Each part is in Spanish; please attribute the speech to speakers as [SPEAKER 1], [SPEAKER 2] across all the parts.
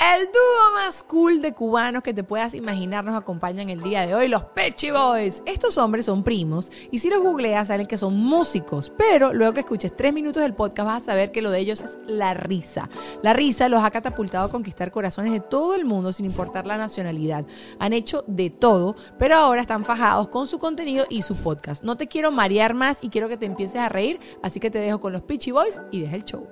[SPEAKER 1] El dúo más cool de cubanos que te puedas imaginar nos acompañan el día de hoy, los Peachy Boys. Estos hombres son primos y si los googleas salen que son músicos, pero luego que escuches tres minutos del podcast vas a saber que lo de ellos es la risa. La risa los ha catapultado a conquistar corazones de todo el mundo sin importar la nacionalidad. Han hecho de todo, pero ahora están fajados con su contenido y su podcast. No te quiero marear más y quiero que te empieces a reír, así que te dejo con los Peachy Boys y deja el show.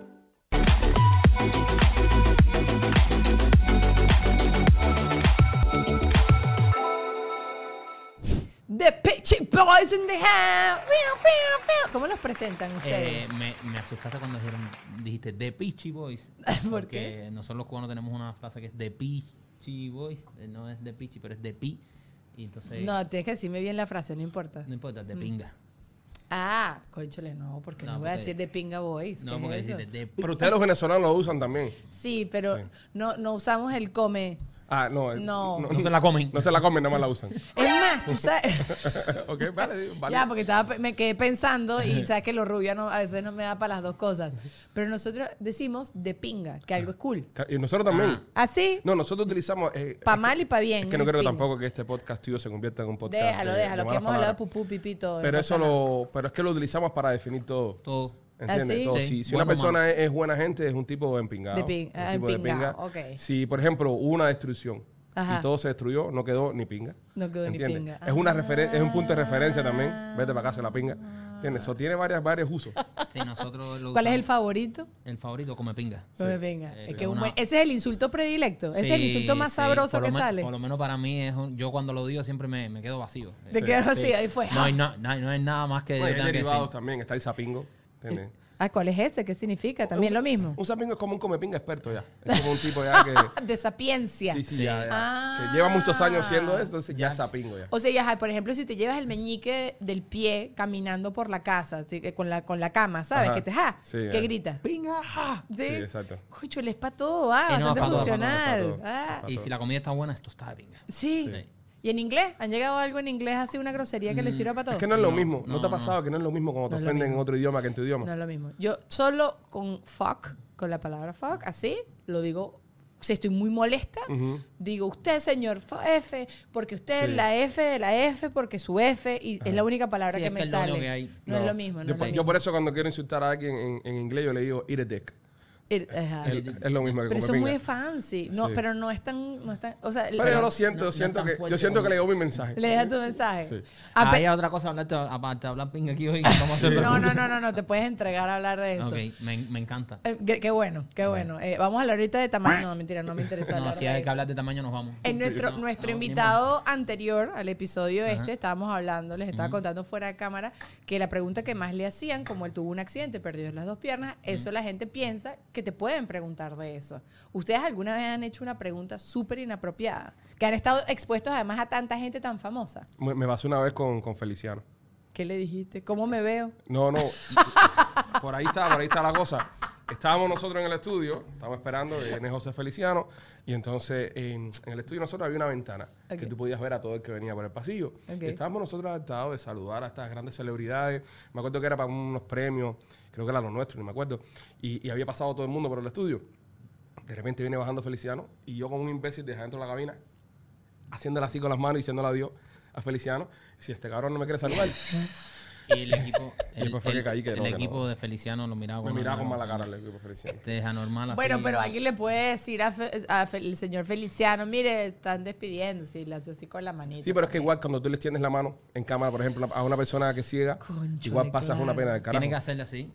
[SPEAKER 1] The Pitchy Boys in the house. Fiu, fiu, fiu. ¿Cómo los presentan
[SPEAKER 2] Eh,
[SPEAKER 1] ustedes?
[SPEAKER 2] me, me asustaste cuando dijeron, dijiste The Pichi Boys.
[SPEAKER 1] ¿Por
[SPEAKER 2] porque nosotros los cubanos tenemos una frase que es The Pichi Boys. eh, No es The Pichi, pero es The Pi. Y entonces, no,
[SPEAKER 1] No, Mm. tienes que decirme bien la frase, no importa.
[SPEAKER 2] importa, de pinga.
[SPEAKER 1] Ah, conchole, no, porque no,
[SPEAKER 2] No,
[SPEAKER 1] voy a
[SPEAKER 2] porque-
[SPEAKER 1] decir de pinga boys.
[SPEAKER 2] No,
[SPEAKER 1] ¿qué es
[SPEAKER 2] porque
[SPEAKER 1] eso?
[SPEAKER 2] dijiste The Pi.
[SPEAKER 3] Pero ustedes los venezolanos lo usan también.
[SPEAKER 1] Sí, pero
[SPEAKER 3] Sí.
[SPEAKER 1] No, no usamos el come.
[SPEAKER 3] Ah, no. eh,
[SPEAKER 1] No.
[SPEAKER 2] No se la comen.
[SPEAKER 3] No se la comen, nada más la usan.
[SPEAKER 1] Es más, tú sabes.
[SPEAKER 3] ok, vale, vale.
[SPEAKER 1] Ya, porque estaba, pe- me quedé pensando y sabes que los rubios no, a veces no me da para las dos cosas. Pero nosotros decimos de pinga, que
[SPEAKER 2] Ah.
[SPEAKER 1] algo es cool.
[SPEAKER 3] Y nosotros también.
[SPEAKER 1] Así,
[SPEAKER 3] No, nosotros utilizamos... eh,
[SPEAKER 1] pa'
[SPEAKER 3] es que-
[SPEAKER 1] mal y pa' bien.
[SPEAKER 3] Es que no
[SPEAKER 1] es
[SPEAKER 3] creo
[SPEAKER 1] pinga.
[SPEAKER 3] tampoco que este podcast tuyo se convierta en un podcast.
[SPEAKER 1] Déjalo,
[SPEAKER 3] eh,
[SPEAKER 1] déjalo,
[SPEAKER 3] de
[SPEAKER 1] que hemos
[SPEAKER 3] malas
[SPEAKER 1] hablado de
[SPEAKER 3] palabras.
[SPEAKER 1] pupú, pipí, todo. no
[SPEAKER 3] Pero
[SPEAKER 1] pasa
[SPEAKER 3] eso
[SPEAKER 1] nada.
[SPEAKER 3] lo... Pero es que lo utilizamos para definir todo.
[SPEAKER 2] Todo.
[SPEAKER 3] ¿Entiendes?
[SPEAKER 1] ¿Ah, sí?
[SPEAKER 3] Todo.
[SPEAKER 2] Sí,
[SPEAKER 3] Si, si una
[SPEAKER 2] bueno,
[SPEAKER 3] persona es, es buena gente, es un tipo empingado.
[SPEAKER 1] De pin-
[SPEAKER 3] un
[SPEAKER 1] ah,
[SPEAKER 3] tipo de
[SPEAKER 1] empingado, ok.
[SPEAKER 3] Si, por ejemplo, hubo una destrucción
[SPEAKER 1] Ajá.
[SPEAKER 3] y todo se destruyó, no quedó ni pinga.
[SPEAKER 1] No quedó ni
[SPEAKER 3] ¿Entiendes?
[SPEAKER 1] pinga. Ah.
[SPEAKER 3] Es, una referen- es un punto de referencia también. Vete para casa la pinga. ¿Entiendes? Eso tiene varias, varios usos.
[SPEAKER 2] Sí, nosotros lo
[SPEAKER 1] ¿Cuál es el
[SPEAKER 2] usamos.
[SPEAKER 1] favorito?
[SPEAKER 2] El favorito? Come pinga.
[SPEAKER 1] Come pinga.
[SPEAKER 2] Eh,
[SPEAKER 1] Es
[SPEAKER 2] sí,
[SPEAKER 1] que un
[SPEAKER 2] una-
[SPEAKER 1] buen- Ese es el insulto predilecto. Ese es el
[SPEAKER 2] Sí,
[SPEAKER 1] insulto más
[SPEAKER 2] sí,
[SPEAKER 1] sabroso
[SPEAKER 2] por lo
[SPEAKER 1] que
[SPEAKER 2] men-
[SPEAKER 1] sale.
[SPEAKER 2] Por lo menos para mí, es un- yo cuando lo digo siempre me, me quedo vacío.
[SPEAKER 1] Te
[SPEAKER 2] Sí,
[SPEAKER 1] quedas así,
[SPEAKER 2] sí.
[SPEAKER 1] ahí fue.
[SPEAKER 2] No hay, na- na- no hay nada más que
[SPEAKER 3] No, y
[SPEAKER 2] yo
[SPEAKER 3] hay
[SPEAKER 2] tenga que
[SPEAKER 3] derivados
[SPEAKER 2] decir.
[SPEAKER 3] también. Está el sapingo. ¿Entiendes?
[SPEAKER 1] Ah, ¿cuál es ese? ¿Qué significa? También lo mismo.
[SPEAKER 3] Un sapingo es como un comepinga experto ya. Es como un tipo ya que.
[SPEAKER 1] De sapiencia.
[SPEAKER 3] Sí, sí, ya, ya.
[SPEAKER 1] Ah. ¿Oh,
[SPEAKER 3] Que lleva muchos años siendo eso, entonces ya es sapingo ya.
[SPEAKER 1] O sea, ya, por ejemplo, si te llevas el meñique del pie caminando por la casa, así que con, la, con la cama, ¿sabes?
[SPEAKER 3] Ajá.
[SPEAKER 1] Que te ja,
[SPEAKER 3] Sí,
[SPEAKER 1] que
[SPEAKER 2] eh.
[SPEAKER 3] ya.
[SPEAKER 1] grita.
[SPEAKER 3] ¡Pinga!
[SPEAKER 1] Sí,
[SPEAKER 3] Sí, exacto.
[SPEAKER 1] Concho, es para todo, ah,
[SPEAKER 2] Eh, no,
[SPEAKER 1] bastante
[SPEAKER 2] pa' todo, pa' todo,
[SPEAKER 1] funcional.
[SPEAKER 3] pa' todo.
[SPEAKER 1] Ah,
[SPEAKER 3] Pa'
[SPEAKER 2] Y
[SPEAKER 3] todo.
[SPEAKER 2] si la comida está buena, es tostada de pinga.
[SPEAKER 1] sí.
[SPEAKER 2] Sí. Mm,
[SPEAKER 1] ¿Y en inglés? ¿Han llegado algo en inglés así, una grosería que le sirva para todo?
[SPEAKER 3] Es que no es lo
[SPEAKER 2] No,
[SPEAKER 3] mismo. ¿No,
[SPEAKER 2] no,
[SPEAKER 3] te ha
[SPEAKER 2] no.
[SPEAKER 3] pasado que no es lo mismo
[SPEAKER 1] No
[SPEAKER 3] cuando te
[SPEAKER 1] es lo
[SPEAKER 3] ofenden en
[SPEAKER 1] mismo.
[SPEAKER 3] otro idioma que en tu idioma?
[SPEAKER 1] No es lo mismo. Yo solo con fuck, con la palabra fuck, así, lo digo. Si estoy muy molesta,
[SPEAKER 3] Ujú.
[SPEAKER 1] digo usted, señor fu- F, porque usted es
[SPEAKER 3] Sí.
[SPEAKER 1] la F de la F, porque su F, y es la única palabra
[SPEAKER 2] Sí,
[SPEAKER 1] que
[SPEAKER 2] es
[SPEAKER 1] me
[SPEAKER 2] que es lo
[SPEAKER 1] sale.
[SPEAKER 2] único que hay.
[SPEAKER 1] No, es lo mismo. No
[SPEAKER 3] yo,
[SPEAKER 1] es
[SPEAKER 3] por-
[SPEAKER 1] lo
[SPEAKER 3] yo
[SPEAKER 1] mismo.
[SPEAKER 3] por eso cuando quiero insultar a alguien en, en inglés yo le digo eat a dick.
[SPEAKER 1] El- ajá.
[SPEAKER 3] El- es lo mismo
[SPEAKER 1] pero
[SPEAKER 3] que como
[SPEAKER 1] eso es
[SPEAKER 3] pinga.
[SPEAKER 1] muy fancy. No,
[SPEAKER 3] Sí.
[SPEAKER 1] pero no es tan. No es tan o sea,
[SPEAKER 3] Pero
[SPEAKER 1] le-
[SPEAKER 3] yo lo
[SPEAKER 2] No-
[SPEAKER 3] siento,
[SPEAKER 2] no es
[SPEAKER 3] siento
[SPEAKER 2] tan
[SPEAKER 3] que yo
[SPEAKER 2] fuerte
[SPEAKER 3] siento que
[SPEAKER 2] como-
[SPEAKER 3] le digo mi mensaje.
[SPEAKER 1] le deja tu mensaje.
[SPEAKER 3] Sí.
[SPEAKER 1] A pe-
[SPEAKER 2] Ah, Hay otra cosa hablarte, aparte de hablar pinga aquí hoy. Vamos a hacer otra
[SPEAKER 1] no, no,
[SPEAKER 2] cosa.
[SPEAKER 1] no, no, no, te puedes entregar a hablar de eso.
[SPEAKER 2] Ok, me, me encanta.
[SPEAKER 1] Eh, qué, qué bueno, qué bueno. Eh, vamos a hablar ahorita de tamaño. No, mentira, no me interesa.
[SPEAKER 2] No,
[SPEAKER 1] hablar
[SPEAKER 2] si
[SPEAKER 1] de
[SPEAKER 2] hay
[SPEAKER 1] eso.
[SPEAKER 2] que hablar de tamaño, nos vamos.
[SPEAKER 1] En nuestro,
[SPEAKER 2] No,
[SPEAKER 1] nuestro
[SPEAKER 2] no,
[SPEAKER 1] invitado anterior al episodio este, estábamos hablando, les estaba contando fuera de cámara, que la pregunta que más le hacían, como él tuvo un accidente, perdió las dos piernas, eso la gente piensa que te pueden preguntar de eso. ¿Ustedes alguna vez han hecho una pregunta súper inapropiada? Que han estado expuestos además a tanta gente tan famosa.
[SPEAKER 3] Me, me pasó una vez con, con Feliciano.
[SPEAKER 1] ¿Qué le dijiste? ¿Cómo me veo?
[SPEAKER 3] No, no. Por ahí está, por ahí está la cosa. Estábamos nosotros en el estudio, estábamos esperando, viene José Feliciano, y entonces en, en el estudio nosotros había una ventana que
[SPEAKER 1] Ok.
[SPEAKER 3] tú podías ver a todo el que venía por el pasillo.
[SPEAKER 1] Ok.
[SPEAKER 3] Estábamos nosotros adaptados de saludar a estas grandes celebridades. Me acuerdo que era para unos premios, creo que era lo nuestro, ni me acuerdo. Y, y había pasado todo el mundo por el estudio. De repente viene bajando Feliciano y yo como un imbécil desde dentro de la cabina, haciéndole así con las manos y diciéndole adiós a Feliciano. Si este cabrón no me quiere saludar,
[SPEAKER 2] Y el equipo,
[SPEAKER 3] Y
[SPEAKER 2] el,
[SPEAKER 3] después fue que
[SPEAKER 2] el-
[SPEAKER 3] caí que
[SPEAKER 2] el
[SPEAKER 3] no, que
[SPEAKER 2] equipo
[SPEAKER 3] no.
[SPEAKER 2] de Feliciano lo miraba
[SPEAKER 3] me
[SPEAKER 2] con
[SPEAKER 3] miraba con mala cara el equipo Feliciano.
[SPEAKER 2] Este es anormal. así.
[SPEAKER 1] Bueno, pero alguien le puede decir al señor Feliciano, mire, están despidiendo, si le hace así con la manita.
[SPEAKER 3] Sí, pero es que igual cuando tú le extiendes la mano en cámara, por ejemplo, a una persona que es ciega,
[SPEAKER 1] Cónchale,
[SPEAKER 3] igual pasas una
[SPEAKER 1] claro.
[SPEAKER 3] pena del
[SPEAKER 2] Tiene que
[SPEAKER 3] carajo.
[SPEAKER 2] hacerle así.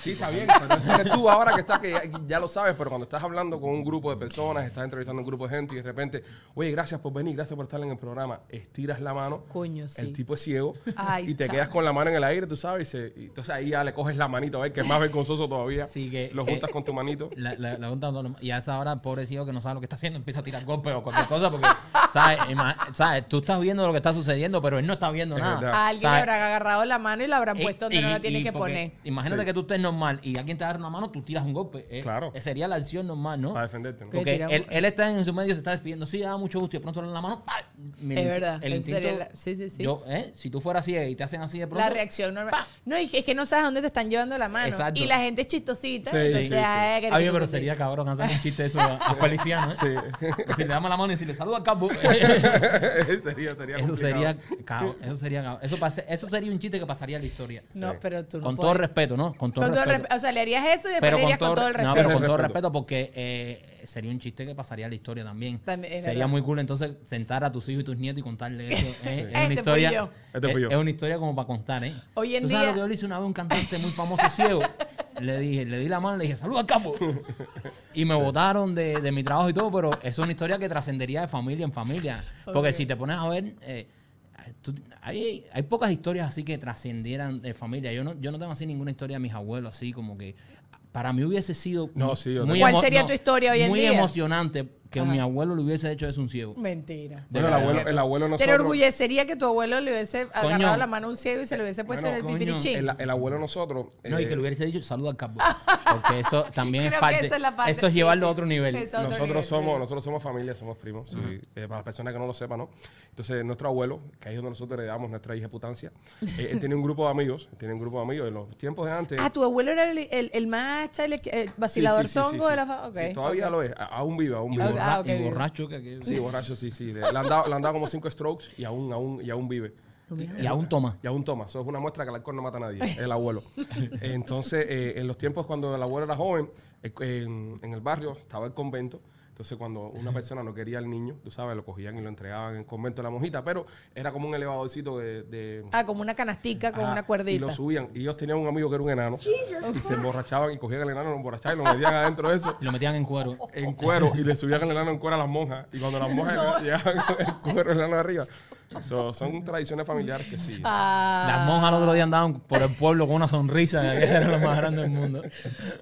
[SPEAKER 3] Sí, está bien, pero eso eres tú ahora que estás, que ya, ya lo sabes, pero cuando estás hablando con un grupo de personas, estás entrevistando a un grupo de gente y de repente, oye, gracias por venir, gracias por estar en el programa, estiras la mano,
[SPEAKER 1] Coño, sí.
[SPEAKER 3] el tipo es ciego
[SPEAKER 1] Ay,
[SPEAKER 3] y te
[SPEAKER 1] chao.
[SPEAKER 3] quedas con la mano en el aire, tú sabes, y, se- y entonces ahí ya le coges la manito, a ver, que es más vergonzoso todavía,
[SPEAKER 2] Sí, que-
[SPEAKER 3] lo juntas
[SPEAKER 2] eh,
[SPEAKER 3] con tu manito.
[SPEAKER 2] La, la, la junta autónoma. Y a esa hora, pobrecillo que no sabe lo que está haciendo, empieza a tirar golpes o cualquier cosa porque, ¿sabes? Ima- ¿sabes? Tú estás viendo lo que está sucediendo, pero él no está viendo
[SPEAKER 3] Es
[SPEAKER 2] nada.
[SPEAKER 3] verdad.
[SPEAKER 1] A alguien
[SPEAKER 2] ¿Sabes?
[SPEAKER 1] le habrán agarrado la mano y la habrán
[SPEAKER 2] Y-
[SPEAKER 1] puesto donde no
[SPEAKER 2] Eh, y-
[SPEAKER 1] la tienen
[SPEAKER 2] y
[SPEAKER 1] que
[SPEAKER 2] porque
[SPEAKER 1] poner.
[SPEAKER 2] Imagínate
[SPEAKER 3] Sí.
[SPEAKER 2] que tú estés normal y alguien te agarra una mano, tú tiras un golpe. eh.
[SPEAKER 3] Claro.
[SPEAKER 2] Eh, Sería la acción normal, ¿no?
[SPEAKER 3] Para defenderte, ¿no?
[SPEAKER 1] Ok.
[SPEAKER 2] Porque
[SPEAKER 1] tiramos-
[SPEAKER 2] él, él está en su medio, se está despidiendo. Sí, da mucho gusto. Y de pronto le dan la mano. ¡pa! Mi
[SPEAKER 1] Es
[SPEAKER 2] insti-
[SPEAKER 1] verdad,
[SPEAKER 2] El
[SPEAKER 1] esa sería
[SPEAKER 2] instinto.
[SPEAKER 1] la- sí, sí, sí.
[SPEAKER 2] yo, ¿eh? Si tú fueras así eh, y te hacen así de pronto.
[SPEAKER 1] La reacción normal. No, es que, es que no sabes dónde te están llevando la mano.
[SPEAKER 2] Exacto.
[SPEAKER 1] Y la gente es chistosita.
[SPEAKER 3] Sí,
[SPEAKER 1] entonces,
[SPEAKER 3] sí, sí.
[SPEAKER 1] ay, que-
[SPEAKER 2] Oye, pero sería cabrón hacer un chiste eso a, a Feliciano, ¿eh? Si le damos la mano y si le saluda al capo.
[SPEAKER 3] sería, sería
[SPEAKER 2] eso
[SPEAKER 3] complicado.
[SPEAKER 2] sería cabrón. Eso sería cabrón. Eso, pase- eso sería un chiste que pasaría a la historia.
[SPEAKER 1] No, pero tú no
[SPEAKER 2] Con todo
[SPEAKER 1] puedes.
[SPEAKER 2] respeto, ¿no? Con todo
[SPEAKER 1] Con todo
[SPEAKER 2] respeto.
[SPEAKER 1] respeto. O sea, le harías eso y después
[SPEAKER 2] pero
[SPEAKER 1] le
[SPEAKER 2] con
[SPEAKER 1] harías
[SPEAKER 2] todo,
[SPEAKER 1] con todo el
[SPEAKER 2] no,
[SPEAKER 1] respeto.
[SPEAKER 2] pero
[SPEAKER 3] Con
[SPEAKER 2] con todo
[SPEAKER 3] respeto.
[SPEAKER 2] respeto porque eh, sería un chiste que pasaría a la historia también.
[SPEAKER 1] También, es
[SPEAKER 2] sería
[SPEAKER 1] verdad.
[SPEAKER 2] muy cool entonces sentar a tus hijos y tus nietos y contarle eso. eh, Es
[SPEAKER 1] Este
[SPEAKER 2] una
[SPEAKER 1] fui yo.
[SPEAKER 2] historia.
[SPEAKER 3] Este fui
[SPEAKER 2] es-
[SPEAKER 3] yo.
[SPEAKER 2] Es, una historia como para contar, ¿eh?
[SPEAKER 1] Hoy en
[SPEAKER 2] ¿Tú sabes
[SPEAKER 1] día-
[SPEAKER 2] lo que yo le hice una vez a un cantante muy famoso ciego? Le dije, le di la mano, le dije, saluda al campo. Y me votaron de, de mi trabajo y todo, pero es una historia que trascendería de familia en familia. Porque
[SPEAKER 1] Ok.
[SPEAKER 2] si te pones a ver, eh, tú- hay, hay pocas historias así que trascendieran de familia. Yo no, yo no tengo así ninguna historia de mis abuelos, así como que. Para mí hubiese sido
[SPEAKER 3] No, sí, yo
[SPEAKER 1] ¿Cuál
[SPEAKER 2] emo-
[SPEAKER 1] sería tu historia hoy en
[SPEAKER 2] muy
[SPEAKER 1] día?
[SPEAKER 2] emocionante que
[SPEAKER 1] Ajá.
[SPEAKER 2] mi abuelo lo hubiese hecho es un ciego.
[SPEAKER 1] Mentira.
[SPEAKER 3] Bueno, el abuelo, el abuelo
[SPEAKER 1] Te
[SPEAKER 3] nosotros...
[SPEAKER 1] enorgullecería que tu abuelo le hubiese agarrado
[SPEAKER 2] Coño.
[SPEAKER 1] la mano a un ciego y se lo hubiese puesto en
[SPEAKER 3] Bueno,
[SPEAKER 1] el
[SPEAKER 2] coño,
[SPEAKER 1] pipirichín.
[SPEAKER 3] El, el abuelo nosotros.
[SPEAKER 2] No,
[SPEAKER 3] eh,
[SPEAKER 2] y que le hubiese dicho saluda al capo. Porque eso también es
[SPEAKER 1] Creo que
[SPEAKER 2] parte,
[SPEAKER 1] esa es la parte-
[SPEAKER 2] Eso es
[SPEAKER 1] sí,
[SPEAKER 2] llevarlo a
[SPEAKER 1] sí.
[SPEAKER 2] otro nivel.
[SPEAKER 1] Eso. otro nivel,
[SPEAKER 3] nosotros somos,
[SPEAKER 1] claro.
[SPEAKER 3] nosotros somos familia, somos primos. sí. Eh, para las personas que no lo sepan, ¿no? Entonces, nuestro abuelo, que ahí es donde nosotros heredamos nuestra putancia, eh, él tiene un grupo de amigos, tiene un grupo de amigos. En los tiempos de antes.
[SPEAKER 1] Ah, tu abuelo era el, el, el más chale- el
[SPEAKER 3] Sí, sí, sí,
[SPEAKER 1] vacilador
[SPEAKER 3] sí,
[SPEAKER 1] zongo
[SPEAKER 3] sí.
[SPEAKER 1] de la fa-
[SPEAKER 3] Sí,
[SPEAKER 1] ok,
[SPEAKER 3] todavía
[SPEAKER 1] ok.
[SPEAKER 3] lo es. a- Aún vivo, aún
[SPEAKER 2] Y,
[SPEAKER 3] vivo.
[SPEAKER 2] borra-
[SPEAKER 1] Ah, ok,
[SPEAKER 2] y
[SPEAKER 1] bien.
[SPEAKER 2] borracho que, que-
[SPEAKER 3] Sí, borracho, sí, sí. Le, le han dado, le han dado como cinco strokes y aún, aún, y aún vive.
[SPEAKER 2] y aún toma.
[SPEAKER 3] Y aún toma. Eso es una muestra que el alcohol no mata a nadie. El abuelo. Entonces, eh, en los tiempos cuando el abuelo era joven, eh, en, en el barrio estaba el convento. Entonces, cuando una persona no quería al niño, tú sabes, lo cogían y lo entregaban en el convento de la monjita, pero era como un elevadorcito de... de-
[SPEAKER 1] Ah, como una canastica con
[SPEAKER 3] Ajá,
[SPEAKER 1] una cuerdita.
[SPEAKER 3] Y lo subían. Y ellos tenían un amigo que era un enano. Y se emborrachaban y cogían al enano, lo emborrachaban y lo metían adentro de eso
[SPEAKER 2] Y lo metían en cuero.
[SPEAKER 3] en cuero y le subían el enano en cuero a las monjas. Y cuando las monjas llegaban con el cuero el enano arriba. So, son tradiciones familiares que sí.
[SPEAKER 1] Ah,
[SPEAKER 2] Las monjas el otro día andaban por el pueblo con una sonrisa, que era lo más grande del mundo.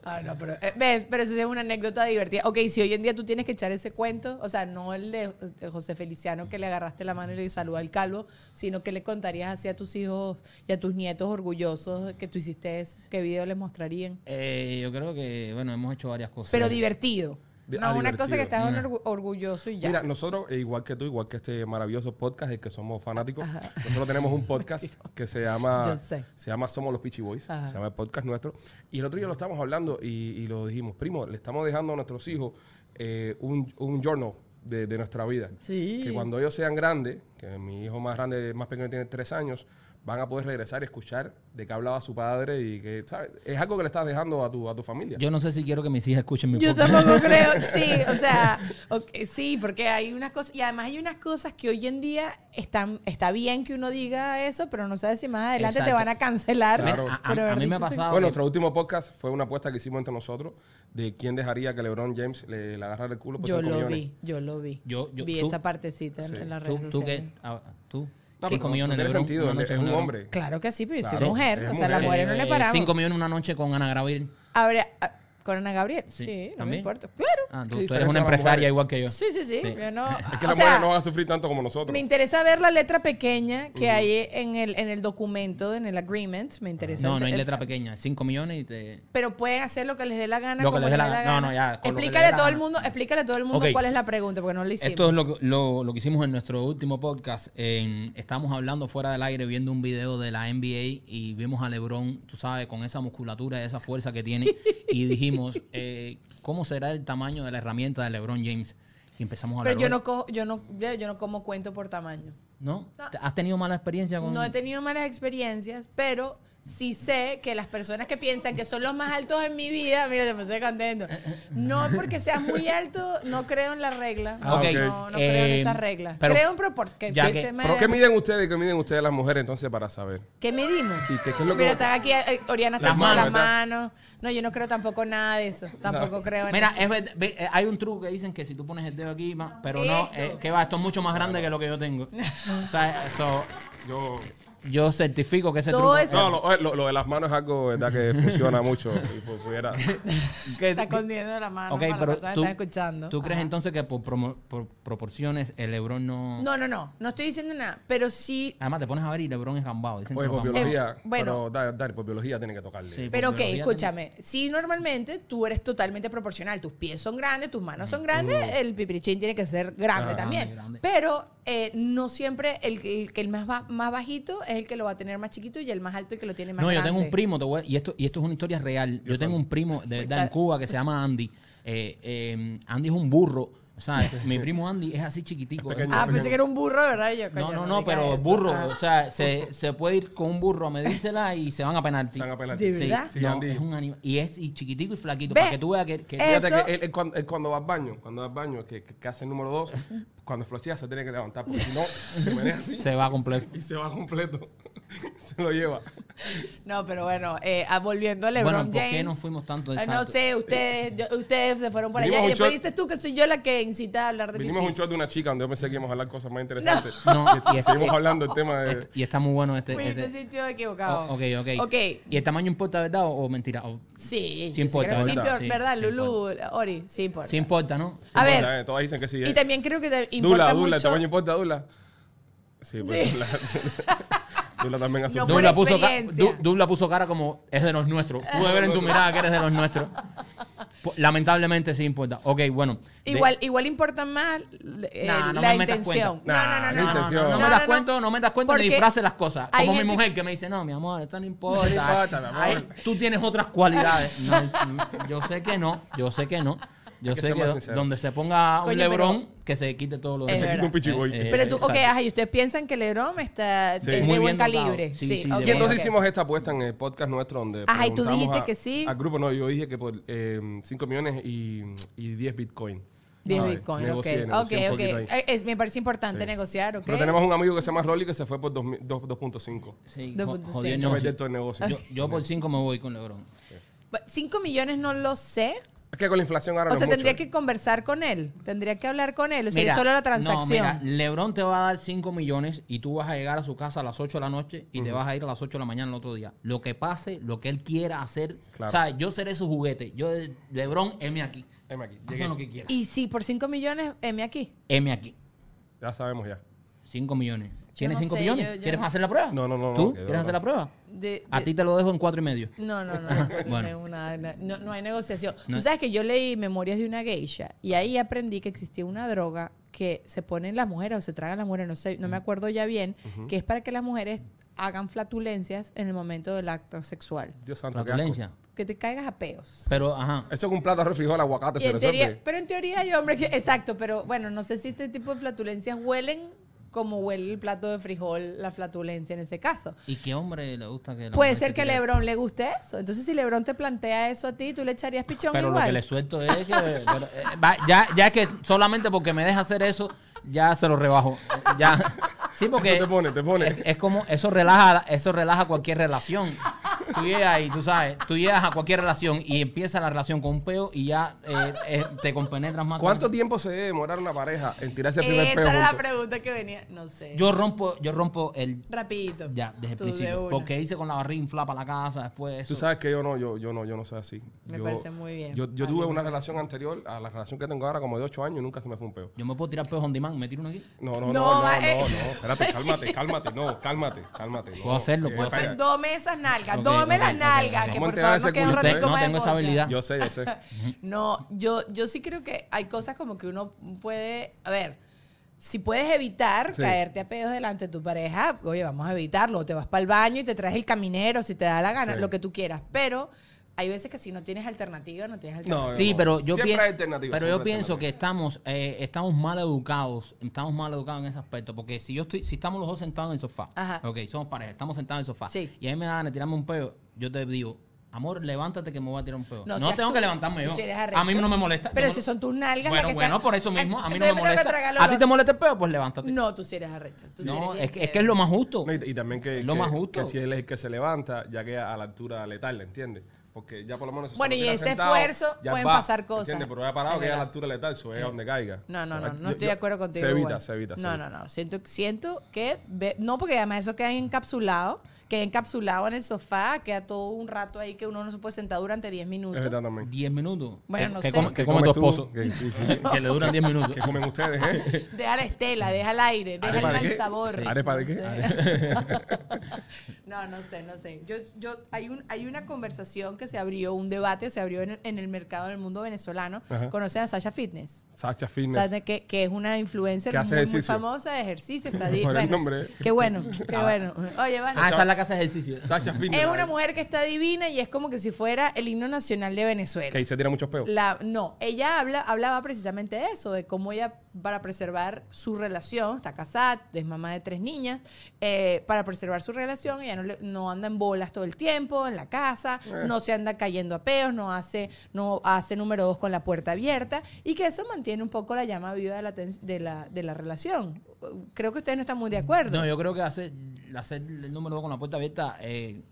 [SPEAKER 1] ah, no, pero, eh, ves, pero esa es una anécdota divertida. Ok, si hoy en día tú tienes que echar ese cuento, o sea, no el de eh, José Feliciano que le agarraste la mano y le saludó al calvo, sino que le contarías así a tus hijos y a tus nietos orgullosos que tú hiciste eso, qué video les mostrarían.
[SPEAKER 2] Eh, yo creo que, bueno, hemos hecho varias cosas.
[SPEAKER 1] Pero divertido.
[SPEAKER 3] Di-
[SPEAKER 1] No,
[SPEAKER 3] ah,
[SPEAKER 1] una cosa que
[SPEAKER 3] divertido.
[SPEAKER 1] estás orgu- orgulloso y ya.
[SPEAKER 3] Mira, nosotros, eh, igual que tú, igual que este maravilloso podcast del que somos fanáticos, nosotros tenemos un podcast que se llama,
[SPEAKER 1] Yo sé.
[SPEAKER 3] se llama Somos los Peachy Boys,
[SPEAKER 1] Ajá.
[SPEAKER 3] se llama el podcast nuestro. Y el otro día lo estábamos hablando y, y lo dijimos, primo, le estamos dejando a nuestros hijos eh, un, un journal de, de nuestra vida.
[SPEAKER 1] Sí.
[SPEAKER 3] Que cuando ellos sean grandes, que mi hijo más grande, más pequeño tiene tres años, van a poder regresar y escuchar de qué hablaba su padre y que, ¿sabes? Es algo que le estás dejando a tu, a tu familia.
[SPEAKER 2] Yo no sé si quiero que mis hijas escuchen mi
[SPEAKER 1] Yo
[SPEAKER 2] podcast.
[SPEAKER 1] tampoco creo, sí, o sea, ok, sí, porque hay unas cosas, y además hay unas cosas que hoy en día están, está bien que uno diga eso, pero no sabes si más adelante te
[SPEAKER 2] Exacto.
[SPEAKER 1] van a cancelar.
[SPEAKER 3] Claro.
[SPEAKER 1] por
[SPEAKER 2] A- a-
[SPEAKER 1] haber
[SPEAKER 2] a mí me
[SPEAKER 1] dicho
[SPEAKER 2] ha
[SPEAKER 1] ese-
[SPEAKER 2] pasado
[SPEAKER 3] Bueno,
[SPEAKER 2] que-
[SPEAKER 3] nuestro último podcast fue una apuesta que hicimos entre nosotros de quién dejaría que LeBron James le, le agarrara el culo por
[SPEAKER 1] Yo
[SPEAKER 3] cinco
[SPEAKER 1] lo
[SPEAKER 3] millones.
[SPEAKER 1] vi, yo lo vi.
[SPEAKER 2] Yo- yo-
[SPEAKER 1] vi
[SPEAKER 2] tú-
[SPEAKER 1] esa partecita en-
[SPEAKER 3] Sí.
[SPEAKER 1] en las
[SPEAKER 2] ¿Tú,
[SPEAKER 1] redes
[SPEAKER 2] tú
[SPEAKER 1] sociales.
[SPEAKER 2] qué? Ah, ¿Tú?
[SPEAKER 3] No,
[SPEAKER 2] Cinco
[SPEAKER 3] pero no-
[SPEAKER 2] millones
[SPEAKER 3] no
[SPEAKER 2] de
[SPEAKER 3] tiene sentido, él es un hombre.
[SPEAKER 1] Claro que sí, pero yo soy
[SPEAKER 3] Claro,
[SPEAKER 1] mujer,
[SPEAKER 3] es
[SPEAKER 1] o sea, las
[SPEAKER 3] mujer.
[SPEAKER 1] mujeres
[SPEAKER 2] Eh,
[SPEAKER 1] no le paramos.
[SPEAKER 2] Cinco millones una noche con Ana Gabriel.
[SPEAKER 1] Ahora, ah, con Ana Gabriel, sí, no me
[SPEAKER 2] ¿también?
[SPEAKER 1] importa. Claro,
[SPEAKER 2] Ah, tú,
[SPEAKER 3] Qué
[SPEAKER 2] tú eres
[SPEAKER 3] diferente a
[SPEAKER 2] una
[SPEAKER 3] las
[SPEAKER 2] empresaria
[SPEAKER 3] mujeres.
[SPEAKER 2] igual que yo.
[SPEAKER 1] Sí, sí, sí.
[SPEAKER 2] Sí.
[SPEAKER 1] Yo no,
[SPEAKER 3] Es que
[SPEAKER 1] o
[SPEAKER 3] las
[SPEAKER 1] sea,
[SPEAKER 3] mujeres no van a sufrir tanto como nosotros.
[SPEAKER 1] me interesa ver la letra pequeña que hay en el, en el documento, en el agreement. Me interesa.
[SPEAKER 2] No, no hay
[SPEAKER 1] el-
[SPEAKER 2] letra pequeña. 5 millones y te...
[SPEAKER 1] Pero pueden hacer lo que les dé la gana.
[SPEAKER 2] Lo que
[SPEAKER 1] como
[SPEAKER 2] les dé la-
[SPEAKER 1] gana.
[SPEAKER 2] no, no, ya, con lo que les dé
[SPEAKER 1] Explícale a
[SPEAKER 2] la
[SPEAKER 1] todo el
[SPEAKER 2] gana.
[SPEAKER 1] mundo, explícale a todo el mundo
[SPEAKER 2] Ok.
[SPEAKER 1] cuál es la pregunta, porque no lo hicimos.
[SPEAKER 2] Esto es lo, que- lo, lo que hicimos en nuestro último podcast. En- estábamos hablando fuera del aire, viendo un video de la NBA y vimos a LeBron, tú sabes, con esa musculatura, esa fuerza que tiene. Y dijimos, eh, ¿cómo será el tamaño de la herramienta de LeBron James? Y empezamos a hablar.
[SPEAKER 1] Pero yo no,
[SPEAKER 2] "Oye,
[SPEAKER 1] cojo- yo, no, yo yo no como cuento por tamaño.
[SPEAKER 2] ¿No? ¿Has tenido mala experiencia con.?
[SPEAKER 1] No he tenido malas experiencias, pero sí sé que las personas que piensan que son los más altos en mi vida, mira, te puse contento. No porque seas muy alto, no creo en la regla.
[SPEAKER 3] Ah,
[SPEAKER 2] ok.
[SPEAKER 1] No, no creo en
[SPEAKER 2] Eh,
[SPEAKER 1] esa regla.
[SPEAKER 2] pero-
[SPEAKER 1] creo en proporción. Que,
[SPEAKER 2] ya
[SPEAKER 1] que
[SPEAKER 2] que-
[SPEAKER 1] se me-
[SPEAKER 3] ¿Pero qué miden ustedes y qué miden ustedes las mujeres entonces para saber?
[SPEAKER 1] ¿Qué medimos?
[SPEAKER 3] Sí, ¿qué- qué es lo que
[SPEAKER 1] Mira,
[SPEAKER 3] vos-
[SPEAKER 1] están aquí, eh, Oriana está
[SPEAKER 2] Las
[SPEAKER 1] con las
[SPEAKER 3] manos,
[SPEAKER 1] manos. No, yo no creo tampoco nada de eso. Tampoco creo en
[SPEAKER 2] Mira,
[SPEAKER 1] eso.
[SPEAKER 2] es verdad, ve, eh, hay un truco que dicen que si tú pones el dedo aquí, ma- pero no,
[SPEAKER 1] Esto.
[SPEAKER 2] eh, que va, esto es mucho más grande que lo que yo tengo. O sea, eso,
[SPEAKER 3] Yo.
[SPEAKER 2] yo certifico que ese
[SPEAKER 1] Todo
[SPEAKER 2] truco.
[SPEAKER 1] eso-
[SPEAKER 3] No, lo, lo- lo de las manos es algo ¿verdad? que funciona mucho. Y pu- pudiera. pues,
[SPEAKER 2] que-
[SPEAKER 1] Está
[SPEAKER 2] que-
[SPEAKER 1] escondiendo la mano
[SPEAKER 2] eh, Ok,
[SPEAKER 1] Ah, para
[SPEAKER 2] pero
[SPEAKER 1] las personas
[SPEAKER 2] tú,
[SPEAKER 1] que están escuchando.
[SPEAKER 2] ¿tú crees
[SPEAKER 1] Ajá.
[SPEAKER 2] entonces que por, promo- por proporciones el Lebron no...
[SPEAKER 1] No, no, no. No estoy diciendo nada. Pero sí
[SPEAKER 2] Además te pones a ver y Lebron es gambado. Dicen que
[SPEAKER 3] Oye,
[SPEAKER 2] los
[SPEAKER 3] por
[SPEAKER 2] gambados-
[SPEAKER 3] biología.
[SPEAKER 1] Eh, bueno.
[SPEAKER 3] Pero, dale, dale, por biología tiene que tocarle.
[SPEAKER 2] Sí, por
[SPEAKER 1] Pero ok,
[SPEAKER 2] biología
[SPEAKER 1] escúchame. Si normalmente tú eres totalmente proporcional, tus pies son grandes, tus manos son grandes, el pipirichín tiene que ser grande
[SPEAKER 3] Ah,
[SPEAKER 1] también.
[SPEAKER 2] Mm. Uh. grande, grande.
[SPEAKER 1] Pero eh, no siempre el, el que el más, ba- más bajito es el que lo va a tener más chiquito y el más alto el que lo tiene más
[SPEAKER 2] No, yo
[SPEAKER 1] grande. Pues
[SPEAKER 2] tengo un primo, te voy a- y, esto, y esto es una historia real. Yo tengo un primo de verdad en Cuba que se llama Andy. Eh, eh, Andy es un burro. O sea, mi primo Andy es así chiquitico.
[SPEAKER 3] Es pequeño.
[SPEAKER 1] Ah, pensé que era un burro, de ¿verdad? Y Yo,
[SPEAKER 2] No,
[SPEAKER 1] Ah, coño,
[SPEAKER 2] no, no,
[SPEAKER 1] diga
[SPEAKER 2] pero
[SPEAKER 1] eso.
[SPEAKER 2] burro.
[SPEAKER 1] Ah.
[SPEAKER 2] O sea, se, se puede ir con un burro a medírsela y se van a penalti.
[SPEAKER 3] Se van a pelar.
[SPEAKER 1] ¿De verdad?
[SPEAKER 3] Sí,
[SPEAKER 2] no,
[SPEAKER 3] Andy.
[SPEAKER 2] es un animal. Y es y chiquitico y flaquito.
[SPEAKER 1] Ve.
[SPEAKER 2] Para que tú veas que... que-
[SPEAKER 1] Eh,
[SPEAKER 3] Fíjate
[SPEAKER 1] Eso-
[SPEAKER 3] que él, él cuando, él cuando va al baño, cuando va al baño, que, que, que hace el número 2, cuando flochea se tiene que levantar, porque si no, se maneja así
[SPEAKER 2] se va completo.
[SPEAKER 3] y se va completo. se lo lleva.
[SPEAKER 1] No, pero bueno, eh, ah, volviendo a LeBron
[SPEAKER 2] bueno, ¿por
[SPEAKER 1] James.
[SPEAKER 2] qué nos fuimos tanto?
[SPEAKER 1] Ah, no
[SPEAKER 2] Exacto.
[SPEAKER 1] sé, ustedes, yo- ustedes se fueron por allá
[SPEAKER 3] Vinimos a
[SPEAKER 1] y
[SPEAKER 3] un
[SPEAKER 1] después
[SPEAKER 3] shot.
[SPEAKER 1] dices tú que soy yo la que incita a hablar de
[SPEAKER 3] Vinimos a un
[SPEAKER 1] pipis.
[SPEAKER 3] show de una chica donde yo pensé que íbamos a hablar cosas más interesantes.
[SPEAKER 2] No,
[SPEAKER 3] Y-
[SPEAKER 2] y
[SPEAKER 3] y
[SPEAKER 2] es-
[SPEAKER 3] seguimos hablando del tema de...
[SPEAKER 2] Este- y está muy bueno este.
[SPEAKER 1] Fuiste
[SPEAKER 2] este-
[SPEAKER 1] sitio equivocado.
[SPEAKER 2] Oh, ok, ok.
[SPEAKER 1] Ok,
[SPEAKER 2] ¿Y el tamaño importa, verdad? ¿O, o mentira? O-
[SPEAKER 1] Sí.
[SPEAKER 2] Sí importa,
[SPEAKER 1] creo que
[SPEAKER 2] ¿verdad?
[SPEAKER 1] peor-
[SPEAKER 2] Sí,
[SPEAKER 1] ¿verdad,
[SPEAKER 2] sí
[SPEAKER 1] Lulu? Ori, sí importa.
[SPEAKER 2] sí importa, ¿no?
[SPEAKER 1] a ver,
[SPEAKER 3] Bueno, eh, todas dicen que sí. eh.
[SPEAKER 1] y también creo que te-
[SPEAKER 3] Dula,
[SPEAKER 1] importa
[SPEAKER 3] Dula, ¿el
[SPEAKER 1] mucho...
[SPEAKER 3] tamaño importa, Dula? Sí, pero
[SPEAKER 1] Sí.
[SPEAKER 3] Dula, Dula también
[SPEAKER 1] No,
[SPEAKER 3] ha sufrido.
[SPEAKER 1] por
[SPEAKER 2] Dubla puso, ca-
[SPEAKER 1] experiencia.
[SPEAKER 2] Du- Dubla puso cara como es de los nuestros. Pude ver en tu mirada que eres de los nuestros. Po- Lamentablemente sí importa. Ok, bueno. De-
[SPEAKER 1] Igual, igual importa más eh,
[SPEAKER 2] Nah, no
[SPEAKER 1] la
[SPEAKER 2] me metas
[SPEAKER 1] intención.
[SPEAKER 3] cuenta. Nah,
[SPEAKER 1] no, no,
[SPEAKER 3] la
[SPEAKER 1] no, no, no,
[SPEAKER 3] intención.
[SPEAKER 2] No,
[SPEAKER 3] No,
[SPEAKER 2] me das
[SPEAKER 1] no,
[SPEAKER 2] cuenta, no me das cuenta ni
[SPEAKER 1] porque
[SPEAKER 2] disfraces las cosas.
[SPEAKER 1] hay
[SPEAKER 2] Como mi
[SPEAKER 1] gente-
[SPEAKER 2] mujer que me dice, no, mi amor, esto no importa.
[SPEAKER 3] No importa, mi amor.
[SPEAKER 2] Ay, tú tienes otras cualidades. No, es- yo sé que no, yo sé que no. Yo
[SPEAKER 3] Hay que
[SPEAKER 2] sé
[SPEAKER 3] ser
[SPEAKER 2] que
[SPEAKER 3] más
[SPEAKER 2] do-
[SPEAKER 3] sincero.
[SPEAKER 2] donde se ponga un
[SPEAKER 1] Coño, pero-
[SPEAKER 2] lebrón, que se quite todo lo
[SPEAKER 1] Es
[SPEAKER 2] demás.
[SPEAKER 1] verdad.
[SPEAKER 3] Un pichiboy.
[SPEAKER 1] Pero tú, ok,
[SPEAKER 2] Eh, exacto.
[SPEAKER 1] ajá, y ustedes piensan que LeBron está
[SPEAKER 3] Sí.
[SPEAKER 1] es
[SPEAKER 2] Muy
[SPEAKER 1] de buen
[SPEAKER 2] bien dotado.
[SPEAKER 1] calibre. Sí,
[SPEAKER 2] Sí,
[SPEAKER 1] sí,
[SPEAKER 2] sí,
[SPEAKER 1] ok,
[SPEAKER 2] de
[SPEAKER 3] Y entonces
[SPEAKER 1] ok.
[SPEAKER 3] hicimos esta apuesta en el podcast nuestro donde
[SPEAKER 1] Ajá, y tú
[SPEAKER 3] preguntamos
[SPEAKER 1] dijiste
[SPEAKER 3] a-
[SPEAKER 1] que sí.
[SPEAKER 3] Al grupo, no, yo dije que por 5 millones y, y 10 bitcoin.
[SPEAKER 1] De
[SPEAKER 3] Ay,
[SPEAKER 1] Bitcoin, ok.
[SPEAKER 3] negocié,
[SPEAKER 1] Ok,
[SPEAKER 3] negocié un
[SPEAKER 1] ok.
[SPEAKER 3] poquito ahí.
[SPEAKER 1] Eh, es- me parece importante
[SPEAKER 3] Sí.
[SPEAKER 1] negociar, ok.
[SPEAKER 3] Pero tenemos un amigo que se llama Rolly que se fue por dos mil- dos- 2.5.
[SPEAKER 2] Sí,
[SPEAKER 1] De
[SPEAKER 2] jo-
[SPEAKER 1] punto
[SPEAKER 2] jodido,
[SPEAKER 1] seis.
[SPEAKER 2] no,
[SPEAKER 3] No
[SPEAKER 2] sí.
[SPEAKER 3] perder todo el negocio.
[SPEAKER 2] Yo, yo por 5 me voy con Lebron.
[SPEAKER 1] 5 millones no lo sé.
[SPEAKER 3] Es que con la inflación ahora
[SPEAKER 1] O
[SPEAKER 3] no
[SPEAKER 1] sea,
[SPEAKER 3] es mucho,
[SPEAKER 1] tendría
[SPEAKER 3] ¿eh?
[SPEAKER 1] que conversar con él. Tendría que hablar con él. O sea,
[SPEAKER 2] Mira,
[SPEAKER 1] solo la
[SPEAKER 2] No,
[SPEAKER 1] transacción.
[SPEAKER 2] mira, Lebron te va a dar 5 millones y tú vas a llegar a su casa a las 8 de la noche y te vas a ir a las 8 de la mañana el otro día. Lo que pase, lo que él quiera hacer.
[SPEAKER 3] Claro.
[SPEAKER 2] O sea, yo seré su juguete. Yo, Lebron, M aquí.
[SPEAKER 3] Heme aquí, llegué.
[SPEAKER 2] Hazme lo que quiera.
[SPEAKER 1] Y si por 5 millones, M aquí.
[SPEAKER 2] M aquí.
[SPEAKER 3] Ya sabemos ya.
[SPEAKER 2] 5 millones. ¿Tienes
[SPEAKER 1] no
[SPEAKER 2] 5
[SPEAKER 1] sé,
[SPEAKER 2] millones?
[SPEAKER 1] yo- yo
[SPEAKER 2] ¿Quieres
[SPEAKER 1] no-
[SPEAKER 2] hacer la prueba?
[SPEAKER 3] No, no, no, no,
[SPEAKER 2] ¿Tú?
[SPEAKER 3] que
[SPEAKER 2] ¿Quieres
[SPEAKER 3] no,
[SPEAKER 2] hacer
[SPEAKER 3] no.
[SPEAKER 2] la prueba?
[SPEAKER 1] De-
[SPEAKER 2] A
[SPEAKER 1] de-
[SPEAKER 2] ti te lo dejo en 4 y medio.
[SPEAKER 1] No, no, no. no, no,
[SPEAKER 2] Bueno.
[SPEAKER 1] es una- no, no, no hay negociación. Tú
[SPEAKER 2] No.
[SPEAKER 1] sabes que yo leí Memorias de una geisha y ahí aprendí que existía una droga que se ponen las mujeres o se tragan las mujeres, no sé, no me acuerdo ya bien, que es para que las mujeres hagan flatulencias en el momento del acto sexual.
[SPEAKER 3] Dios santo, qué asco.
[SPEAKER 2] Flatulencia.
[SPEAKER 1] Que te caigas a peos.
[SPEAKER 2] Pero, ajá.
[SPEAKER 3] Eso es un plato de arroz, frijol, aguacate,
[SPEAKER 1] Y
[SPEAKER 3] se
[SPEAKER 1] en teoría-
[SPEAKER 3] resuelve.
[SPEAKER 1] pero en teoría hay hombres que... Exacto, pero bueno, no sé si este tipo de flatulencias huelen como huele el plato de frijol, la flatulencia en ese caso.
[SPEAKER 2] ¿Y qué hombre le gusta que la
[SPEAKER 1] Puede
[SPEAKER 2] mujer
[SPEAKER 1] ser
[SPEAKER 2] te
[SPEAKER 1] que
[SPEAKER 2] tire?
[SPEAKER 1] Lebron le guste eso. Entonces, si Lebron te plantea eso a ti, tú le echarías pichón
[SPEAKER 2] Pero lo
[SPEAKER 1] igual.
[SPEAKER 2] que le suelto es que. pero, eh, va, ya, ya que solamente porque me deja hacer eso, ya se lo rebajo. Eh, Ya. Sí, porque.
[SPEAKER 3] Eso te pone, te pone.
[SPEAKER 2] Es, es como. Eso relaja, eso relaja cualquier relación. tú llegas y tú sabes, tú llegas a cualquier relación y empieza la relación con un peo y ya eh, eh, te compenetras más. con
[SPEAKER 3] ¿Cuánto
[SPEAKER 2] él.
[SPEAKER 3] tiempo se debe demorar una pareja en tirarse el primer
[SPEAKER 1] Esa
[SPEAKER 3] peo?
[SPEAKER 1] era la
[SPEAKER 3] juntos?
[SPEAKER 1] pregunta que venía. No sé.
[SPEAKER 2] Yo rompo, yo rompo el
[SPEAKER 1] Rapidito.
[SPEAKER 2] ya desde el
[SPEAKER 1] Tú de
[SPEAKER 2] principio.
[SPEAKER 1] una.
[SPEAKER 2] Porque hice con la barriga inflada para la casa, después eso.
[SPEAKER 3] Tú sabes que yo no, yo, yo no, yo no soy así.
[SPEAKER 1] Me
[SPEAKER 3] Yo-
[SPEAKER 1] parece muy bien.
[SPEAKER 3] Yo, yo
[SPEAKER 1] Vale,
[SPEAKER 3] tuve una
[SPEAKER 1] vale.
[SPEAKER 3] relación anterior a la relación que tengo ahora como de 8 años y nunca se me fue un peo.
[SPEAKER 2] Yo me puedo tirar peos on demand, me tiro uno aquí.
[SPEAKER 3] No, no, no,
[SPEAKER 1] No,
[SPEAKER 3] no, no,
[SPEAKER 1] ma- eh.
[SPEAKER 3] no, Espérate, cálmate, cálmate, no, cálmate, cálmate. no.
[SPEAKER 2] Puedo hacerlo, puedo
[SPEAKER 3] Eh,
[SPEAKER 2] hacerlo.
[SPEAKER 3] espera.
[SPEAKER 1] Dome esas nalgas,
[SPEAKER 2] Ok,
[SPEAKER 1] dome
[SPEAKER 2] ok,
[SPEAKER 1] las
[SPEAKER 2] ok,
[SPEAKER 1] nalgas,
[SPEAKER 2] ok.
[SPEAKER 1] que
[SPEAKER 3] ¿Cómo
[SPEAKER 1] por
[SPEAKER 3] te
[SPEAKER 1] favor
[SPEAKER 3] ese
[SPEAKER 1] no quede un
[SPEAKER 3] culito,
[SPEAKER 1] ratico
[SPEAKER 3] eh?
[SPEAKER 2] No
[SPEAKER 1] más de
[SPEAKER 2] tengo esa
[SPEAKER 1] podcast.
[SPEAKER 2] habilidad.
[SPEAKER 3] Yo sé, yo sé.
[SPEAKER 1] No, yo, yo sí creo que hay cosas como que uno puede, a ver, si puedes evitar
[SPEAKER 3] Sí.
[SPEAKER 1] caerte a pedos delante de tu pareja, oye, vamos a evitarlo, o te vas para el baño y te traes el caminero, si te da la gana,
[SPEAKER 3] Sí.
[SPEAKER 1] lo que tú quieras, pero hay veces que si no tienes alternativa, no tienes alternativa.
[SPEAKER 3] No,
[SPEAKER 2] Sí, pero yo,
[SPEAKER 3] Siempre
[SPEAKER 2] pien-
[SPEAKER 3] hay alternativas,
[SPEAKER 2] pero yo
[SPEAKER 3] siempre hay
[SPEAKER 2] pienso que
[SPEAKER 3] alternativas.
[SPEAKER 2] estamos, eh, estamos mal educados, estamos mal educados en ese aspecto, porque si yo estoy, si estamos los dos sentados en el sofá,
[SPEAKER 1] Ajá.
[SPEAKER 2] ok, somos pareja, estamos sentados en el sofá,
[SPEAKER 1] Sí.
[SPEAKER 2] y a mí me da ganas de tirarme un peo, yo te digo, amor, levántate que me voy a tirar un peo. No,
[SPEAKER 1] seas
[SPEAKER 2] tengo
[SPEAKER 1] tú-
[SPEAKER 2] que levantarme
[SPEAKER 1] tú
[SPEAKER 2] yo.
[SPEAKER 1] sí eres arrecho.
[SPEAKER 2] A mí no me molesta.
[SPEAKER 1] Pero
[SPEAKER 2] Yo
[SPEAKER 1] si
[SPEAKER 2] no-
[SPEAKER 1] son tus nalgas las
[SPEAKER 2] Bueno,
[SPEAKER 1] que
[SPEAKER 2] bueno,
[SPEAKER 1] están-
[SPEAKER 2] por eso mismo, a mí no
[SPEAKER 1] Entonces
[SPEAKER 2] me
[SPEAKER 1] tengo que
[SPEAKER 2] molesta.
[SPEAKER 1] tragar los
[SPEAKER 2] ¿A ti te
[SPEAKER 1] dos.
[SPEAKER 2] molesta el peo? Pues levántate.
[SPEAKER 1] No, tú sí eres arrecho. tú sí
[SPEAKER 2] No,
[SPEAKER 1] eres este,
[SPEAKER 2] es que, es que
[SPEAKER 1] chévere.
[SPEAKER 2] es lo más justo.
[SPEAKER 3] No, y, y también que,
[SPEAKER 2] Es lo
[SPEAKER 3] que-
[SPEAKER 2] más justo.
[SPEAKER 3] que si él es el que se levanta, ya queda a la altura letal, ¿entiendes? Porque ya por lo menos... si
[SPEAKER 1] Bueno,
[SPEAKER 3] se lo
[SPEAKER 1] y
[SPEAKER 3] tira
[SPEAKER 1] ese esfuerzo
[SPEAKER 3] ya
[SPEAKER 1] pueden
[SPEAKER 3] va,
[SPEAKER 1] pasar cosas.
[SPEAKER 3] ¿entiendes? Pero ya
[SPEAKER 1] Es
[SPEAKER 3] parado, queda a la
[SPEAKER 1] verdad. Eh,
[SPEAKER 3] altura letal, eso es a donde caiga.
[SPEAKER 1] No, no,
[SPEAKER 3] O sea,
[SPEAKER 1] no, no
[SPEAKER 3] yo-
[SPEAKER 1] estoy
[SPEAKER 3] yo-
[SPEAKER 1] de acuerdo contigo.
[SPEAKER 3] Se evita,
[SPEAKER 1] Igual.
[SPEAKER 3] se evita. se
[SPEAKER 1] No,
[SPEAKER 3] evita.
[SPEAKER 1] no, no. Siento, siento que. ve- no, porque además eso queda encapsulado. Queda encapsulado en el sofá. Queda todo un rato ahí que uno no se puede sentar durante 10
[SPEAKER 3] Es
[SPEAKER 1] minutos.
[SPEAKER 3] verdad también.
[SPEAKER 2] 10 minutos.
[SPEAKER 1] Bueno,
[SPEAKER 2] ¿Qué-
[SPEAKER 1] no
[SPEAKER 2] qué
[SPEAKER 1] sé.
[SPEAKER 2] come-
[SPEAKER 3] ¿Qué
[SPEAKER 2] qué come tu
[SPEAKER 3] comes tú?
[SPEAKER 2] esposo?
[SPEAKER 3] ¿Qué- qué- qué-
[SPEAKER 2] Que le duran 10 minutos.
[SPEAKER 3] ¿Qué comen ustedes, eh?
[SPEAKER 1] Deja la estela, deja el aire, deja el
[SPEAKER 3] ¿Arepa de
[SPEAKER 1] mal
[SPEAKER 3] qué?
[SPEAKER 1] sabor.
[SPEAKER 3] Sí. ¿Arepa de qué?
[SPEAKER 1] No sé. No, no sé, no sé. Yo, yo, hay, un, hay una conversación que se abrió, un debate se abrió en el, en el mercado del mundo venezolano.
[SPEAKER 3] Ajá.
[SPEAKER 1] Conocen a Sasha Fitness.
[SPEAKER 3] Sacha Fitness.
[SPEAKER 1] Sasha, que, que es una influencer
[SPEAKER 3] Que hace
[SPEAKER 1] muy, muy
[SPEAKER 3] ejercicio.
[SPEAKER 1] famosa de ejercicio. Está di-
[SPEAKER 3] Por el
[SPEAKER 1] bueno,
[SPEAKER 3] nombre, ¿eh?
[SPEAKER 1] Qué bueno, qué bueno. Oye, vale.
[SPEAKER 2] Ah, esa es la casa de ejercicio.
[SPEAKER 3] Sacha Fitness.
[SPEAKER 1] Es una mujer que está divina y es como que si fuera el himno nacional de Venezuela.
[SPEAKER 3] Que ahí se tira muchos peos.
[SPEAKER 1] La, no, ella habla, hablaba precisamente de eso, de cómo ella, para preservar su relación, está casada, es mamá de tres niñas, eh, para preservar su relación, ella no, le- no anda en bolas todo el tiempo, en la casa,
[SPEAKER 3] Eh.
[SPEAKER 1] no se anda cayendo a peos, no hace, no hace número dos con la puerta abierta, y que eso mantiene un poco la llama viva de la, tens- de la, de la relación. Creo que ustedes no están muy de acuerdo.
[SPEAKER 2] No,
[SPEAKER 1] No,
[SPEAKER 2] yo creo que hacer, hacer el número 2 con la puerta abierta. eh,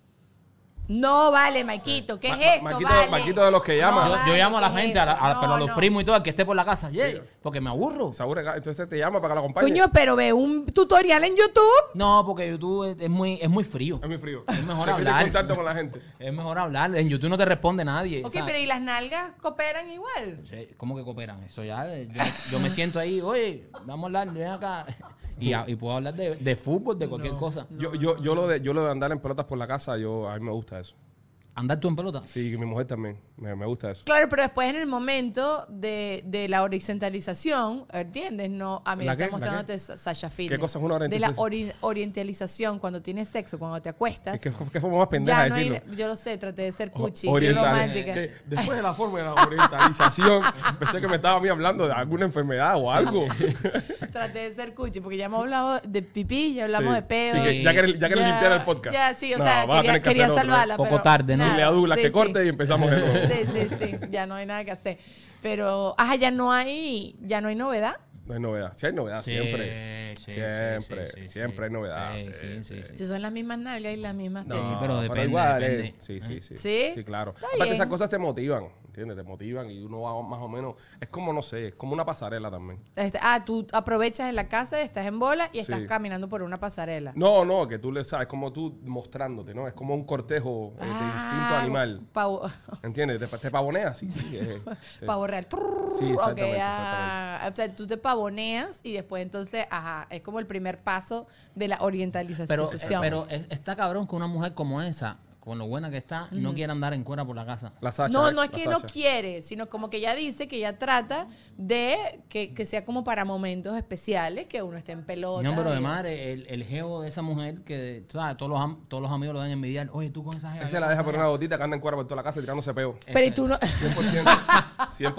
[SPEAKER 1] vale, Maquito, ¿qué
[SPEAKER 3] Ma- ma-
[SPEAKER 1] es esto?
[SPEAKER 3] Maquito-
[SPEAKER 1] vale?
[SPEAKER 3] Maquito de los que llama.
[SPEAKER 1] No
[SPEAKER 2] yo, yo
[SPEAKER 1] vale,
[SPEAKER 2] llamo a la
[SPEAKER 1] ¿qué es
[SPEAKER 2] gente, a la- a-
[SPEAKER 1] eso?
[SPEAKER 2] pero a
[SPEAKER 1] No,
[SPEAKER 2] los
[SPEAKER 1] no.
[SPEAKER 2] primos y todo, al que esté por la casa. "Yey", porque me aburro.
[SPEAKER 3] Saúl, entonces te llama para que la acompañe.
[SPEAKER 1] Coño, pero ve un tutorial en YouTube.
[SPEAKER 2] No, porque YouTube es, es muy, es muy frío.
[SPEAKER 3] Es muy frío.
[SPEAKER 2] Es mejor
[SPEAKER 3] Se quita
[SPEAKER 2] hablar.
[SPEAKER 3] en contacto con la gente.
[SPEAKER 2] Es mejor hablar. En YouTube no te responde nadie.
[SPEAKER 1] Ok,
[SPEAKER 2] ¿sabes?
[SPEAKER 1] pero ¿y las nalgas cooperan igual?
[SPEAKER 2] Sí, ¿Cómo que cooperan? Eso ya, eh, yo, yo me siento ahí, oye, vamos a hablar, ven acá. Y, a- y puedo hablar de, de fútbol, de cualquier cosa.
[SPEAKER 3] Yo, yo, yo, lo de, yo lo de andar en pelotas por la casa, yo, a mí me gusta eso.
[SPEAKER 2] ¿Andar tú en pelota?
[SPEAKER 3] Sí, que mi mujer también. Me, me gusta eso.
[SPEAKER 1] Claro, pero después en el momento de, de la horizontalización, ¿entiendes? No, a mí me
[SPEAKER 3] ¿La
[SPEAKER 1] está
[SPEAKER 3] qué? ¿La
[SPEAKER 1] mostrándote Sa- Sasha Fitness.
[SPEAKER 3] cosa es una
[SPEAKER 1] De la
[SPEAKER 3] orientalización?
[SPEAKER 1] ori- orientalización, cuando tienes sexo, cuando te acuestas.
[SPEAKER 3] Es que, que fue más pendeja
[SPEAKER 1] ya no
[SPEAKER 3] decirlo.
[SPEAKER 1] hay- yo lo sé, traté de ser cuchi, soy
[SPEAKER 3] Oriental.
[SPEAKER 1] romántica.
[SPEAKER 3] Que después de la forma de la orientalización, pensé que me estaba a mí hablando de alguna enfermedad o algo.
[SPEAKER 1] Traté de ser cuchi, porque ya hemos hablado de pipí, ya hablamos
[SPEAKER 3] Sí.
[SPEAKER 1] de pedo.
[SPEAKER 3] Sí, que ya querés ya querés limpiar el podcast.
[SPEAKER 1] Ya, sí, o
[SPEAKER 3] No,
[SPEAKER 1] sea,
[SPEAKER 3] vas a
[SPEAKER 1] quería,
[SPEAKER 3] tener que
[SPEAKER 1] quería
[SPEAKER 3] hacerlo otra vez.
[SPEAKER 1] salvarla.
[SPEAKER 2] Poco
[SPEAKER 1] pero
[SPEAKER 2] tarde, ¿no?
[SPEAKER 1] nada,
[SPEAKER 3] Dile a Douglas
[SPEAKER 1] sí,
[SPEAKER 3] que corte
[SPEAKER 1] sí.
[SPEAKER 3] y empezamos de nuevo.
[SPEAKER 1] Sí, sí, sí, ya no hay nada que hacer. Pero, ajá, ya no hay, ya no hay novedad.
[SPEAKER 3] No hay novedad. Sí hay novedad, siempre.
[SPEAKER 2] Sí, sí, sí,
[SPEAKER 3] Siempre,
[SPEAKER 2] sí, sí,
[SPEAKER 3] siempre hay novedad.
[SPEAKER 2] Sí, sí, sí, sí.
[SPEAKER 1] Si son las mismas nalgas y las mismas
[SPEAKER 3] No,
[SPEAKER 1] tetas.
[SPEAKER 2] pero depende,
[SPEAKER 3] eh,
[SPEAKER 2] depende.
[SPEAKER 3] Sí, sí, sí.
[SPEAKER 1] ¿Sí?
[SPEAKER 3] claro.
[SPEAKER 1] Está
[SPEAKER 3] Aparte,
[SPEAKER 1] bien.
[SPEAKER 3] esas cosas te motivan, ¿entiendes? Te motivan y uno va más o menos. Es como, no sé, es como una pasarela también.
[SPEAKER 1] Este, Ah, tú aprovechas en la casa, estás en bola y estás
[SPEAKER 3] Sí.
[SPEAKER 1] caminando por una pasarela.
[SPEAKER 3] No, no, que tú le sabes, como tú mostrándote, ¿no? Es como un cortejo eh, de distinto
[SPEAKER 1] Ah,
[SPEAKER 3] animal.
[SPEAKER 1] Pavo,
[SPEAKER 3] ¿Entiendes? Te, te pavoneas, sí, sí. eh, te-
[SPEAKER 1] pavo real. Trrr,
[SPEAKER 3] Sí, exactamente,
[SPEAKER 1] ok, ah, O sea, tú te pavoneas y después entonces, ajá, es como el primer paso de la orientalización.
[SPEAKER 2] Pero, eh, pero es- está cabrón que una mujer como esa, con lo buena que está, no quiera andar en cuera por la casa.
[SPEAKER 3] la Sacha,
[SPEAKER 1] no,
[SPEAKER 3] la-
[SPEAKER 1] no es
[SPEAKER 3] la
[SPEAKER 1] que no
[SPEAKER 3] Sacha.
[SPEAKER 1] quiere, sino como que ella dice que ella trata de que, que sea como para momentos especiales, que uno esté en pelota.
[SPEAKER 2] No, pero
[SPEAKER 1] y-
[SPEAKER 2] además el, el geo de esa mujer que tú sabes, todos, los, am- todos los amigos lo dan envidiar. Oye, tú con esa jeva.
[SPEAKER 3] Ese la deja por una gotita que anda en cuerda por toda la casa tirándose peo.
[SPEAKER 1] Pero
[SPEAKER 2] eh,
[SPEAKER 1] y tú no...
[SPEAKER 3] 100%. 100%.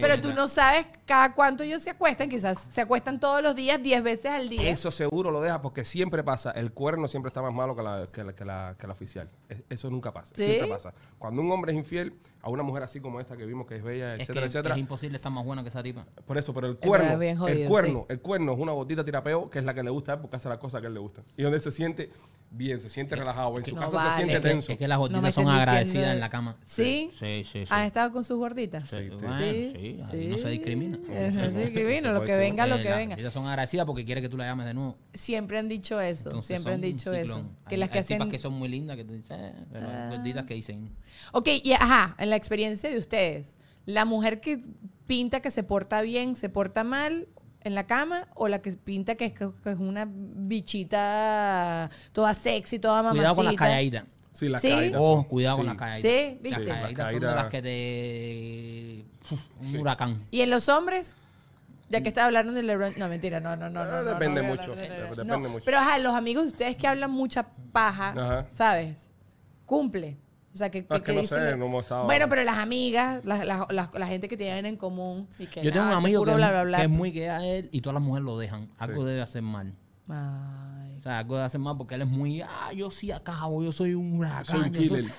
[SPEAKER 1] Pero tú no sabes cada cuánto ellos se acuestan, quizás se acuestan todos los días, 10 veces al día.
[SPEAKER 3] Eso seguro lo deja porque siempre pasa. El cuerno siempre está más malo que la, que la, que la, que la oficial. Es- Eso nunca pasa.
[SPEAKER 1] ¿Sí?
[SPEAKER 3] Siempre pasa. Cuando un hombre es infiel a una mujer así como esta que vimos que es bella,
[SPEAKER 2] Es
[SPEAKER 3] etcétera,
[SPEAKER 2] que
[SPEAKER 3] etcétera.
[SPEAKER 2] es imposible estar más buena que esa tipa.
[SPEAKER 3] Por eso, pero el
[SPEAKER 1] verdad,
[SPEAKER 3] cuerno,
[SPEAKER 1] es bien
[SPEAKER 3] el
[SPEAKER 1] jodido,
[SPEAKER 3] cuerno,
[SPEAKER 1] sí.
[SPEAKER 3] el cuerno es una botita tirapeo que es la que le gusta a él porque hace las cosas que a él le gusta. Y donde se siente bien, se siente relajado. En su
[SPEAKER 1] no
[SPEAKER 3] casa
[SPEAKER 1] vale.
[SPEAKER 3] se
[SPEAKER 1] Es
[SPEAKER 3] siente
[SPEAKER 1] que-
[SPEAKER 3] tenso.
[SPEAKER 2] Es que las
[SPEAKER 1] No me
[SPEAKER 2] gorditas
[SPEAKER 1] estés
[SPEAKER 2] son
[SPEAKER 1] diciendo-
[SPEAKER 2] agradecidas en la cama.
[SPEAKER 1] ¿Sí?
[SPEAKER 2] Sí, sí, sí.
[SPEAKER 1] ¿Has estado con sus gorditas?
[SPEAKER 2] Sí,
[SPEAKER 3] Sí,
[SPEAKER 2] bueno,
[SPEAKER 1] sí.
[SPEAKER 2] sí, ahí
[SPEAKER 1] Sí.
[SPEAKER 2] no se discrimina.
[SPEAKER 1] No se discrimina,
[SPEAKER 3] Por
[SPEAKER 1] lo que
[SPEAKER 3] supuesto.
[SPEAKER 1] venga, lo
[SPEAKER 2] Eh,
[SPEAKER 1] que
[SPEAKER 2] las
[SPEAKER 1] venga.
[SPEAKER 2] gorditas son agradecidas porque quiere que tú la llames de nuevo.
[SPEAKER 1] Siempre han dicho eso,
[SPEAKER 2] Entonces
[SPEAKER 1] siempre han
[SPEAKER 2] son un
[SPEAKER 1] dicho eso.
[SPEAKER 2] ciclón.
[SPEAKER 1] Que
[SPEAKER 2] Hay-
[SPEAKER 1] las que
[SPEAKER 2] hay tipas
[SPEAKER 1] hacen...
[SPEAKER 2] que son muy lindas que tú dices, eh, pero hay
[SPEAKER 1] Ah.
[SPEAKER 2] gorditas que dicen.
[SPEAKER 1] Ok, y ajá, en la experiencia de ustedes, ¿la mujer que pinta que se porta bien, se porta mal en la cama? ¿O la que pinta que es, que es una bichita toda sexy, toda mamacita?
[SPEAKER 2] Cuidado con las calladitas.
[SPEAKER 3] Sí, las
[SPEAKER 1] Sí.
[SPEAKER 3] caídas.
[SPEAKER 2] Oh, cuidado con
[SPEAKER 3] Sí.
[SPEAKER 2] las calladitas.
[SPEAKER 1] Sí, ¿viste?
[SPEAKER 2] Las
[SPEAKER 3] Sí, las
[SPEAKER 2] calladitas son de
[SPEAKER 3] caídas-
[SPEAKER 2] las que te. Uf, un
[SPEAKER 3] Sí.
[SPEAKER 2] huracán.
[SPEAKER 1] ¿Y en los hombres? Ya que está hablando de LeBron. No, mentira, no, no, no. no,
[SPEAKER 3] Ah,
[SPEAKER 1] no,
[SPEAKER 3] depende
[SPEAKER 1] no voy a
[SPEAKER 3] mucho,
[SPEAKER 1] hablar de LeBron.
[SPEAKER 3] dep-
[SPEAKER 1] No,
[SPEAKER 3] depende mucho.
[SPEAKER 1] Pero ajá, los amigos de ustedes que hablan mucha paja,
[SPEAKER 3] Ajá.
[SPEAKER 1] ¿sabes? Cumple. O sea, que,
[SPEAKER 3] No, es que no
[SPEAKER 1] dicen-
[SPEAKER 3] sé, no hemos estado-
[SPEAKER 1] Bueno, pero las amigas, las- las- las- la gente que tienen en común. Y que,
[SPEAKER 2] Yo tengo
[SPEAKER 1] "Ah,
[SPEAKER 2] un
[SPEAKER 1] ese
[SPEAKER 2] amigo
[SPEAKER 1] puro
[SPEAKER 2] que,
[SPEAKER 1] bla, bla, bla".
[SPEAKER 2] que es muy gay a él y todas las mujeres lo dejan. Algo
[SPEAKER 3] Sí.
[SPEAKER 2] debe hacer mal.
[SPEAKER 1] Ay,
[SPEAKER 2] O sea, algo debe hacer mal porque él es muy. Ah, yo sí acabo, yo soy un huracán.
[SPEAKER 3] Soy un
[SPEAKER 2] yo soy-".
[SPEAKER 3] killer.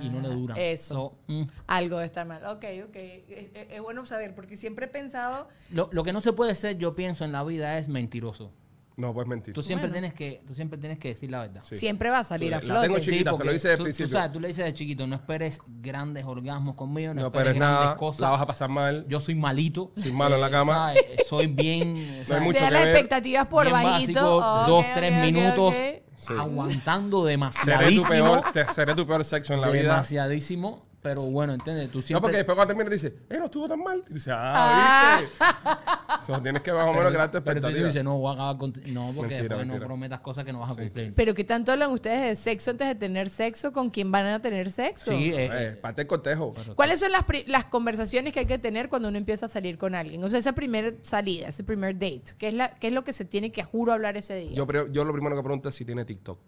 [SPEAKER 2] Y no le duran.
[SPEAKER 1] Ah, Eso.
[SPEAKER 2] So, mm.
[SPEAKER 1] algo de estar mal. Ok, ok. Es, es- es bueno saber, porque siempre he pensado.
[SPEAKER 2] Lo, lo que no se puede ser, yo pienso, en la vida es mentiroso.
[SPEAKER 3] No, pues mentir.
[SPEAKER 2] Tú siempre,
[SPEAKER 1] Bueno.
[SPEAKER 2] tienes, que, tú siempre tienes que decir la verdad.
[SPEAKER 3] Sí.
[SPEAKER 1] Siempre va a salir a
[SPEAKER 3] La tengo
[SPEAKER 1] flote.
[SPEAKER 3] chi- Chiquita, se lo dice
[SPEAKER 2] tú,
[SPEAKER 3] de
[SPEAKER 2] tú
[SPEAKER 3] principio.
[SPEAKER 2] sabes, tú le dices de chiquito, no esperes grandes orgasmos conmigo, no,
[SPEAKER 3] No, pero
[SPEAKER 2] esperes
[SPEAKER 3] es
[SPEAKER 2] grandes
[SPEAKER 3] nada,
[SPEAKER 2] cosas.
[SPEAKER 3] la vas a pasar mal.
[SPEAKER 2] Yo soy malito.
[SPEAKER 3] Soy malo en la cama.
[SPEAKER 2] ¿sabes? eh, Soy bien...
[SPEAKER 3] hay
[SPEAKER 2] ¿sabes?
[SPEAKER 3] mucho
[SPEAKER 1] Deja
[SPEAKER 3] que
[SPEAKER 1] las
[SPEAKER 3] ver.
[SPEAKER 1] expectativas por
[SPEAKER 2] bien
[SPEAKER 1] bajito.
[SPEAKER 2] básico,
[SPEAKER 1] Ok,
[SPEAKER 2] dos,
[SPEAKER 1] ok,
[SPEAKER 2] tres
[SPEAKER 1] ok,
[SPEAKER 2] minutos
[SPEAKER 1] ok.
[SPEAKER 3] Sí.
[SPEAKER 2] aguantando
[SPEAKER 3] Seré tu,
[SPEAKER 2] demasiadísimo.
[SPEAKER 3] peor, te- seré tu peor sexo en la vida.
[SPEAKER 2] Demasiadísimo. Pero bueno, ¿entiendes? Tú
[SPEAKER 3] No,
[SPEAKER 2] siempre...
[SPEAKER 3] porque después cuando termina dices, eh, no estuvo tan mal. Y dices, ah, viste. So, tienes que más o menos crear tu
[SPEAKER 2] pero tú
[SPEAKER 3] expectativa.
[SPEAKER 2] dices, no, voy a acabar con... No, porque
[SPEAKER 3] Mentira,
[SPEAKER 2] después no
[SPEAKER 3] mentira.
[SPEAKER 2] prometas cosas que no vas a
[SPEAKER 3] Sí,
[SPEAKER 2] cumplir. Sí,
[SPEAKER 1] Pero ¿qué tanto hablan ustedes de sexo antes de tener sexo? ¿Con quién van a tener sexo?
[SPEAKER 2] eh,
[SPEAKER 3] Eh,
[SPEAKER 2] eh,
[SPEAKER 3] parte del cortejo.
[SPEAKER 1] ¿Cuáles son las, pri- las conversaciones que hay que tener cuando uno empieza a salir con alguien? O sea, esa primera salida, ese primer date. ¿Qué es, la, qué es lo que se tiene que, juro, hablar ese día?
[SPEAKER 3] Yo, pre- yo lo primero que pregunto es si tiene TikTok.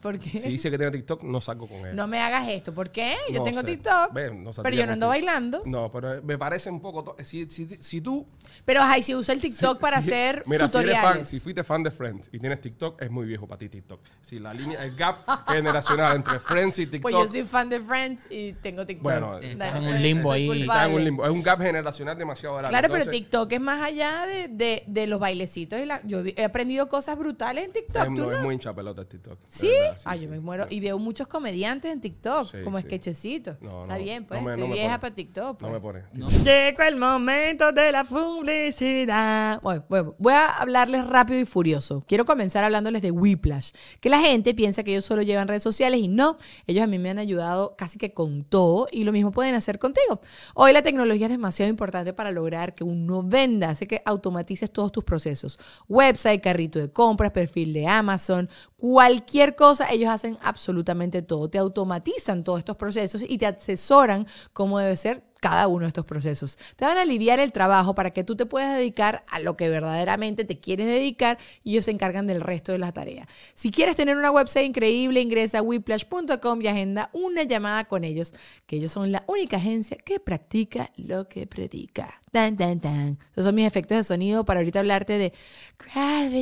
[SPEAKER 1] ¿Por qué?
[SPEAKER 3] Si dice que tiene TikTok, no salgo con él.
[SPEAKER 1] No me hagas esto. ¿Por qué? Yo
[SPEAKER 3] No
[SPEAKER 1] tengo
[SPEAKER 3] sé.
[SPEAKER 1] TikTok.
[SPEAKER 3] Ve, no saldría
[SPEAKER 1] pero yo no
[SPEAKER 3] con
[SPEAKER 1] ando
[SPEAKER 3] ti.
[SPEAKER 1] bailando.
[SPEAKER 3] No, pero eh, me parece un poco... to- Si, si, si tú...
[SPEAKER 1] Pero, ay, si usa el TikTok
[SPEAKER 3] si-
[SPEAKER 1] para
[SPEAKER 3] si-
[SPEAKER 1] hacer
[SPEAKER 3] mira, si eres fan-
[SPEAKER 1] tutoriales.
[SPEAKER 3] si fuiste fan de Friends y tienes TikTok, es muy viejo para ti TikTok. Si la línea, el gap generacional entre Friends y TikTok...
[SPEAKER 1] pues yo soy fan de Friends y tengo TikTok.
[SPEAKER 3] Bueno,
[SPEAKER 1] Dale,
[SPEAKER 2] estás en un
[SPEAKER 1] soy-
[SPEAKER 2] limbo
[SPEAKER 1] soy
[SPEAKER 2] ahí.
[SPEAKER 1] culpable.
[SPEAKER 3] Está en un limbo. Es un gap generacional demasiado grande.
[SPEAKER 1] Claro, pero
[SPEAKER 3] Entonces,
[SPEAKER 1] TikTok es más allá de, de- de los bailecitos. Y la, yo vi- he aprendido cosas brutales en TikTok.
[SPEAKER 3] Es,
[SPEAKER 1] ¿tú
[SPEAKER 3] no, es
[SPEAKER 1] no?
[SPEAKER 3] muy hincha pelota el TikTok. de
[SPEAKER 1] ¿Sí?
[SPEAKER 3] verdad,
[SPEAKER 1] Ay, yo me muero. Y veo muchos comediantes en TikTok,
[SPEAKER 3] Sí,
[SPEAKER 1] como
[SPEAKER 3] sí.
[SPEAKER 1] sketchecitos.
[SPEAKER 3] No,
[SPEAKER 1] Está
[SPEAKER 3] no,
[SPEAKER 1] bien, pues.
[SPEAKER 3] no me- no
[SPEAKER 1] Estoy
[SPEAKER 3] me
[SPEAKER 1] vieja
[SPEAKER 3] pone.
[SPEAKER 1] para TikTok.
[SPEAKER 3] No
[SPEAKER 1] pues.
[SPEAKER 3] me pone.
[SPEAKER 2] No.
[SPEAKER 1] Llegó el momento de la publicidad. Voy, voy, voy a hablarles rápido y furioso. Quiero comenzar hablándoles de Whiplash, que la gente piensa que ellos solo llevan redes sociales y no, ellos a mí me han ayudado casi que con todo y lo mismo pueden hacer contigo. Hoy la tecnología es demasiado importante para lograr que uno venda, así que automatices todos tus procesos. Website, carrito de compras, perfil de Amazon, cualquier cosa, ellos hacen absolutamente todo. Te automatizan todos estos procesos y te asesoran cómo debe ser cada uno de estos procesos. Te van a aliviar el trabajo para que tú te puedas dedicar a lo que verdaderamente te quieres dedicar y ellos se encargan del resto de las tareas. Si quieres tener una website increíble, ingresa a whiplash.com y agenda una llamada con ellos, que ellos son la única agencia que practica lo que predica. Tan, tan, tan. Esos son mis efectos de sonido para ahorita hablarte de